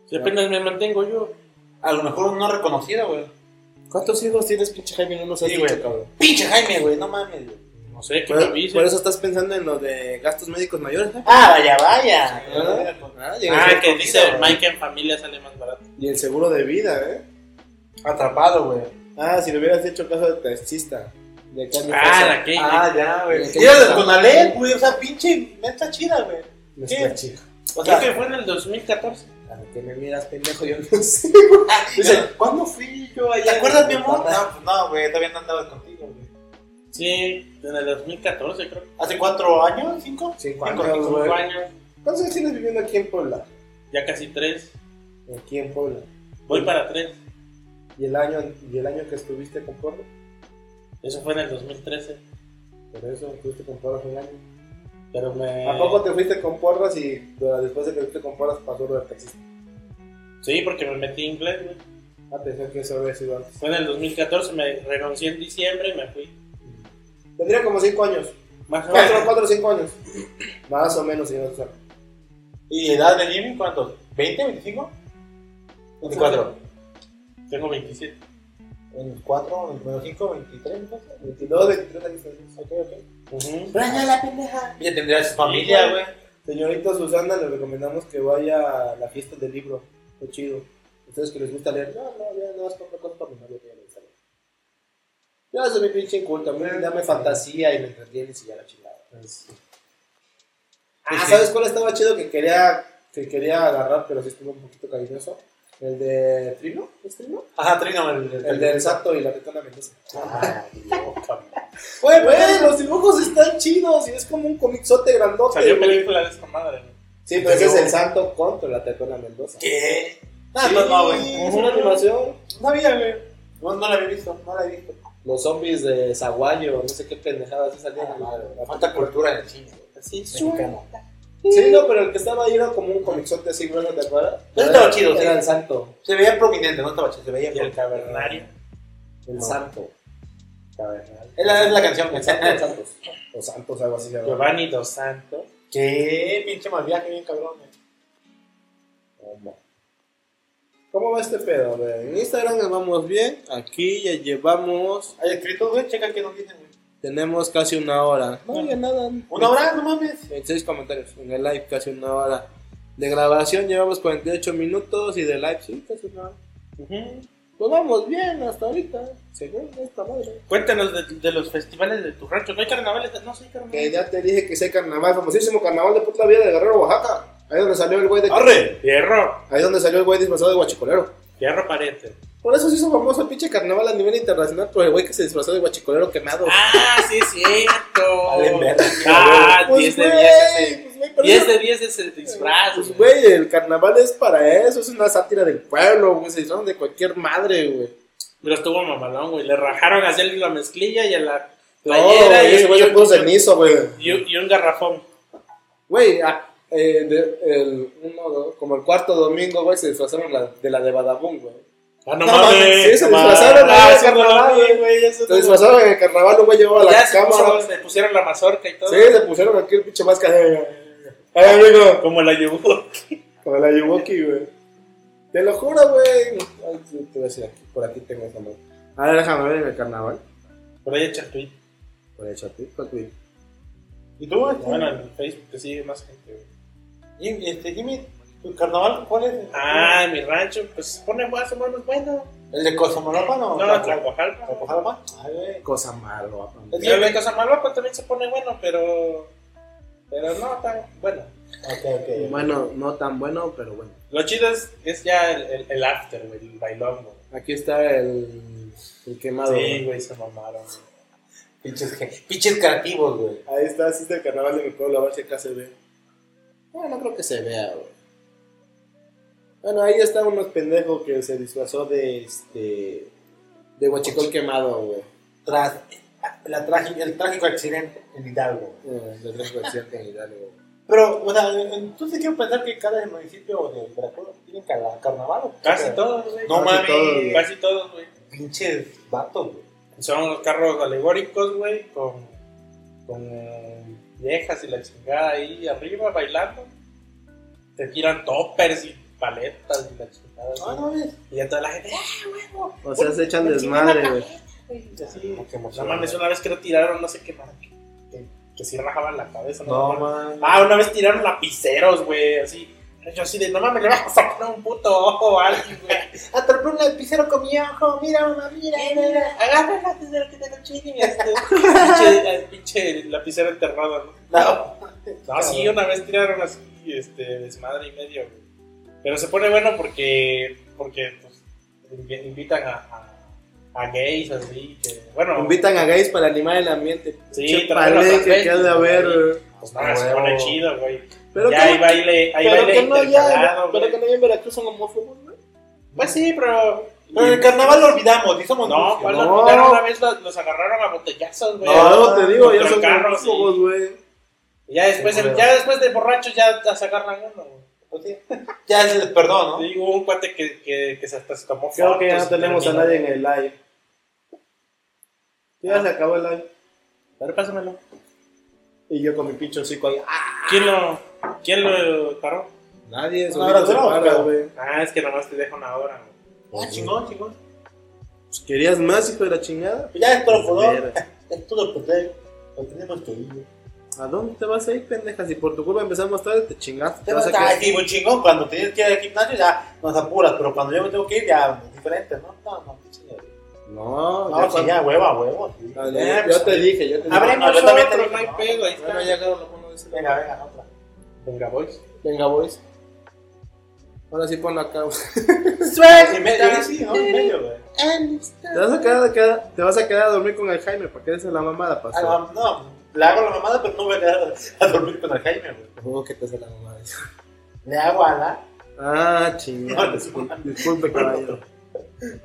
S1: Si apenas me mantengo yo.
S3: A lo mejor un no reconocido, güey.
S2: ¿Cuántos hijos tienes, pinche Jaime? No nos has
S3: Sí,
S2: dicho,
S3: güey.
S2: cabrón.
S3: Pinche Jaime, güey, no mames, güey.
S1: No sé, que me
S2: Por,
S1: avisen.
S2: por eso estás pensando en lo de gastos médicos mayores, ¿eh?
S3: Ah, vaya, vaya.
S2: Ah, y en el
S1: Ah,
S2: seguro
S1: que
S2: de
S1: dice
S2: vida,
S1: Mike en familia sale más barato.
S2: Y el seguro de vida, ¿eh?
S3: Atrapado, güey.
S2: Ah, si le hubieras hecho caso de taxista. De carne
S1: Ah,
S2: fresa.
S1: la que.
S3: Ah, ya, güey.
S2: ¿De qué
S3: Y era
S2: trata?
S3: con Alep, güey. O sea, pinche meta chida, güey.
S2: No
S3: ¿qué?
S2: está chido.
S3: O
S1: Creo
S3: sea,
S1: que fue en el 2014.
S2: Ah, que me miras, pendejo, yo no sé.
S3: dice,
S2: ¿Cuándo fui yo allá?
S3: ¿te acuerdas, mi amor? No, pues no, güey, todavía no andabas contigo, güey.
S1: Sí, en el 2014, creo.
S3: ¿Hace cuatro años? ¿Cinco?
S2: Cinco
S3: Cinco,
S2: años,
S3: cinco,
S1: Cinco
S2: güey.
S1: años,
S2: ¿Cuántos años tienes viviendo aquí en Puebla?
S1: ya casi tres.
S2: Aquí en Puebla.
S1: Voy para tres.
S2: ¿Y el año, y el año que estuviste con Puebla?
S1: Eso fue en el 2013.
S2: Por eso estuviste con porras un año.
S1: Pero me.
S3: Eh.
S2: ¿A poco te fuiste con porras y uh, después de que fuiste con porras pasó lo de taxista?
S1: Sí, porque me metí en inglés, güey.
S2: Ah, pensé que eso había sido antes.
S1: Fue en el 2014, me renuncié en diciembre y me fui.
S2: Tendría como 5 años.
S1: Más o menos.
S2: 4 o 5 años. Más o menos, señor Susana.
S3: ¿Y edad de Jimmy cuántos? ¿20, 25? 24.
S1: Tengo 27.
S3: 24, 25, 23, entonces.
S2: 22, 23 años. tendrías.
S3: Ok, ok.
S1: Ujú.
S3: Braña la pendeja. Ya tendría su familia,
S1: Sí,
S3: güey.
S2: Señorita Susana, le recomendamos que vaya a la fiesta del libro. Qué chido. Ustedes que les gusta leer. No, no, ya no vas a comprar cosas para mi novio. que Ya le sale. Yo soy mi pinche inculto. A mí dame fantasía y me entretienes y ya la chingada. Ah, ¿sabes cuál estaba chido que quería, que quería agarrar, pero sí estuvo un poquito cariñoso? El de Trino, ¿es Trino?
S3: Ajá, Trino, el,
S2: El del Santo y la tetona Mendoza.
S3: Ah, loca,
S2: Güey, güey, los dibujos están chidos y es como un comixote grandote,
S1: Salió
S2: güey.
S1: película de esta madre, güey.
S2: Sí, pero ese es el Santo contra la tetona Mendoza.
S3: ¿Qué? No,
S2: Sí,
S3: Ah, pues, no, no, güey.
S2: es una animación.
S3: No había, güey. No, no la había visto, no la había visto.
S2: Los zombies de Zaguayo, no sé qué pendejadas sí salían.
S3: Falta cultura en el cine, güey.
S1: Así,
S3: Mexicano.
S2: Sí, no, pero el que estaba ahí era como un comixote así, bueno, ¿te acuerdas?
S3: Pero estaba chido,
S2: Era
S3: sí.
S2: el Santo.
S3: Se veía prominente, no estaba chido, se veía
S1: Y el
S3: prominente.
S1: cavernario.
S2: El
S3: No.
S2: Santo.
S3: Es la, es la canción que
S2: El Santo, el Santos. Los Santos, algo así se llama.
S1: Giovanni Dos Santos.
S3: ¿Qué? Pinche mal viaje, bien cabrón, güey.
S2: Hombre. ¿Cómo va este pedo? A ver, en Instagram nos vamos bien. Aquí ya llevamos.
S3: ¿Hay escrito, güey? Checa que nos dicen, güey.
S2: Tenemos casi una hora. No, ya nada.
S3: ¿Una hora? No mames.
S2: 26 comentarios. En el live casi una hora. De grabación llevamos 48 minutos y de live sí, casi una hora.
S1: Ujú.
S2: Pues vamos bien hasta ahorita. Según esta madre.
S1: Cuéntanos de, de los festivales de tu rancho. ¿No hay carnavales? de- No, sí hay carnavales.
S2: Que ya te dije que ese carnaval, famosísimo carnaval de puta vida de Guerrero, Oaxaca. Ahí donde salió el güey de.
S3: ¡Arre!
S1: Fierro.
S2: Ahí donde salió el güey disfrazado de guachicolero.
S1: Fierro parece.
S2: Por eso se hizo famoso el pinche carnaval a nivel internacional por el güey que se disfrazó de guachicolero quemado.
S1: Ah, sí es cierto.
S3: Valen verga,
S1: ah, 10
S2: Pues,
S1: de
S2: güey,
S1: 10 ese.
S2: pues, güey, pero
S1: 10
S2: eso-
S1: de 10 ese disfraz.
S2: Pues,
S1: güey.
S2: güey, el carnaval es para eso, es una sátira del pueblo, güey, se disfrazan de cualquier madre, güey.
S1: Pero estuvo mamalón, güey. Le rajaron a él la mezclilla y a la
S2: No,
S1: playera
S2: güey,
S1: y,
S2: ese güey
S1: y
S2: se
S1: un-
S2: puso cenizo, güey.
S1: y un- y un garrafón.
S2: Güey, ah, eh, de- el, uno, dos, como el cuarto domingo, güey, se disfrazaron la- de la de Badabun, güey.
S1: Ah, no,
S2: No
S1: mames.
S2: mames, sí, se
S1: no mames.
S2: disfrazaron,
S1: Ah,
S2: güey,
S1: eso no lo
S2: carnaval,
S1: vi,
S2: güey.
S1: güey. eso
S2: Se
S1: no lo vi.
S2: disfrazaron en el carnaval, un güey, llevaba
S1: Ya
S2: la
S1: se
S2: cámara.
S1: puso- se pusieron la mazorca y todo.
S2: Sí, le pusieron aquí el pinche máscara. Ay, amigo,
S1: Como la llevó.
S2: con la Yuwoki, güey. Te lo juro, güey. Ay, te voy a decir aquí, por aquí tengo esa madre. A ver, déjame ver en el carnaval.
S1: Por ahí echa tweet.
S2: Por el chapi, por aquí.
S3: ¿Y tú, este?
S1: Bueno, en Facebook te sigue más gente, güey.
S3: Jim- este, Jimmy, ¿Tu carnaval cuál es?
S1: Ah, mi rancho, pues se pone más o menos bueno.
S3: ¿El de Cosmolopa no?
S1: No, Tlacuajalpa.
S3: ¿Tlacuajalpa? Ay, güey.
S2: Cosa malo.
S3: Es
S1: Yo
S3: que-
S1: lo de Casamalapa también se pone bueno, pero. Pero no tan bueno.
S3: Ok, ok.
S2: Eh, Bueno, no tan bueno, pero bueno.
S1: Lo chido es, es ya el, el, el after, güey, el bailongo.
S2: Aquí está el, el quemado.
S1: Sí, güey, se mamaron.
S3: Pinches, gen- pinches creativos, güey.
S8: Ahí está, así está el carnaval de mi pueblo, a ver si acá se ve.
S2: Bueno, no creo que se vea, güey.
S8: Bueno, ahí está unos pendejos que se disfrazó de este.
S2: De guachicol quemado, güey.
S3: Tras, la trágica- el trágico accidente en Hidalgo, güey.
S2: Eh, De tres conciertos en Hidalgo.
S3: Pero, o sea, entonces quiero pensar que cada municipio de Veracruz tiene car- carnaval. ¿o qué?
S1: Casi todos, güey.
S3: No
S1: Casi
S3: mames.
S1: todos, güey. Casi todos, güey.
S3: Pinches vatos, güey.
S1: Son los carros alegóricos, güey, con, con eh, viejas y la chingada ahí arriba bailando. Te tiran toppers y paletas y la chingada.
S3: Ah,
S1: güey.
S3: no ves.
S1: Y ya toda la gente, ¡ah,
S2: O sea, se echan desmadre, güey.
S1: sí!
S3: Qué
S1: No
S3: emoción. eh.
S1: mames, una vez que lo tiraron, no sé qué más. Que, que, que sí rajaban la cabeza.
S3: No,
S1: mames.
S3: man.
S1: Ah, una vez tiraron lapiceros, güey, así. Yo así de, no mames, le vas a poner un puto ojo a alguien, güey.
S3: Atrapó un lapicero con mi ojo. Mira, mamá, mira. mira.
S1: Agárrala antes de que te lo chinguen. este. pinche, el pinche lapicero enterrado, ¿no?
S3: No.
S1: No, sí, una vez tiraron así, este, desmadre y medio, güey. Pero se pone bueno porque, porque, pues, invi- invitan a, a, a gays, así, que, bueno,
S2: Invitan a gays para animar el ambiente.
S1: Sí,
S2: Che,
S1: traen
S2: palé
S1: las
S2: que queda
S1: transvestis,
S2: a ver.
S1: güey.
S2: güey.
S1: pues nada, se pone chido, güey.
S2: Pero
S1: ya
S2: que-
S1: hay baile, hay
S2: pero
S1: baile
S2: que no ya,
S1: intercalado,
S2: pero
S1: güey.
S2: que no ya en Veracruz son homófobos, güey.
S1: Pues sí, pero...
S3: Pero en el carnaval lo olvidamos. Y somos
S1: No,
S3: necios.
S1: cuando
S2: No.
S1: mataron una vez los, los agarraron a botellazos, güey.
S2: No, luego te digo, ya
S1: Contra
S2: son
S1: carros,
S2: homófobos, güey.
S1: Y ya después,
S3: Sí,
S1: ya después de borrachos ya te agarran uno, güey.
S3: Pues sí. Ya es el perdón, ¿no?
S1: Sí, hubo un cuate que, que, que se hasta se tomó
S8: Creo que ya no
S1: fotos y
S8: tenemos a
S1: terminó.
S8: nadie en el live. Ya se acabó el live.
S1: A ver, pásamelo.
S8: Y yo con mi pinche hocico ahí. ¡ah!
S1: ¿Quién lo, quién lo paró?
S2: Nadie,
S3: Una hora
S2: solito se
S3: duró,
S2: para,
S3: pero-
S2: güey.
S1: Ah, es que nomás te deja una hora. güey.
S3: Ah, chingón, chingón.
S2: Pues, ¿Querías más, hijo de la chingada?
S3: Pues ya es todo color.
S2: Verga.
S3: Es todo poder. Lo tenemos que ir.
S2: ¿A dónde te vas a ir, pendeja? Si por tu culpa empezamos tarde, te chingaste. Te vas a
S3: Ay,
S2: quedar-
S3: sí, muy chingón. Cuando tienes que ir al gimnasio ya nos apuras. Pero cuando yo me tengo que ir ya es diferente, ¿no? No, no, señor. No,
S2: No,
S3: sí,
S8: pues,
S2: cuando-
S3: ya, hueva, huevo. sí.
S2: Dale,
S1: Eh,
S2: yo te dije, yo te dije.
S3: Abre-
S1: Ah, yo
S3: otro,
S1: también te
S3: no
S1: dije,
S3: hay
S1: no,
S3: pedo, ahí
S1: Bueno,
S2: Bueno,
S1: ya-
S2: ya agárralo, ponlo de ese lado.
S3: Venga, venga, otra.
S1: Venga, boys.
S2: Venga, boys. Ahora sí ponlo acá, güey.
S3: En medio, ahí sí, ¿no? En medio, güey.
S2: Te vas a quedar, quedar- te vas a quedar a dormir con el Jaime para que eres la mamada,
S3: Ah,
S2: pastor.
S3: no, no, le hago la mamada, pero no voy a quedar a dormir con el Jaime, güey.
S2: Supongo que te hace la mamada.
S3: Le hago a la.
S2: Ah, chingada. disculpe, disculpe, caballero.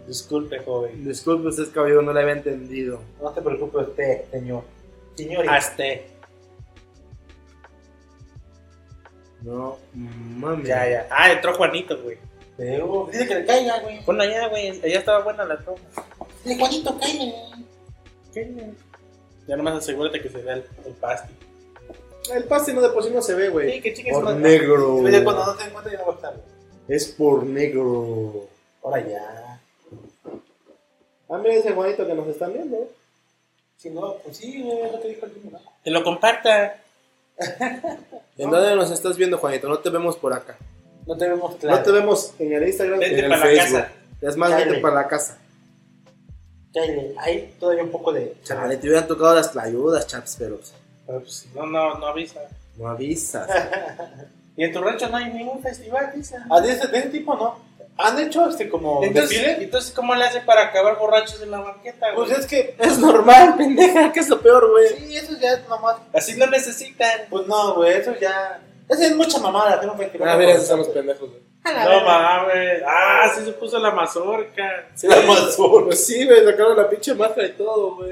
S1: Disculpe, joven.
S2: Disculpe, usted, caballero, no le había entendido.
S3: No te preocupes, usted, señor. Señorita.
S1: Hasta.
S2: No, mami.
S1: Ya, ya. Ah, entró Juanito, güey.
S3: Pero, Dile que le caiga, güey.
S1: Bueno, allá, güey. Allá estaba buena la toma.
S3: Dile, Juanito, cállame.
S1: Ya nomás asegúrate que se vea el, el pasty.
S8: El pase no de por sí no se ve, güey.
S1: Sí, que chingues
S2: Por
S1: madre.
S2: negro.
S3: Oye, cuando no te encuentres, ya no va a estar. güey.
S2: Es por negro.
S3: Ahora ya.
S8: Ah, mira ese Juanito que nos están viendo.
S3: Si no, pues sí, güey, es lo que dijo el mismo. ¿no?
S1: Que lo comparta.
S2: ¿En dónde nos estás viendo, Juanito? No te vemos por acá.
S3: No te vemos claro.
S2: No te vemos en el Instagram,
S1: Vete
S2: en el
S1: para la
S2: Facebook.
S1: casa.
S2: Es más,
S3: Dale.
S2: vete para la casa.
S3: Cállale. Hay todavía un poco de.
S2: Chale, te hubieran tocado las playudas, chaps, pero pues,
S1: Pero pues no, no, no avisa.
S2: no avisas.
S1: Y en tu rancho no hay ningún festival, avisa.
S3: Ah, de ese, de ese tipo, ¿no? Han hecho este como.
S1: Entonces,
S3: desfile.
S1: entonces, ¿cómo le hace para acabar borrachos en la banqueta, güey?
S3: Pues es que.
S2: es normal, pendeja, que es lo peor, güey.
S3: Sí, eso ya es nomás.
S1: Así lo necesitan.
S3: Pues no, güey, eso ya. Esa es mucha mamada, hacer un festival.
S2: Ah, mira, esos son los pendejos, güey.
S1: No mames. Ah, sí se puso la mazorca.
S2: Sí,
S3: La mazurca.
S2: Pues sí, güey, sacaron la pinche máscara y todo, güey.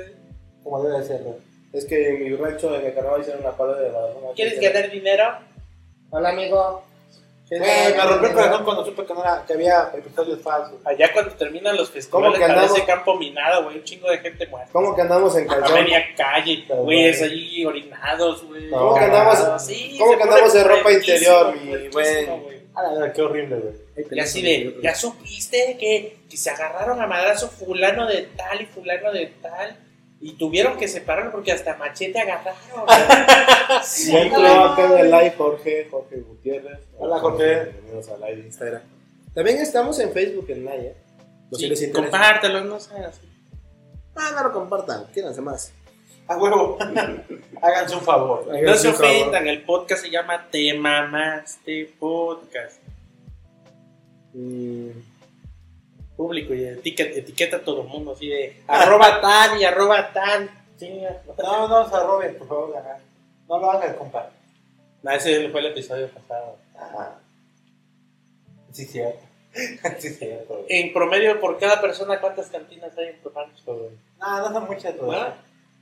S3: Como debe de ser, güey.
S8: Es que en mi rancho en el carnaval hicieron una parodia de Maradona.
S1: ¿Quieres
S8: Que-
S1: ganar dinero?
S2: Hola, amigo. Eh,
S3: Güey, me rompió el corazón cuando supe que, no era, que había episodios falsos.
S1: Allá cuando terminan los festivales
S8: ¿Cómo que andamos?
S1: parece campo minado, güey, un chingo de gente muerta.
S8: ¿Cómo que andamos en calzón?
S1: Avenida calle,
S3: Pero,
S1: güeyes
S3: güey.
S1: allí orinados, güey.
S3: ¿Cómo
S1: Cagados.
S3: que
S8: andamos-
S1: Sí,
S8: cómo
S1: se
S8: que andamos
S1: pone
S8: en ropa
S1: puerquísimo,
S8: interior, mi
S1: puerquísimo, güey?
S3: A Ah, la verdad, qué horrible, güey.
S1: Y así de, ya supiste que, que se agarraron a madrazo fulano de tal y fulano de tal. Y tuvieron que separarlo porque hasta machete agarraron. güey.
S9: Ya entró acá en el live Jorge, Jorge Gutiérrez.
S2: Hola, Jorge.
S9: Bienvenidos al live de Instagram.
S2: También estamos en Facebook en Naya. Los
S1: Sí,
S2: que les interesa.
S1: compártelo, no seas.
S2: Ah, no lo compartan, quédense más.
S3: A huevo. Háganse un favor.
S1: No se ofendan, el podcast se llama Te Mamaste Podcast.
S2: Mm,
S1: Público y etiqueta, etiqueta a todo el mundo así de arroba tan y arroba tan. Chinga.
S3: No, no se roben, por favor. ajá. No lo hagan, compa.
S1: No, ese fue el episodio pasado.
S3: Ajá. Sí, cierto. sí, cierto.
S1: En promedio, por cada persona, ¿cuántas cantinas hay en tu rancho, güey?
S3: No, no son muchas
S1: ¿No?
S3: todavía.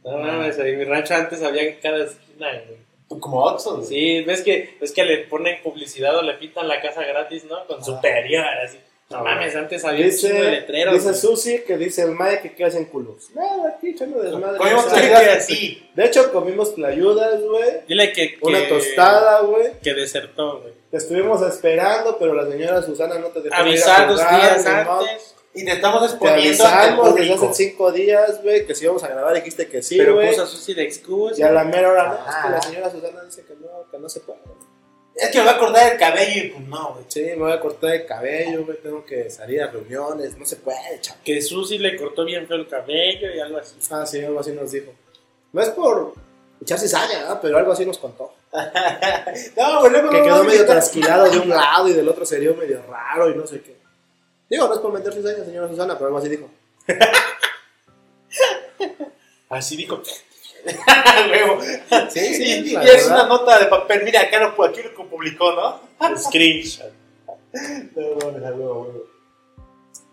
S1: No mames, en mi rancho antes había en cada esquina, güey.
S3: Como Oxxo. Sí.
S1: Sí, ves que, ves que le ponen publicidad o le pintan la casa gratis, ¿no? Con superior, así. No mames, antes había un chingo de
S2: Dice,
S1: letreros.
S2: dice
S1: güey.
S2: Susi que dice el Mike que qué hacen culos. Nada, aquí echando desmadre.
S3: Comimos
S2: Ya sabes.
S3: tlayudas así.
S2: De hecho, comimos playudas, güey.
S1: Dile que.
S2: Una
S1: que-
S2: tostada, güey.
S1: Que desertó, güey.
S2: Te estuvimos esperando, pero la señora Susana no te dejó. ir a
S1: Avisar dos
S2: jugar,
S1: días
S2: ni modo.
S1: antes.
S3: Y te estamos
S2: Te
S3: exponiendo ante el
S2: avisamos desde hace
S3: público.
S2: cinco días, güey, que si íbamos a grabar, dijiste que sí,
S1: pero
S2: güey.
S1: puso a Susi de
S2: Y a
S1: excusa.
S2: la mera hora, no, es
S3: Ajá.
S2: que la señora Susana dice que no, que no se puede.
S3: Es que me va a cortar el cabello y pues no, güey.
S2: Sí, me voy a cortar el cabello, güey, tengo que salir a reuniones, no se puede, chaval.
S1: Que Susi le cortó bien feo el cabello y algo así.
S2: Ah, sí, algo así nos dijo. No es por echar cizaña, ¿no? pero algo así nos contó.
S3: No, güey, luego
S2: Que
S3: me
S2: quedó
S3: van a
S2: medio
S3: invitar.
S2: trasquilado de un lado y del otro se dio medio raro y no sé qué. Digo, no es por meter cizaña, señora Susana, pero algo así dijo.
S1: Así dijo.
S3: Ah, huevo.
S2: Sí, sí,
S3: Y, y
S2: la
S3: es una
S2: verdad.
S3: nota de papel. Mira, acá lo, aquí lo publicó, ¿no?
S1: Screenshot.
S3: No, no, no, huevo, huevo.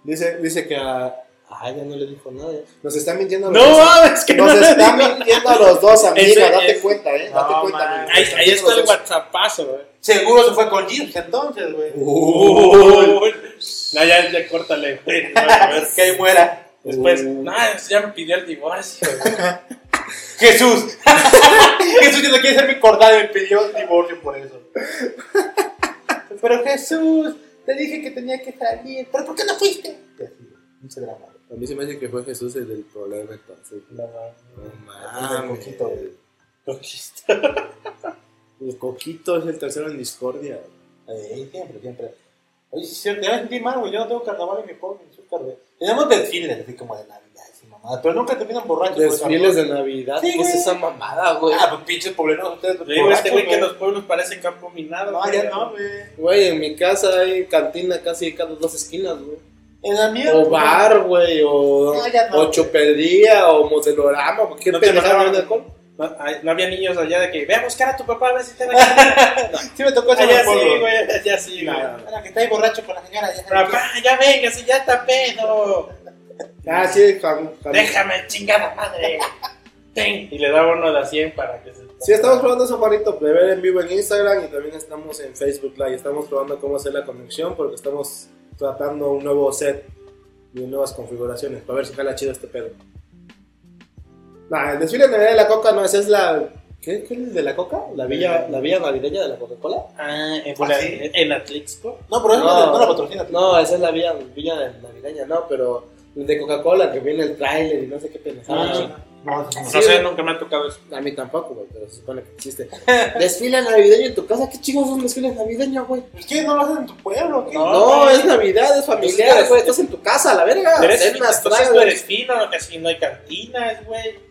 S2: Dice, dice que a... Ay, ya no le dijo nada. Nos están mintiendo a los
S1: No
S2: dos.
S1: mames, que no
S2: Nos
S1: le
S2: están
S1: digo.
S2: mintiendo a los dos,
S1: Ese
S2: amiga. Date
S1: es-
S2: cuenta, eh. Date
S3: No,
S2: cuenta,
S3: man.
S2: amiga.
S1: Ahí, ahí está el
S2: Los dos.
S1: WhatsAppazo, güey.
S3: Seguro se fue con Jeeves Pues entonces, güey.
S1: Uh. Uy. No, ya, ya córtale, güey. No, a ver.
S3: Que ahí muera.
S1: Después,
S2: Uy.
S1: no, ya me pidió el divorcio. güey.
S3: Jesús. Jesús que no quiere ser mi cordado y me pidió el divorcio por eso. Pero Jesús, te dije que tenía que salir. ¿Pero por qué no fuiste? Y así, Mucho drama.
S2: A mí se me hace que fue Jesús el del problema entonces. No
S3: Ah, un
S2: mames.
S3: poquito, güey.
S1: Conquista.
S2: El coquito es el tercero en discordia.
S3: Ahí, Eh, siempre, siempre. Oye, sí, es cierto, ya me sentí mal, güey. Yo no tengo carnaval en mi pueblo, en Zúcar, güey. Tenemos desfiles, así como de Navidad, así mamada. Pero nunca terminan borrachos. por
S2: Desfiles de Navidad.
S3: Sí,
S2: ¿Qué es
S3: güey.
S2: esa mamada, güey?
S3: Ah, pues pinches poblenos ustedes.
S1: Le digo a este
S3: borrachos,
S1: güey que los pueblos parecen campo minado.
S3: No,
S1: güey.
S3: ya no, güey.
S2: Güey, en mi casa hay cantina casi cada dos esquinas, güey.
S3: En la mía.
S2: O
S3: güey.
S2: bar, güey, o,
S3: No, ya no,
S2: o
S3: güey.
S2: chopería, o modelorama, porque
S1: No
S2: no
S1: te
S2: te dejaron
S1: mandaban-
S2: de alcohol.
S1: No, ay, no había niños allá de que ve a buscar a tu papá a ver si te va a
S3: Sí, me tocó eso Pues, en
S1: Allá
S3: el pueblo.
S1: Ah, sí, güey, allá sí, güey.
S3: Era que está ahí borracho con la señora. Ya sabes
S1: Papá, ya venga, si ya está pedo.
S2: Ah, sí, jam- jam-
S1: Déjame, chingada madre. Ten. Y le daba uno de a 100 para que se.
S2: Sí, estamos probando eso, Juanito, de ver en vivo en Instagram y también estamos en Facebook Live. Estamos probando cómo hacer la conexión porque estamos tratando un nuevo set y nuevas configuraciones para ver si jala chido este pedo. Nah, el desfile de Navidad de la Coca no, esa es la... ¿Qué, qué es de la Coca? ¿La villa, la villa navideña de la Coca-Cola?
S1: Ah, en,
S3: Ah, sí.
S1: en Atlixco.
S3: qué. No, pero eso
S2: No.
S3: no, no la patrocina.
S2: No, esa es la villa, villa de- navideña, no, pero de Coca-Cola que viene el tráiler y no sé qué pendejada.
S1: Ah.
S3: No, no,
S1: No sé, nunca me ha tocado eso.
S2: A mí tampoco, güey, pero se supone que existe. Desfile navideño en tu casa, qué chicos son desfiles navideños, güey.
S3: ¿Pues qué? ¿No lo hacen en tu pueblo? o ¿Qué?
S1: No.
S2: No, es Navidad, es familiar,
S1: Pues,
S2: güey. Estás en tu casa, la verga.
S1: Pero eres,
S2: Cenas,
S1: entonces tú
S2: tragas.
S1: eres fino, casi no hay cantinas, güey.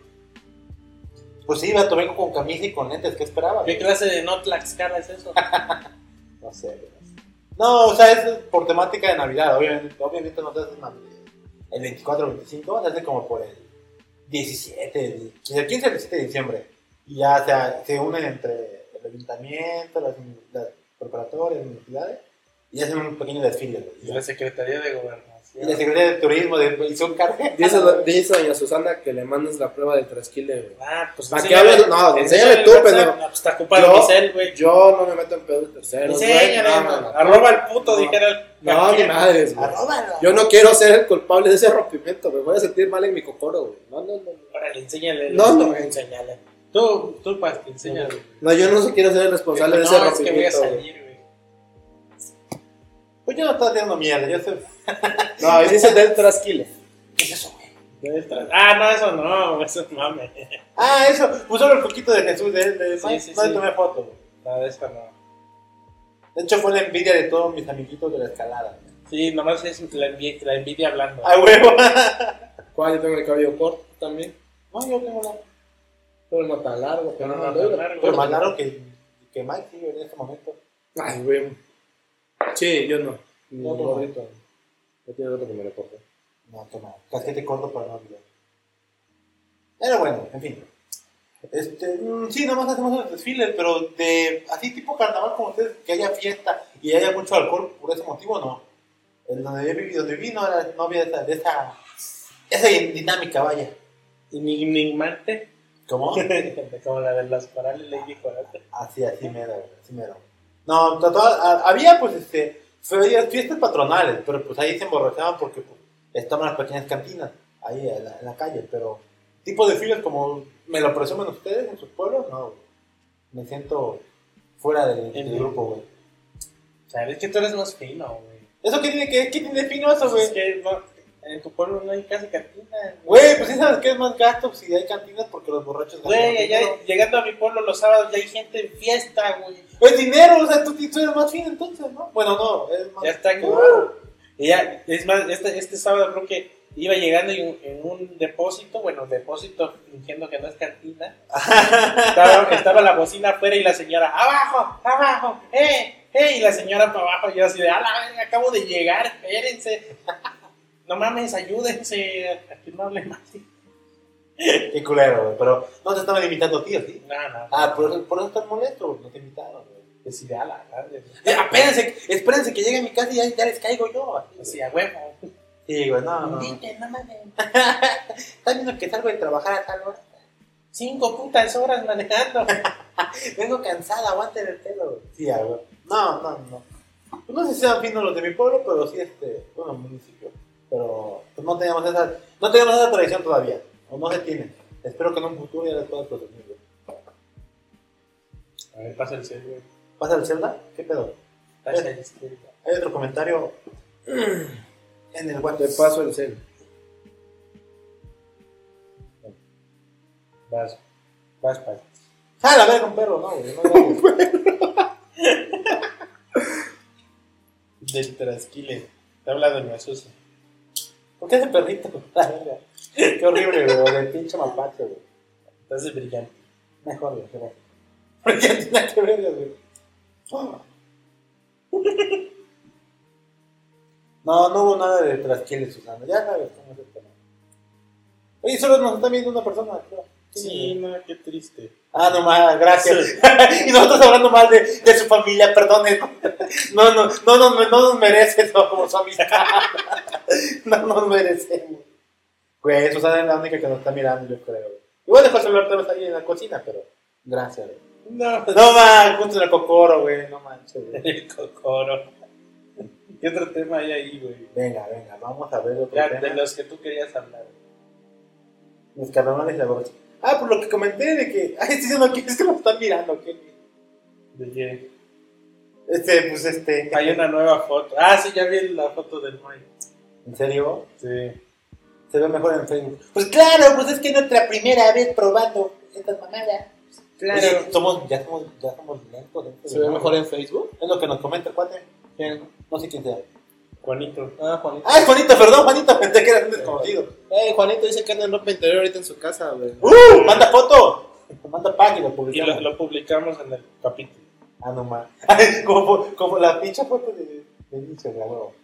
S3: Pues sí, vato, vengo con camisa y con lentes. ¿Qué esperaba?
S1: ¿Qué clase de no Tlaxcala es eso?
S3: No sé. güey. No, o sea, es por temática de Navidad. Obviamente, obviamente no te hacen Navidad. el 24 o 25, se hace como por el 17, el 15 al 17 de diciembre. Y ya o sea, se unen entre el ayuntamiento, las, las preparatorias, las universidades, y hacen un pequeño desfile. güey.
S1: Y la Secretaría de
S3: Y la
S1: Gobernación.
S3: Secretaría de Turismo de hizo un cartel.
S2: Dice, do- dice doña Susana que le mandes la prueba del trasquile, güey.
S1: Ah, pues
S2: ¿Para qué hablas? No, enséñale tú,
S1: pero
S2: pendejo.
S1: No, pues está ocupado
S2: Yo-
S1: Giselle, güey.
S2: Yo no me meto en pedos terceros, güey.
S1: Enséñale,
S2: No,
S1: no,
S2: no, no.
S1: Arroba el puto,
S2: No.
S1: dijera el.
S2: No, ni madres, güey.
S3: Arróbala.
S2: Yo no quiero ser el culpable de ese rompimiento, me voy a sentir mal en mi cocoro, güey. No, no, no.
S1: Órale, enséñale.
S2: No, no.
S1: enséñale. Tú, tú, Pasti, enséñale.
S2: No, yo no quiero ser el responsable de ese
S1: No, es que voy a
S2: rompimiento. güey.
S1: salir, güey.
S3: Pues yo no estoy haciendo mierda, yo soy.
S2: No, ahí dice del trasquile.
S3: ¿Qué es eso, güey?
S1: Del tra- Ah, no, eso no, eso es mame.
S3: Ah, eso. Puso el coquito de Jesús de, de
S1: Sí, sí,
S3: No le
S1: sí.
S3: tomé foto, güey. La de esta no. De hecho, fue la envidia de todos mis amiguitos de la escalada. güey.
S1: Sí, nomás es la envidia, la envidia hablando.
S3: ¡A huevo!
S6: ¿Cuál? Yo tengo el cabello corto también.
S3: no, yo tengo la.
S6: Pero no tan largo, pero
S1: No,
S6: no,
S1: no
S6: tan
S1: tan
S6: largo.
S1: largo.
S3: Pero más raro que, que Mike, sí, en este momento.
S6: Ay, güey. Sí, yo no.
S2: No,
S6: Ni modo.
S2: gordito. No tiene otro que me lo corte.
S3: No, toma, casquete corto para no olvidar. Pero bueno, en fin. Este, mm, sí, nomás hacemos los desfiles, pero de así tipo carnaval como ustedes, que haya fiesta y haya mucho alcohol, por ese motivo no. En donde yo viví, donde viví, no, era- no había esa, de esa, esa dinámica, vaya.
S1: Enigmante.
S3: ¿Cómo?
S1: Como la de las paralelas y Coraje.
S3: Así, así mero, güey, así mero. No, trataba- a- había pues este, ferias- fiestas patronales, pero pues ahí se emborrachaban porque pues, estaban las pequeñas cantinas, ahí en la, en la calle, pero tipo de filas como me lo presumen ustedes en sus pueblos, no, güey. me siento fuera del, del
S1: En-
S3: grupo, güey.
S1: O sea, es que tú eres más fino, güey.
S3: ¿Eso qué tiene que, qué tiene de fino eso,
S1: Pues es
S3: güey?
S1: que no- en tu pueblo no hay casi cantina.
S3: Güey, pues sí sabes que es más gasto si hay cantinas porque los borrachos ganan
S1: Güey,
S3: más dinero.
S1: allá llegando a mi pueblo los sábados ya hay gente en fiesta, güey.
S3: Es dinero, o sea, tú, tú eres más fino entonces, ¿no? Bueno, no, es más...
S1: Ya está acabado. Y ya, es más, este, este sábado creo que iba llegando y un- en un depósito, bueno, depósito fingiendo que no es cantina. estaba, estaba la bocina afuera y la señora, abajo, abajo, eh, eh, y la señora para abajo, y yo así de, a la verga, acabo de llegar, espérense. No mames, ayúdense, a que no hable más.
S3: Qué culero, güey. Pero no te estaban invitando a ti, ¿o sí?
S1: No, no,
S3: Ah, por eso, por eso estás molesto, güey, no te invitaron, güey.
S1: es ideal, a la madre.
S3: Eh, espérense, espérense que llegue a mi casa y ya, ya les caigo yo. así, güey.
S1: Así a huevo.
S3: Sí, güey, no, no. no.
S1: Inviten, no mames.
S3: ¿Estás viendo que salgo de trabajar a tal hora?
S1: Cinco putas horas manejando.
S3: Vengo cansada, aguanten el pelo, güey. Sí, ah, güey. No, no, no. Pues no sé si sean finos los de mi pueblo, pero sí, este, bueno, municipio. Pero pues no tenemos esa, no tenemos esa tradición todavía. O no se tiene. Espero que en un futuro ya les pueda presumir, güey.
S1: A ver, pasa el celular.
S3: ¿Pasa el Zelda? ¿Qué pedo?
S1: Pasa el celular.
S3: Hay otro comentario en el
S2: Te
S3: WhatsApp.
S2: paso el cel.
S1: Vas, vas, vas.
S3: Ah, la verga, un perro, no, güey. No, no, güey.
S1: Del trasquile. Te habla de mi asusa.
S3: ¿Por qué ese perrito? La verga. Qué horrible, güey. o Del pinche mapache, güey.
S1: Entonces brillante.
S3: Mejor, güey. creo. Porque ya tiene nada que ver, güey. No, no hubo nada de trasquiles, Susana. Ya sabes cómo es el tema. Oye, solo nos está viendo una persona, creo.
S1: Sí, no, qué triste.
S3: Ah, no más, gracias. y nosotros hablando mal de, de su familia, perdone. No, no, no, no, no, nos merece eso como su amistad. no nos merecemos. Güey, Susana es la única que nos está mirando, yo creo. Igual dejó el celular tal vez ahí en la cocina, pero gracias, güey.
S1: No,
S3: No más, junto en el cocoro, güey, no manches, güey.
S1: el cocoro. ¿Qué otro tema hay ahí, güey?
S3: Venga, venga, vamos a ver otro
S1: Ya,
S3: tema.
S1: de los que tú querías hablar.
S3: Los carnavales y la borracha. Ah, por lo que comenté de que. Ay, sí, no quieres que nos están mirando, ¿qué?
S1: De que
S3: Este, pues este.
S1: hay una nueva foto. Ah, sí, ya vi la foto del Mike.
S3: ¿En serio?
S1: Sí.
S3: Se ve mejor en Facebook. Pues claro, pues es que es nuestra primera vez probando estas mamadas.
S1: Ah,
S3: Oye, somos, ya somos, ya somos lentos. lentos,
S6: ¿Se ve
S3: ¿no?
S6: mejor en Facebook?
S3: Es lo que nos comenta el cuate.
S6: ¿Quién?
S3: No sé quién sea.
S1: Juanito.
S6: Ah, Juanito.
S3: Ah, es Juanito, perdón, Juanito, pensé que era un desconocido.
S6: Eh, Juanito dice que anda en ropa interior ahorita en su casa, güey.
S3: ¡Uh! ¡Manda foto! Manda pack y lo
S1: Y
S3: publicamos.
S1: lo, lo publicamos en el capítulo.
S3: Ah, no más. Ay, como, como la pinche foto de, de Nietzsche, la huevo.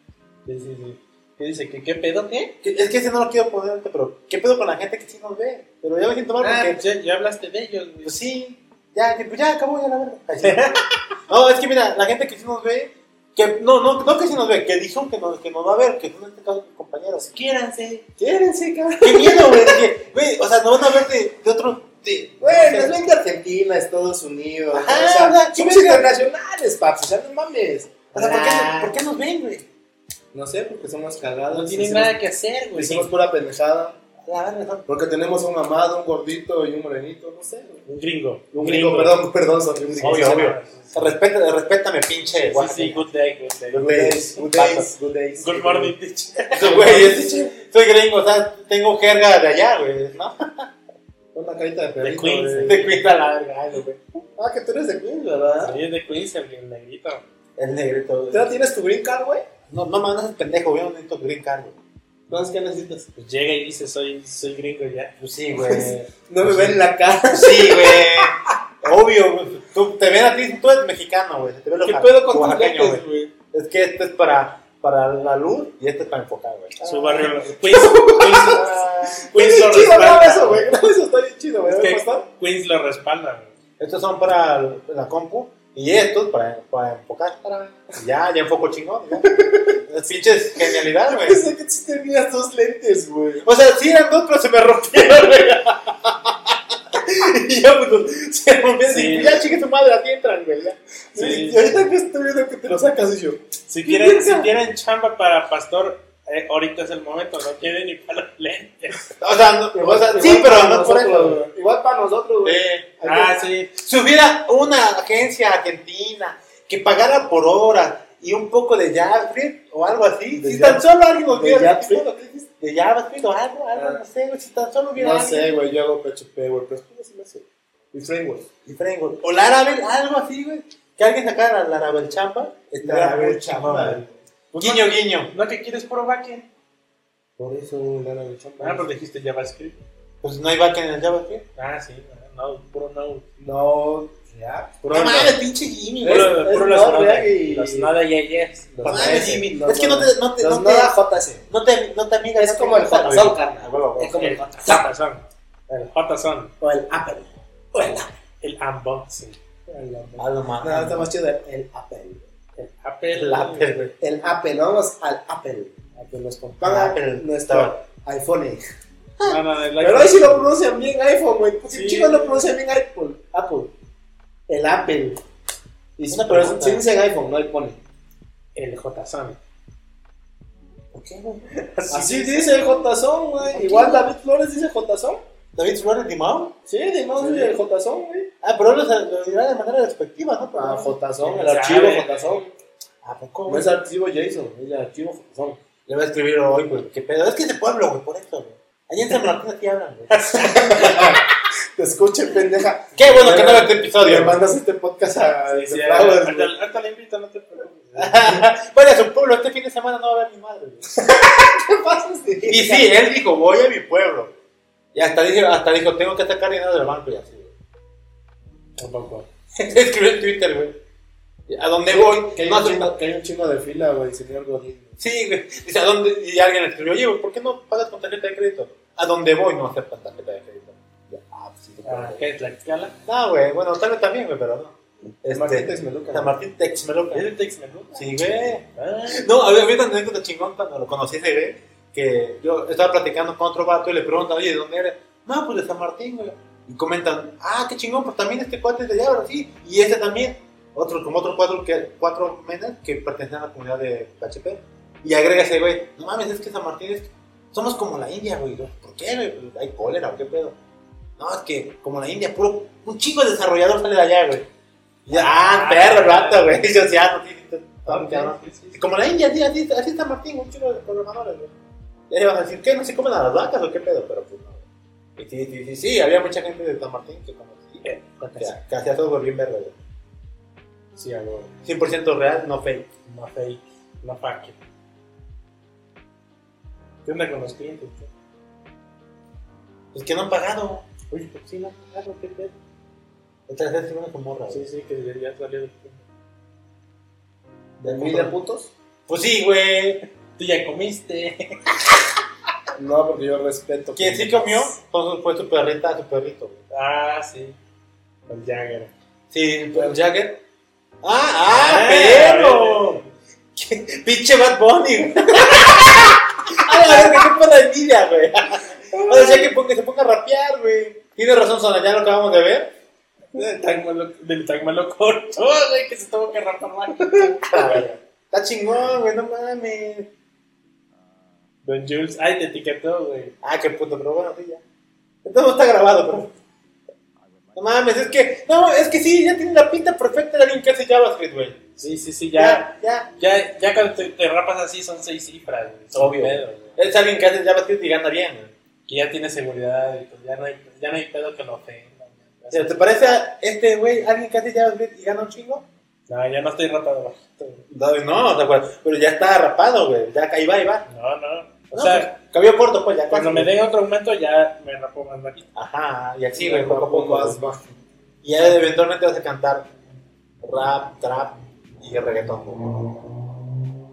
S1: Sí, sí, sí. ¿Qué dice? ¿Qué, qué pedo? ¿Qué?
S3: Que- Es que ese no lo quiero ponerte, pero ¿qué pedo con la gente que sí nos ve? Pero ya me siento mal
S1: Ah,
S3: porque.
S1: pues ya, ya hablaste de ellos, güey.
S3: Pues sí, ya, que- pues ya acabó ya la verdad. Ay, sí. No, es que mira, la gente que sí nos ve, que no, no, no que sí nos ve, que dijo que nos, que nos va a ver, que son en este caso tus compañeros.
S1: Quiéranse.
S3: Quédense, cabrón. Qué miedo, güey, porque, güey, o sea, nos van a ver de, de otro. De,
S6: Güey,
S3: no
S6: nos
S3: sé.
S6: ven de Argentina, Estados Unidos.
S3: Ajá,
S6: o sea,
S3: o sea, ¿qué
S6: somos
S3: verga?
S6: internacionales, papi, ya no mames.
S3: o sea, ¿por qué, ¿por qué nos ven, güey?
S6: No sé, porque somos cagados.
S1: No tienen
S6: hicimos-
S1: nada que hacer, güey.
S6: Hicimos pura pendejada.
S3: La verga, son-
S2: Porque tenemos un amado, un gordito y un morenito, no sé. güey.
S1: Un gringo.
S2: Un gringo, perdón, perdón, son gringos.
S3: Obvio, obvio. Respeta, respétame, pinche.
S1: Sí,
S3: Oaxaca.
S1: sí, good day, good day.
S2: Good days, good days, good days.
S1: Good morning, teacher.
S3: Ese güey, ese che, soy gringo, o sea, tengo jerga de allá, güey, ¿no?
S2: Una carita de perrito.
S1: Queens.
S2: güey.
S3: Te cuida la verga, ay, güey.
S2: Ah, que tú eres de Queens, ¿verdad?
S1: Ahí es de Queens, el el negrito.
S3: El negrito,
S2: ¿Tú ya tienes tu green card, güey?
S3: No, no mames, es pendejo, güey, no necesito green card, güey.
S2: Entonces, ¿qué necesitas?
S1: Pues llega y dice, soy, soy gringo ya.
S3: Pues sí, güey.
S2: No me ven la cara.
S3: Sí, güey. Obvio, güey. Tú te ven a ti, tú eres mexicano, güey. Te ven
S2: ¿Qué
S3: oaxa-
S2: pedo con tus
S3: oaxaqueño, güey.
S2: lentes, güey?
S3: Es que este es para, para la luz y este es para enfocar, güey.
S1: Su barrio. Queens, Queens,
S3: Ah,
S1: Queens
S2: Está
S1: lo
S2: bien chido, graba eso, güey.
S1: respalda.
S2: Graba eso, está bien chido, güey.
S1: Es
S2: ¿Me
S1: que-
S2: va a pasar?
S1: Queens lo respalda. güey.
S3: Estos son para la compu y estos para, para enfocar. Ya, ya enfoco chingón. ya. Es Pinches genialidad, güey.
S2: Pensé que tú tenías dos lentes, güey.
S3: O sea, sí eran dos, pero se me rompieron, güey. y ya, pues, se rompieron.
S1: Sí.
S3: Y ya, chingue tu madre, así entran, güey. ya.
S1: Sí.
S2: Y ahorita que estoy viendo que te lo sacas, y yo.
S1: Si quieren, si quieren chamba para pastor, eh, ahorita es el momento. No quieren ni para los lentes.
S3: O sea, no- o sea, sí,
S2: Igual
S3: pero
S2: para
S3: no por eso.
S2: nosotros,
S3: güey.
S2: güey. Igual para nosotros, güey.
S3: Sí.
S1: Ah, sí.
S3: Si hubiera una agencia argentina que pagara por hora y un poco de JavaScript o algo así,
S2: De
S3: si
S2: Java-
S3: tan solo alguien hubiera
S2: JavaScript.
S3: de JavaScript o algo, algo, no sé, güey, si tan solo hubiera
S2: No
S3: alguien.
S2: sé, güey, yo hago PHP, güey, pero ¿cómo se me hace? Mi framework.
S3: Y Framework. O Laravel, algo así, güey. Que alguien sacara la Laravel chamba. Esta
S2: Laravel chamba,
S3: güey. Guiño, guiño.
S1: Pues No, que quieres puro backend.
S2: Por eso, güey, la de chamba.
S1: Ah, pero dijiste JavaScript.
S3: Pues no hay backend en el JavaScript.
S1: Ah, sí. No, puro no.
S2: No, ya.
S1: Puro
S3: No
S1: no.
S3: mames, pinche Jimmy, güey.
S2: Es-
S1: Puro,
S2: es
S1: puro
S2: no,
S1: las nada.
S2: real y-
S1: Las nada y yes.
S2: Los
S3: No mames,
S2: nada,
S3: Jimmy.
S2: los
S3: Es que no te, no te,
S2: Los
S3: no te,
S2: nada JC.
S3: no te, no te amigas.
S2: Es como el Hotazón,
S3: A
S2: carnal.
S3: huevo, a huevo.
S2: Es como el Hotazón.
S1: Patazón. El patazón.
S2: O el Apple. O el Apple.
S1: El unboxing.
S3: A lo más.
S2: No, está más chido el- el Apple.
S1: Apple.
S3: El Apple, güey.
S2: El Apple, vamos al Apple. A que nos
S3: Ah,
S2: compartan
S3: pero
S2: nuestro iPhone.
S1: No, no, el
S2: Pero ahí sí lo pronuncian bien iPhone, güey. Porque
S1: Sí.
S2: chicos lo pronuncian bien Apple. Apple. El Apple. Y sí,
S3: Una
S2: pero
S3: pregunta.
S2: sí dicen iPhone, no iPhone.
S1: El JSON.
S3: ¿Por qué, güey?
S2: Así dice JSON, güey. Igual David Flores dice JSON.
S3: ¿David Flores Limón?
S2: Sí, de más dice el JSON, güey.
S3: Ah, pero él lo lo dirá de manera despectiva, ¿no? Pero-
S2: Ah, JSON, el
S1: Sabe.
S2: archivo JSON.
S3: ¿A poco,
S2: No
S3: güey?
S2: es archivo JSON, es el archivo JSON.
S3: Pues, Le voy a escribir hoy, güey. ¿Qué pedo? Es que es de pueblo, güey, por eso, güey. Allá en San Martín así hablan, güey.
S2: Te escuche, pendeja.
S3: Qué bueno que no ve este
S2: Le
S3: episodio.
S2: mandas este podcast a
S1: Sí, sí,
S2: The Flowers,
S1: ahorita
S2: güey.
S1: ahorita le invito, no te preocupes.
S3: Vaya a su pueblo, este fin de semana no va a ver mi madre. güey.
S2: ¿Qué pasas de-
S3: Y sí, él dijo, voy a mi pueblo. Y hasta dijo, hasta dijo tengo que sacar dinero del banco y así. güey.
S1: Tampoco.
S3: Escribió en Twitter, güey. ¿A dónde voy?
S2: Que hay,
S3: No
S2: un
S3: hace-
S2: chingo, que hay un chingo de fila, güey, señor Godín.
S3: Sí, güey. Dice, ¿a dónde? Y alguien le escribió, oye, güey, ¿por qué no pagas con tarjeta de crédito? ¿A dónde voy? No aceptan tarjeta de crédito. Ya, ah, pues sí,
S1: Ah,
S3: supongo.
S1: ¿Qué es la escala?
S3: No, güey, bueno, tal vez también, güey, pero no.
S2: Este, Martín Texmeluca.
S3: San Martín Texmeluca.
S1: ¿Es el Texmenú?
S3: Sí, güey.
S1: Ah,
S3: No, había había una anécdota chingón cuando lo conocí ese güey, que yo estaba platicando con otro vato y le preguntan, oye, ¿de dónde eres? No, pues de San Martín, güey. Y comentan, ah, qué chingón, pues también este cuate es de allá, sí. Y este también. Otro, como otros cuatro, que, cuatro menes que pertenecen a la comunidad de PHP. Y agrega ese güey, no mames, es que San Martín es... Somos como la India, güey. Yo, ¿Por qué, güey? Pues, Hay cólera, ¿o qué pedo? No, es que como la India, puro... Un chingo de desarrollador sale de allá, güey. Y, ah, perro, vato, güey. Y yo, sí, ah, no, sí, sí, sí, sí, sí, sí. Y Como la India, sí, así, así está Martín, un chico de programadores, güey. Y ahí vas a decir, ¿qué? ¿No se comen a las vacas o qué pedo? Pero pues no, güey. Y sí, sí, sí, sí, había mucha gente de San Martín que como sí,
S1: Eh,
S3: que que hacía todo bien verde, güey.
S1: Sí, algo.
S3: 100% real, no fake.
S1: No fake, no fake. ¿Qué onda con los clientes? tío?
S3: Pues que no han pagado.
S1: Oye, pues sí, no, claro, qué pedo.
S3: Otra vez se van con morra,
S1: Sí,
S3: güey.
S1: sí, que ya, ya salió del tema.
S2: ¿De mil de puntos?
S3: Pues sí, güey.
S1: Tú ya comiste.
S2: No, porque yo respeto.
S3: Quien sí comió, entonces fue su perrita, su perrito, güey.
S1: Ah, sí. El Jagger.
S3: Sí, pero Jagger. ¡Ah, ah,
S1: Eh,
S3: perro! ¿Qué? ¡Pinche Bad Bunny! güey. Ah, ¡A la verga, qué para envidia, güey! O sea, que, ponga- que se ponga a rapear, güey. Tiene razón, Zona, ya lo acabamos de ver.
S1: Del tan malo, del tan malo corto. Oh, güey, que se tuvo que rapar mal.
S3: Ah. A la verga. Está chingón, güey, no mames.
S1: Don Jules, ay, te etiquetó, güey.
S3: Ah, qué puto, pero bueno, sí, ya. Entonces no está grabado, pero. No mames, es que. No, es que sí, ya tiene la pinta perfecta de alguien que hace JavaScript, güey.
S1: Sí, sí, sí, ya.
S3: Ya, ya.
S1: Ya, ya cuando te, te rapas así son seis cifras, güey. Es
S3: Obvio.
S1: pedo, güey.
S3: Es alguien que hace JavaScript y gana bien, güey.
S1: Que ya tiene seguridad y pues ya no hay, ya no hay pedo que lo ofenda. güey.
S3: O sea, ¿Te parece a este güey alguien que hace JavaScript y gana un chingo?
S1: No, ya no estoy rapado bajito, güey.
S3: No, no, de acuerdo. Pero ya está rapado, güey. Ya ahí va, ahí va.
S1: No, no. O
S3: No,
S1: sea,
S3: pues, cambió corto, pues ya.
S1: cuando
S3: casi,
S1: me
S3: güey.
S1: den otro aumento ya me rapo más bajito.
S3: Ajá, y así,
S2: Sí,
S3: güey, poco a poco.
S2: más
S3: güey.
S2: bajo.
S3: Y ya eventualmente vas a cantar rap, trap y reggaetón. güey.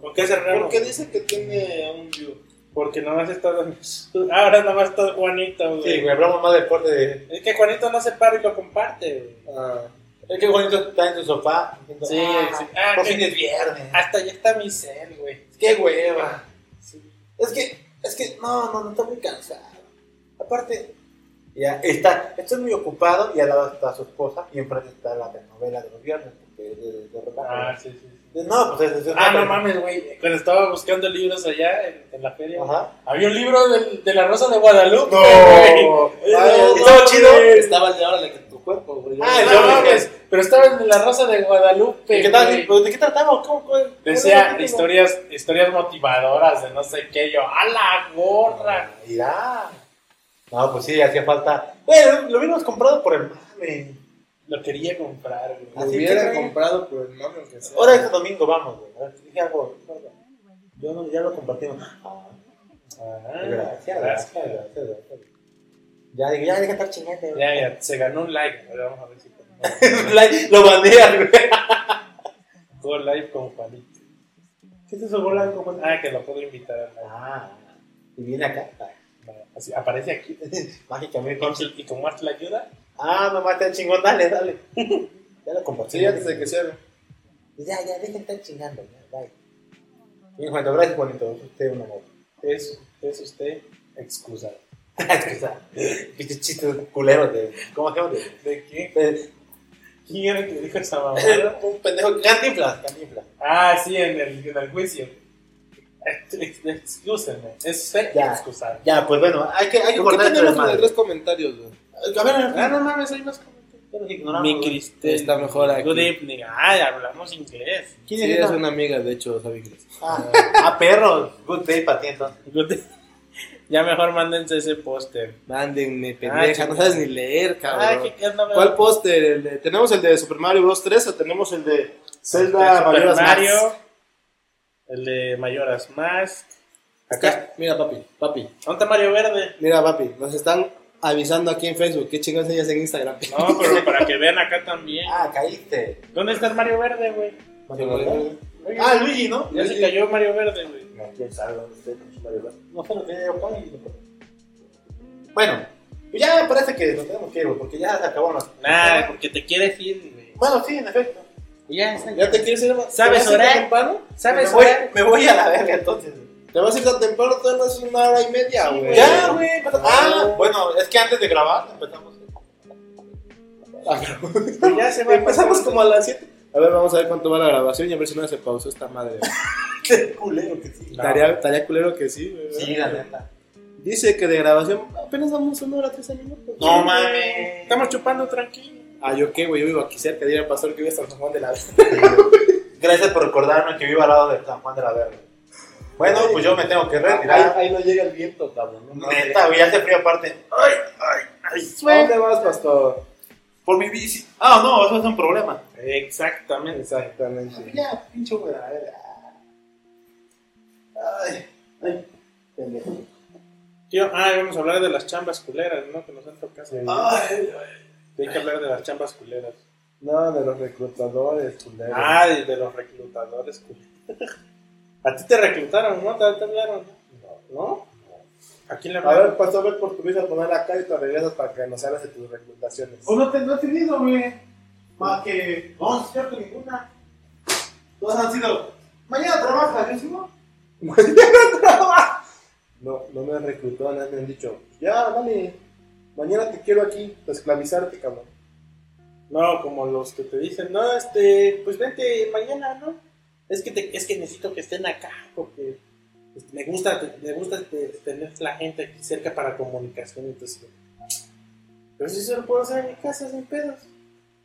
S1: ¿Con qué cerramos?
S2: Porque dice que tiene un view.
S1: Porque nomás está Don Jesús. Ahora nomás está Juanito, güey.
S3: Sí, güey, hablamos más del deporte de.
S1: Es que Juanito no se para y lo comparte, güey.
S2: Ah,
S3: Es que Juanito está en su sofá. diciendo,
S1: Sí,
S3: ah,
S1: sí. Ah,
S3: por
S1: que-
S3: fin es viernes.
S1: Hasta allá está mi cel, güey.
S3: qué hueva. Es que, es que, no, no, no, está muy cansado. Aparte, ya está, está muy ocupado y al lado está su esposa y enfrente está la telenovela de los viernes. Porque es de, de, de reparto.
S1: Ah, sí, sí. sí.
S3: No, pues es, es
S1: Ah,
S3: una-
S1: no mames, güey. Cuando estaba buscando libros allá en, en la feria,
S3: Ajá.
S1: había un libro del- de la Rosa de Guadalupe.
S3: No.
S1: güey.
S3: Ah,
S1: No,
S3: ¿estaba
S1: mames.
S3: chido?
S10: Estaba el de ahora que tu cuerpo, güey.
S3: Ah,
S1: Ah,
S3: yo
S1: no
S3: dije-
S1: mames, pero estaba en la Rosa de Guadalupe.
S3: ¿De qué, tal,
S1: güey.
S3: pues, ¿De qué trataba? ¿Cómo, cómo, cómo
S1: Decía
S3: era?
S1: historias, historias motivadoras de no sé qué. Yo, ¡a la gorra!
S3: Mira. No, pues sí, hacía falta. Bueno, lo hubiéramos comprado por el mame.
S1: Lo quería comprar, güey.
S3: Así
S2: lo
S3: que
S2: hubiera
S3: trae-
S2: comprado por el mame que sea.
S3: Ahora este domingo vamos, güey. A ver, Dije algo. algo. Yo no- ya lo compartimos. Ah,
S1: Ah,
S3: gracias, gracias, gracias, gracias. Ya, digo, ya deja de estar chingando. güey.
S1: Ya, ya, se ganó un like. A ver, vamos a ver si ponemos
S3: Like, lo banean, güey.
S1: Go live con Juanito.
S3: ¿Qué es eso, bola? ¿Cómo es?
S1: Ah, que lo puedo invitar al live.
S3: Ah, y viene acá.
S1: Así, aparece aquí. Y
S3: Mágicamente.
S1: con- Y con Marta la ayuda.
S3: Ah, mamá, está chingón, dale, dale. Ya lo
S2: Sí,
S3: compartimos.
S2: antes de que cierre.
S3: Ya, ya, dejen de estar chingando, ya, bye. Bien, Juanito, gracias, Juanito. Usted es un amor.
S1: Es, es usted excusado.
S3: Viste chistes culeros de. ¿Cómo se llama?
S1: ¿De qué?
S3: De-
S1: ¿Quién era que dijo esa
S3: de-
S1: mamada?
S3: Un pendejo. Cantinflas, cantinflas.
S1: Ah, sí, en el, en el juicio. Ex- ex- Excúsenme. Es usted
S3: Ya.
S1: excusado.
S3: Ya, pues bueno, hay que, hay que
S2: ¿Por qué
S3: cortar este
S2: tenemos como
S3: desmadre.
S2: tres comentarios, güey?
S3: A ver,
S1: Ah, no mames, hay más comentarios.
S3: Mi
S1: Cristel.
S10: Está mejor aquí.
S1: Good evening. Ay, hablamos inglés.
S3: ¿quién
S10: Sí,
S3: es
S10: es
S3: esta?
S10: una amiga, de hecho, sabe inglés.
S3: Ah, ah, perro. Good day para ti, entonces.
S1: Good e- Ya mejor mándense ese póster.
S10: Mándenme, pendeja, no sabes ni leer, cabrón.
S1: Ah, que ya no me-
S2: ¿Cuál póster? ¿El de- ¿Tenemos el de Super Mario Bros. 3 o tenemos el de
S1: Este, Super
S2: Zelda Majora's Mask?
S1: Mario, el de Mayoras Mask. Acá.
S10: Acá, mira, papi, papi.
S1: ¿Dónde está Mario Verde?
S10: Mira, papi, nos están avisando aquí en Facebook. ¿Qué chingados enseñas en Instagram? pe?
S1: No, pero para que vean acá también.
S3: Ah, caíste.
S1: ¿Dónde está el Mario Verde, güey? Oigan,
S3: Ah, Luigi, ¿no?
S1: ya se cayó Mario Verde, güey.
S3: No, quién sabe dónde está el Mario Bros. No sé lo que yo pongo. Bueno, pues ya parece que nos tenemos que ir, güey, porque ya se acabó la.
S1: Nada, porque te quieres ir, güey.
S3: Bueno, sí, en efecto.
S1: Ya,
S2: ¿Ya te quieres ir? ma-
S1: ¿Sabes
S2: ¿Te vas a ir
S1: orar?
S2: tan temprano?
S1: ¿Sabes,
S3: me, voy,
S1: güey?
S3: me voy a la verga entonces.
S2: ¿Te vas a ir tan temprano? Todavía no es una hora y media, güey.
S3: Ya, güey. pero- Ah, bueno, es que antes de grabar empezamos. Ah,
S1: Ya se va.
S2: Empezamos como a las 7. A ver, vamos a ver cuánto va la grabación y a ver si no se pausó esta madre. güey.
S3: Qué culero que sí.
S2: Tarea, tarea culero que sí, güey.
S3: Sí, la neta.
S2: Dice que de grabación apenas vamos una hora, 13 minutos.
S3: No mames.
S1: Estamos chupando tranquilo.
S2: Ah, yo qué, güey. Yo vivo aquí cerca. Dile al pastor que vive hasta San Juan de la Vega.
S3: Gracias por recordarme que vivo al lado de San Juan de la Verga. Bueno, pues yo me tengo que
S2: Ahí,
S3: retirar.
S2: ahí no llega el viento, cabrón. No mames.
S3: Neta, güey, ya hace frío aparte. Ay, ay, ay,
S2: ¿A
S3: suena.
S2: dónde vas, pastor?
S3: Por mi bici. Ah, no, eso es un problema.
S1: Exactamente.
S2: Exactamente.
S3: Ya, pinche güey, la verga. Ay, ay, pendejo.
S1: Tío, ah, vamos a hablar de las chambas culeras, ¿no? Que nos han tocado.
S2: Ah.
S3: Ay, ay.
S1: Hay que hablar de las chambas culeras.
S2: No, de los reclutadores, culero.
S1: Ah, y de los reclutadores culeros. A ti te reclutaron, ¿no? ¿Te, te enviaron? ¿No? ¿A quién le
S2: A
S1: hablaron?
S2: ver, pastor, ve por tu vida a poner la cara y te regresas para que nos hagas de tus reclutaciones.
S3: Pues no, te, no he tenido, güey. Más que. No, no es cierto, ninguna. Todas han sido. Mañana trabajas, yo sí, no.
S2: No, no me han reclutado, nada, me han dicho, ya, dale, mañana te quiero aquí, para esclavizarte, cabrón.
S1: No, como los que te dicen, no, este, pues vente mañana, ¿no? Es que, te- es que necesito que estén acá, porque este, me gusta, te- me gusta este, tener la gente aquí cerca para comunicación. Entonces, pero si se lo puedo hacer en mi casa sin pedos.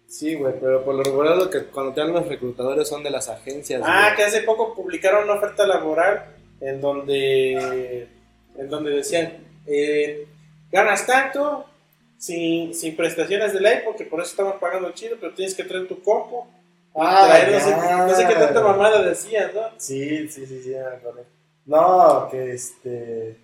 S6: Sí, güey, pero por lo regular lo que cuando te dan los reclutadores son de las agencias.
S1: Ah,
S6: güey.
S1: que hace poco publicaron una oferta laboral en donde, en donde decían, eh, ganas tanto sin, sin prestaciones de ley porque por eso estamos pagando chido, pero tienes que traer tu compo.
S2: Ah,
S1: traer no, sé, no sé qué
S2: claro.
S1: tanta mamada decían, ¿no?
S2: Sí, sí, sí, sí, ya me acordé. No, que este.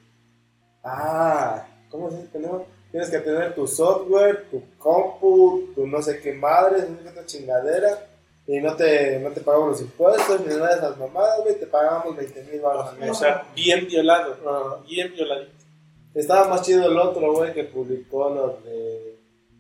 S2: Ah, ¿cómo se dice? pendejo? Tienes que tener tu software, tu compu, tu no sé qué madre, no sé qué otra chingadera. Y no te, no te pagamos los impuestos ni nada de esas mamadas, güey. Te pagamos 20 mil baros al
S1: O
S2: mes. Ah,
S1: sea, bien violado, bien violado.
S2: Estaba más chido el otro, güey, que publicó lo de.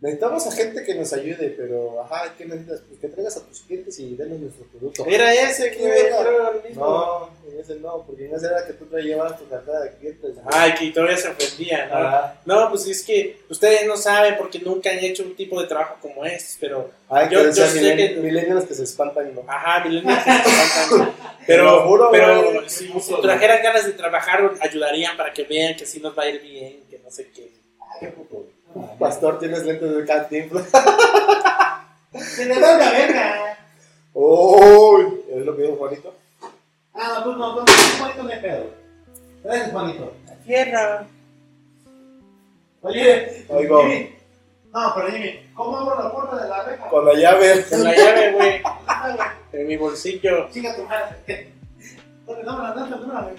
S2: Necesitamos a gente que nos ayude, pero, ajá, ¿qué necesitas? Pues que traigas a tus clientes y denos nuestro producto.
S1: Era ese,
S2: Qué
S1: güey,
S2: verga.
S1: era el mismo.
S2: No, en ese no, porque en ese era que tú te llevabas tu cartera de clientes.
S6: Ah,
S1: Ay, que todavía se ofendía, ¿no?
S2: Ah,
S1: No, pues es que ustedes no saben porque nunca han hecho un tipo de trabajo como este, pero
S2: Ay,
S1: Yo-
S2: ah, que decían
S1: yo sé
S2: milen-
S1: que-
S2: millennials que se espantan y no.
S6: Ah,
S1: Ajá, millennials que se espantan.
S2: Lo
S1: Pero,
S2: juro,
S1: pero
S2: güey.
S1: si, si trajeran ganas de trabajar, ayudarían para que vean que sí nos va a ir bien, que no sé qué.
S2: Pastor, tienes lentes de cantinflas.
S3: Se le da una verga.
S2: ¡Uy! ¿Es lo que dijo Juanito?
S3: Ah, no, tú no, tú no, Juanito, no hay pedo. Gracias, Juanito.
S1: Tierra.
S3: Oye,
S2: Oigo.
S3: Jimmy. No, pero dime, ¿cómo abro la puerta de la abeja?
S2: Con la llave.
S1: Con la llave, güey. En mi bolsillo.
S3: Chica tu madre. Porque no me la das, no me la das.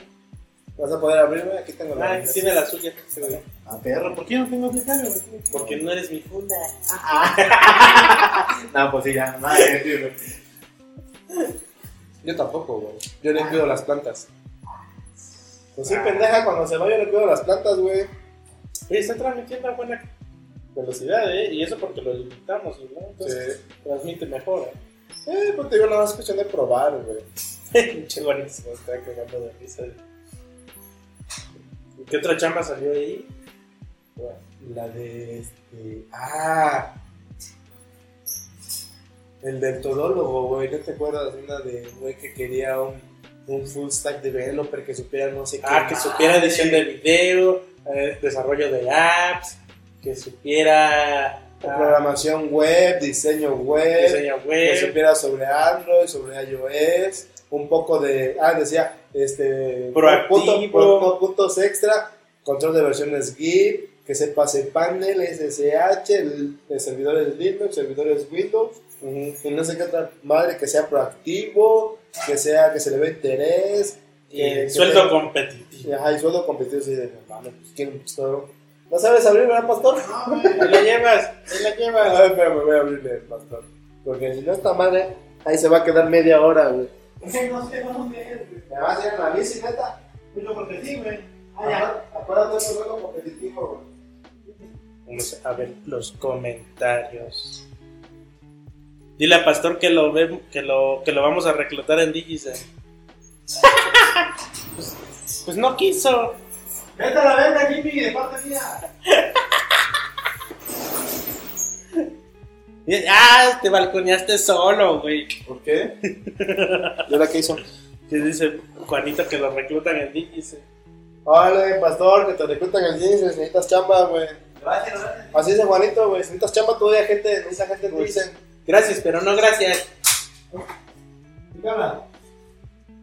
S2: ¿Vas a poder abrirme? Aquí tengo la
S1: Ah, que tiene la suya.
S3: A Ah, perro, ¿por qué no tengo que llave?
S1: Porque no eres mi funda.
S3: No, pues sí, ya, nada que decirle.
S6: Yo tampoco, güey. Yo le cuido las plantas.
S2: Pues sí, pendeja, cuando se va yo le cuido las plantas, güey.
S1: Oye, está transmitiendo a buena velocidad, ¿eh? Y eso porque lo limitamos, ¿no? Entonces, transmite mejor, ¿eh?
S2: Eh, pues te digo, nada más es cuestión de probar, güey.
S1: Pinche guanis.
S2: Se me está cagando de risa.
S1: ¿Qué otra chamba salió de ahí?
S2: La de este. ¡Ah! El dertodólogo, güey. ¿No te acuerdas de una de un güey que quería un, un full stack developer que supiera no sé qué?
S1: Ah, que
S2: más?
S1: supiera edición de video, eh, desarrollo de apps, que supiera ah,
S2: Programación web, diseño web,
S1: diseño
S2: que
S1: web,
S2: supiera sobre Android, sobre iOS, un poco de. Ah, decía, este.
S1: Proactivo.
S2: punto- no, puntos extra, control de versiones Git, que se pase panel, SSH, el- de servidores Linux, servidores Windows. Y no sé qué otra madre que sea proactivo, que sea que se le ve interés,
S1: y
S2: que- que
S1: sueldo
S2: te-
S1: competitivo.
S2: y, ajá, y sueldo competitivo. Sí, de, no mames, pues quiero un pastor. ¿No sabes abrir, verdad, pastor?
S1: Ahí la llevas, ahí la
S2: A
S1: llevas.
S2: ver, espérame, voy a abrirle el pastor. Porque si no esta madre, ahí se va a quedar media hora, güey.
S3: Güey, No sé dónde es, güey.
S2: ¿Me vas a ir a la bici, neta?
S3: Pues yo porque sí, güey. Ah, ya.
S2: Acuérdate acuérdate de ese juego competitivo, güey.
S1: Vamos a ver los comentarios. Dile a Pastor que lo ve- que lo, que lo vamos a reclutar en Digizen. pues, pues no quiso.
S3: Vete a la verga, Jimmy, de parte mía.
S1: Y- Ah, te balconeaste solo, güey.
S2: ¿Por qué? ¿Y ahora qué hizo?
S1: Que dice Juanito que lo reclutan en eh? Digizen.
S2: Órale, pastor, que te reclutan el jeans, necesitas chamba, güey.
S3: Gracias, gracias.
S2: Así dice Juanito, güey. Necesitas chamba todavía, gente. Necesitas gente en
S1: Pues-
S2: Dicen.
S1: Gracias, pero no gracias.
S3: ¿Y qué habla?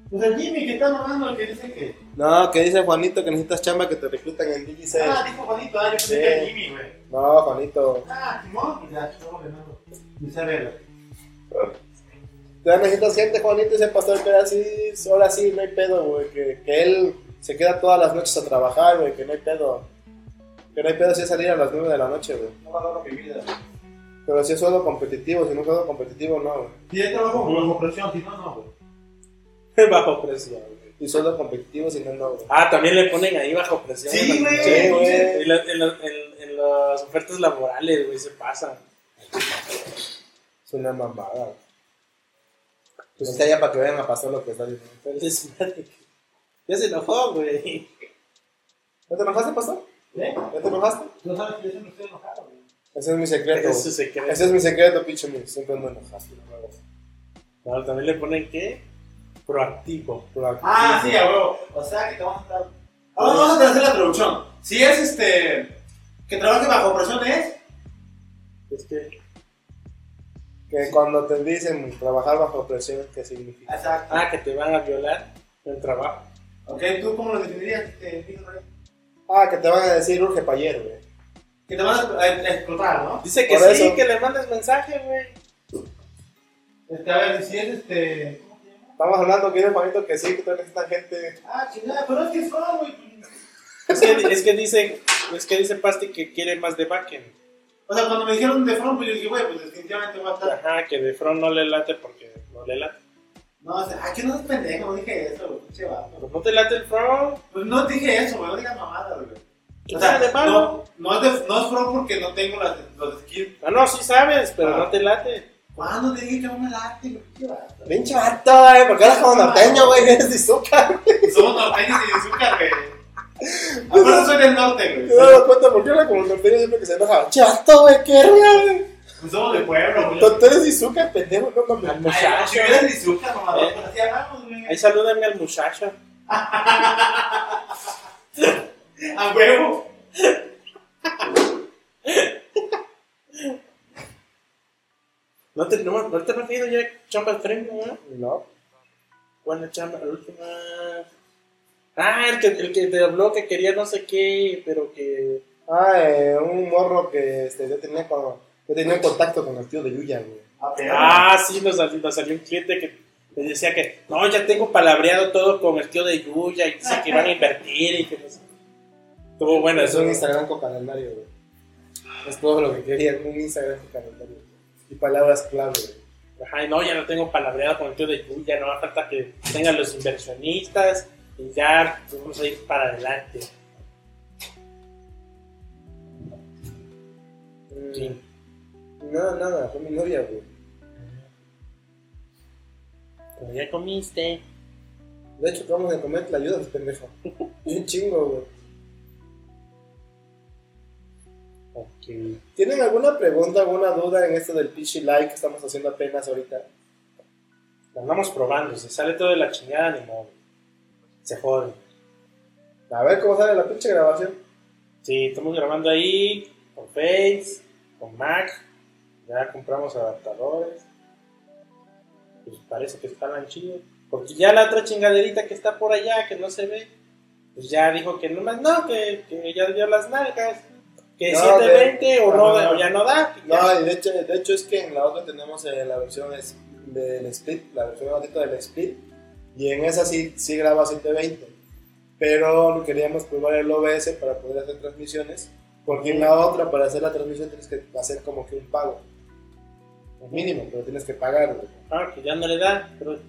S3: Pues el Jimmy que está mamando, el que dice que.
S2: No, que dice Juanito que necesitas chamba que te reclutan en Dicen.
S3: Ah, dijo Juanito, ah, yo pensé
S2: Sí.
S3: que era Jimmy, güey.
S2: No, Juanito.
S3: Ah, Simón, pues ya, estamos ganando. Dice verga.
S2: Todavía necesitas gente, Juanito. Dice pastor, que así, ahora sí, no hay pedo, güey. Que, que él se queda todas las noches a trabajar, güey. Que no hay pedo. Que no hay pedo si es salir a las 9 de la noche, güey.
S3: No valoro mi vida.
S2: Pero si es sueldo competitivo, si no es sueldo competitivo, no, güey.
S3: Si yo trabajo bajo presión, si no, no, güey.
S1: Bajo presión. güey.
S2: Y sueldo competitivo, si no, no, güey.
S1: Ah, también le ponen ahí bajo presión.
S3: Sí,
S1: En la-
S3: güey.
S2: Sí, güey.
S1: En, la- en la- en- en las ofertas laborales, güey, se pasan.
S2: Es una mamada, güey. Pues está allá para que vayan a pasar lo que está diciendo.
S1: Entonces, madre, Ya se enojó, güey.
S2: ¿Ya te enojaste, pastor?
S3: ¿Eh?
S2: ¿Ya te enojaste?
S3: No sabes que yo siempre estoy enojado, güey.
S2: Ese es mi secreto.
S1: Eso
S2: güey.
S1: se secreto.
S2: Ese es mi secreto, pinche mío. Siempre ando enojado. güey.
S1: No, también le ponen qué? Proactivo.
S5: Ah, sí, a huevo. O sea que te vamos a tra- Ahora vamos a hacer la traducción. Si es este. Que trabaje bajo presión es.
S1: Es que.
S2: Que cuando te dicen trabajar bajo presión, ¿qué significa?
S5: Exacto.
S1: Ah, que te van a violar el trabajo.
S5: Ok, ¿tú cómo lo definirías? eh, Víctor Rey?
S2: Ah, que te van a decir urge pa' ayer, güey.
S5: Que te van a eh, explotar, ¿no?
S1: Dice que
S2: Por
S1: sí,
S2: eso.
S1: que le mandes mensaje, güey.
S5: Este, a ver, si es este. ¿cómo se llama?
S2: Estamos hablando que eres Juanito que sí, que tú eres esta gente.
S5: Ah, chingada, pero es que es solo, güey.
S1: Es que, es que dice, es que dice Pasti que quiere más de backend.
S5: O sea, cuando me dijeron de front, pues yo dije, güey, pues definitivamente va a estar.
S1: Ajá, que de front no le late porque no le late.
S5: No, o sea, ah, que no seas pendejo, no dije eso, güey. pinche vato.
S1: Pues no te late el front.
S5: Pues no dije eso, güey, no digas mamada, güey.
S1: ¿Qué
S5: O sea,
S1: tiene de malo?
S5: no, no, es de, no es front porque no tengo las, los skills.
S1: Ah, no, sí sabes, pero
S5: Ah.
S1: no te late.
S5: ¿Cuándo te dije que vamos al arte, güey? Pinche vato.
S2: Pinche vato, güey, porque eres como norteño, güey, eres de azúcar.
S5: Somos norteños y de azúcar, güey. Aparte Ah, soy del norte,
S2: Yo
S5: güey.
S2: no me doy cuenta porque era como el norteño siempre que se enoja. Pinche vato, güey, qué real, güey.
S5: Pues Somos de pueblo, güey.
S2: Tú tú eres de azúcar, pendejo, no mames.
S5: Ay, Si
S1: Muchacho.
S5: hubieras de azúcar, mamador,
S1: Eh.
S5: pues así hablamos, güey.
S1: Ahí salúdame al muchacho.
S5: A huevo.
S1: No te, no, no te has referido ya a chamba premium, ¿no?
S2: No,
S1: Bueno, chamba, la última. Ah, el que, el que te habló que quería no sé qué, pero que.
S2: Ah, eh, un morro que este, yo, tenía con, yo tenía en contacto con el tío de Yuya, güey.
S5: A peor.
S1: Ah, sí, nos, sal- nos salió un cliente que me decía que no, ya tengo palabreado todo con el tío de Yuya y dice que van a invertir y que no sé. Estuvo bueno
S2: Es
S1: eso.
S2: un Instagram con calendario, güey. Es todo lo que querían, un Instagram con calendario. Y palabras clave, güey.
S1: Ajá, y no, ya lo tengo palabreado con el tío de Yuya, no va a falta que tengan los inversionistas y ya pues, vamos a ir para adelante. Sí.
S2: Mm, Nada, nada, fue mi novia, güey.
S1: Pero ya comiste.
S2: De hecho, acabamos de comer, te la ayudas, pendejo. Y un chingo, güey.
S1: Ok.
S2: ¿Tienen alguna pregunta, alguna duda en esto del Pichi Like que estamos haciendo apenas ahorita?
S1: Lo andamos probando, se sale todo de la chingada, ni modo. Se jode.
S2: A ver cómo sale la pinche grabación.
S1: Sí, estamos grabando ahí con Face, con Mac. Ya compramos adaptadores. Pues parece que están chido. Porque ya la otra chingaderita que está por allá, que no se ve, pues ya dijo que no más no, que, que ya dio las nalgas. Que
S2: No,
S1: 720 o, no,
S2: Ajá.
S1: o ya no da. que ya-
S2: No, y de hecho, de hecho es que en la otra tenemos eh, la versión es- del split, la versión gratuita del split, y en esa sí, sí graba 720. Pero queríamos probar el OBS para poder hacer transmisiones, porque en la otra, para hacer la transmisión, tienes que hacer como que un pago. Mínimo, pero tienes que pagarlo.
S1: Ah, que ya no le da. Pero,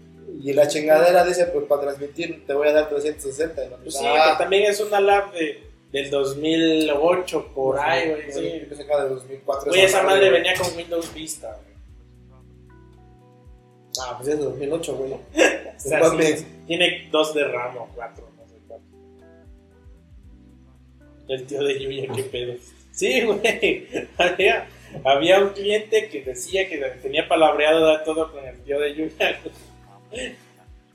S2: Y la chingadera dice, pues para transmitir te voy a dar 360. Y no Ah, te
S1: pues
S2: da.
S1: sí, que también es una lab de- del 2008 por ahí, güey.
S2: Sí,
S1: sí.
S2: yo pensé que era de 2004.
S1: Güey, esa madre venía con Windows Vista, güey.
S2: Ah, pues es de 2008, güey.
S1: O sea,
S2: No
S1: sí,
S2: mames.
S1: tiene dos de ramo, cuatro, no sé cuánto. El tío de Yuya, qué pedo. Sí, güey. Había, había un cliente que decía que tenía palabreado da todo con el tío de Yuya.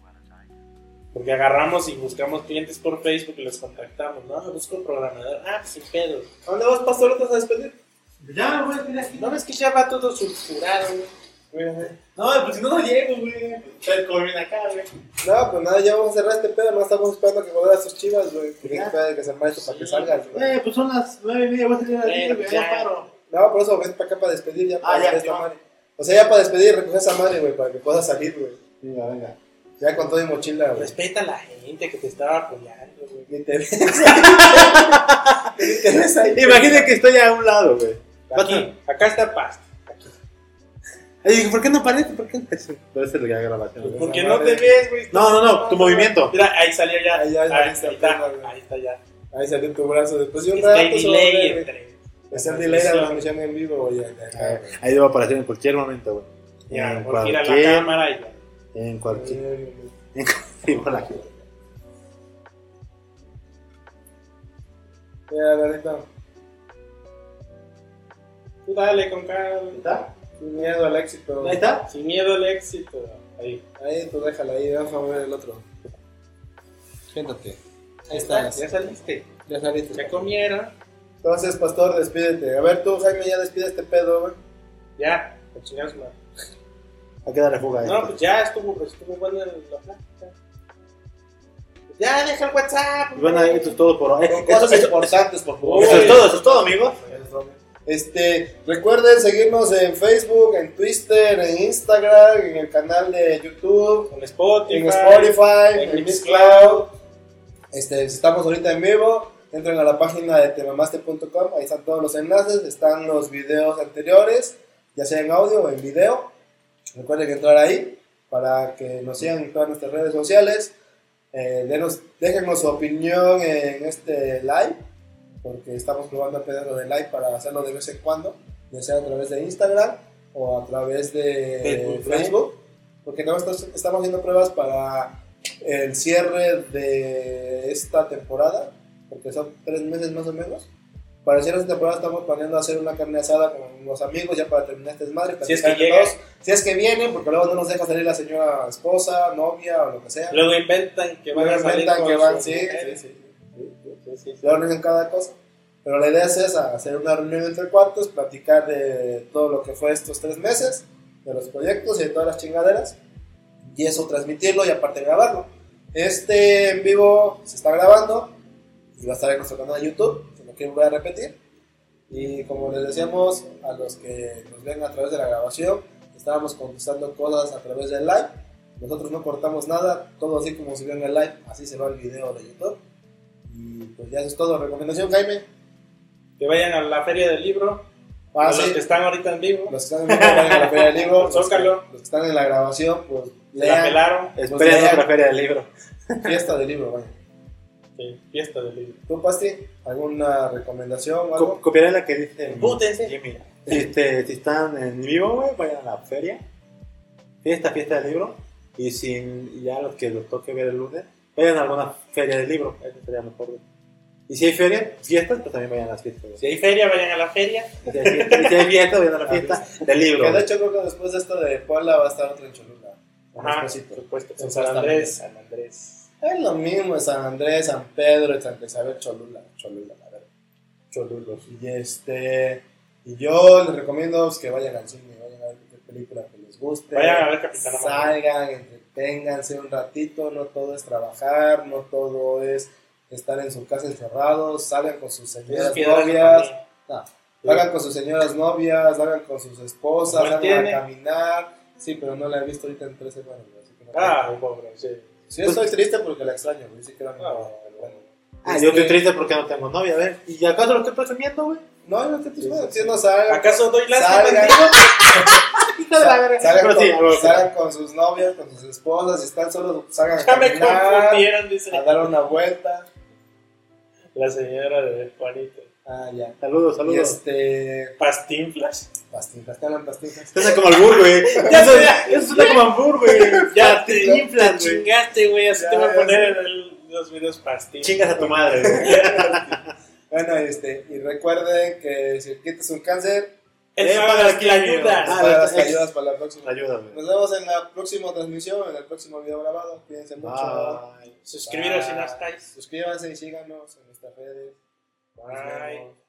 S1: Porque agarramos y buscamos clientes por Facebook y los contactamos. No, busco programador. Ah, sin pedo.
S2: ¿A ¿Dónde vas, pastor? ¿Te vas a despedir?
S5: Ya, güey, mira aquí.
S1: No ves que ya va todo sulfurado, güey.
S5: No, pues si no, no llego, güey. Ustedes comen acá, güey.
S2: No, pues nada, ya vamos a cerrar este pedo, no estamos esperando que volver a sus chivas, güey. Que
S5: Ya.
S2: espera que se arme esto para que salgas, güey.
S5: Eh, pues son las nueve y media, voy a salir a las
S1: Eh,
S5: diez, güey,
S1: ya.
S5: ya paro.
S2: No, por eso ven para acá para despedir ya para
S5: Ah, ya,
S2: hacer esta
S5: ya.
S2: madre. O sea, ya para despedir y recoger esa madre, güey, para que puedas salir, güey.
S5: Venga, venga.
S2: Ya con todo y mochila, güey.
S1: Respeta a la gente que te estaba apoyando, güey.
S2: Ni te ves ahí. Ni te ves ahí.
S3: Imagina que estoy a un lado, güey.
S1: Aquí, acá está Paz.
S3: Ay, dije, ¿por qué no parece? ¿Por qué no parece? Puede ser la grabación. güey.
S1: Porque no te ves, güey.
S3: No, no, no, tu movimiento.
S1: Mira, ahí salió ya.
S2: Ahí ya,
S1: ahí,
S2: ya está,
S1: está, ahí está,
S2: güey.
S1: ahí está ya.
S2: Ahí salió tu brazo. Después de un
S1: Está el
S2: rato se va a
S1: delay
S2: ver, güey.
S1: entre.
S2: Es el delay de la transmisión en vivo, güey. ya, ya, ya,
S3: Ah,
S2: güey.
S3: Ahí va a aparecer en cualquier momento, güey.
S1: Mira,
S3: en
S1: por gira la
S3: cualquier-
S1: cámara y ya.
S3: En cualquier.
S2: Eh,
S3: En cualquier. Hola, güey.
S2: Ya, la neta.
S1: Tú dale con calma.
S5: ¿Está?
S2: Sin miedo al éxito.
S3: Ahí está.
S1: Sin miedo al éxito. Ahí.
S2: Ahí, tú déjala ahí, vamos a ver el otro. Siéntate. Ahí estás.
S5: Ya saliste.
S2: Ya
S5: Ya
S2: saliste.
S5: comieron.
S2: Entonces, pastor, despídete. A ver, tú, Jaime, ya despide este pedo, güey.
S5: Ya. la chingada su madre.
S2: Hay que darle fuga a
S5: No,
S2: esto.
S5: pues ya estuvo, estuvo buena la plática. Ya, deja el WhatsApp.
S3: Y bueno, ahí eso es todo por hoy.
S2: Con cosas importantes, por favor.
S3: Eso es todo, eso es todo, amigos.
S2: Este, recuerden seguirnos en Facebook, en Twitter, en Instagram, en el canal de YouTube,
S5: En Spotify.
S2: en Spotify, en,
S5: en
S2: Mixcloud. Este, si estamos ahorita en vivo. Entren a la página de temamaste.com, ahí están todos los enlaces, están los videos anteriores, ya sea en audio o en video. Recuerden entrar ahí para que nos sigan en todas nuestras redes sociales. Eh, denos- déjenos su opinión en este live, porque estamos probando apenas lo de live para hacerlo de vez en cuando, ya sea a través de Instagram o a través de
S3: Facebook,
S2: Facebook,
S3: ¿no?
S2: porque no estamos, estamos haciendo pruebas para el cierre de esta temporada, porque son tres meses más o menos. Para el cierre de esta temporada estamos planeando hacer una carne asada con los amigos ya para terminar este desmadre.
S5: Si es
S2: platicar
S5: que
S2: entre
S5: llega.
S2: todos. Si es que vienen, porque luego no nos deja salir la señora esposa, novia o lo que sea.
S5: Luego inventan que van a salir
S2: inventan
S5: con
S2: que
S5: su
S2: van, sí,
S5: mujer.
S2: sí, sí. Se reúnen en cada cosa. Pero la idea es esa, hacer una reunión entre cuartos, platicar de todo lo que fue estos tres meses, de los proyectos y de todas las chingaderas. Y eso transmitirlo y aparte grabarlo. Este en vivo se está grabando y va a estar en nuestro canal de YouTube, que no quiero volver a repetir. Y como les decíamos a los que nos ven a través de la grabación, estábamos contestando cosas a través del live. Nosotros no cortamos nada, todo así como se vio en el live, así se va el video de YouTube. Y pues ya eso es todo. Recomendación, Jaime.
S5: Que vayan a la feria del libro.
S2: Ah,
S5: a
S2: sí.
S5: los que están ahorita en vivo.
S2: Los que están en vivo, vayan a la feria del libro. Los que,
S5: Zócalo.
S2: los que están en la grabación, pues
S5: La
S2: lean.
S5: pelaron.
S3: Esperen otra feria del libro.
S2: Fiesta del libro, vaya.
S5: Sí, este, fiesta del libro.
S2: ¿Tú, Pasti? ¿Alguna recomendación o
S3: Co-
S2: algo?
S3: Copiaré la que dice
S1: Pútense.
S3: Jimmy. Si, este, si están en vivo, güey, vayan a la feria. Fiesta, fiesta del libro. Y si ya los que los toque ver el lunes, vayan a alguna feria del libro. Eso sería mejor. güey. Y si hay feria, fiestas, pues también vayan a las fiestas. güey.
S5: Si hay feria, vayan a la feria.
S3: Y si hay fiesta, y si hay fiesta, vayan a la fiesta del libro.
S2: Que de
S3: güey.
S2: hecho creo que después de esta de Paula va a estar otra en Cholula. Un
S5: Ajá,
S2: esposito.
S5: por supuesto. En San
S2: Supuestamente.
S5: Andrés. San Andrés.
S2: Es lo mismo en San Andrés, San Pedro, en San Isabel, Cholula, Cholula, la verdad. Cholulos. Y este. Y yo les recomiendo pues, que vayan al cine, vayan a ver qué película que les guste.
S5: Vayan a ver Capitana Marvel.
S2: Salgan, entreténganse un ratito, no todo es trabajar, no todo es estar en su casa encerrados, salgan con sus
S5: Esas
S2: señoras
S5: piedras
S2: novias,
S5: también.
S2: salgan con sus señoras novias, salgan con sus esposas,
S5: Pues
S2: salgan
S5: tiene.
S2: a caminar. Sí, pero no la he visto ahorita en tres semanas. así que no-
S5: Ah, pobre, sí.
S2: Sí, estoy triste porque la extraño, güey, sí que era mi
S5: Ah,
S2: novia, pero bueno.
S3: Ah, yo estoy
S2: Este,
S3: triste porque no tengo novia, a ver. ¿Y acaso lo estoy presumiendo, güey?
S2: No, no te Si no salgan,
S5: ¿Acaso doy lástima
S2: salgan,
S5: contigo?
S3: Hijo de la verga.
S2: salgan,
S3: Pero
S2: con,
S3: sí, a ver,
S2: salgan con sus novias, con sus esposas, si están solos, salgan a
S5: Ya me
S2: caminar,
S5: confundieron, dice
S2: a dar una vuelta.
S5: la señora de Juanito.
S2: Ah, ya.
S3: Saludos,
S2: Y
S3: saludos.
S2: este,
S5: Pastinflas.
S2: pastillas, te hablan pastillas.
S3: Eso es como albur, güey. Eso eso suena como albur, güey.
S5: Ya te
S3: inflas, güey.
S5: Chingaste, güey. Así
S2: Ya,
S5: te voy a
S2: ya
S5: poner en el- los videos pastinflas.
S3: Chingas a tu madre, güey.
S2: Bueno, este, y recuerden que si quitas un cáncer,
S5: Es
S3: Eh,
S5: para
S3: para
S5: las que
S3: que-
S5: ayudas.
S3: Ah,
S2: para las
S3: es-
S2: ayudas para la próxima.
S3: Ayúdame.
S2: Nos vemos en la próxima transmisión, en el próximo video grabado. Cuídense mucho.
S3: Bye.
S5: Suscribiros si no
S2: Bye.
S5: estáis.
S2: Suscríbanse y síganos en nuestras redes. Nos
S5: Bye.
S2: vemos.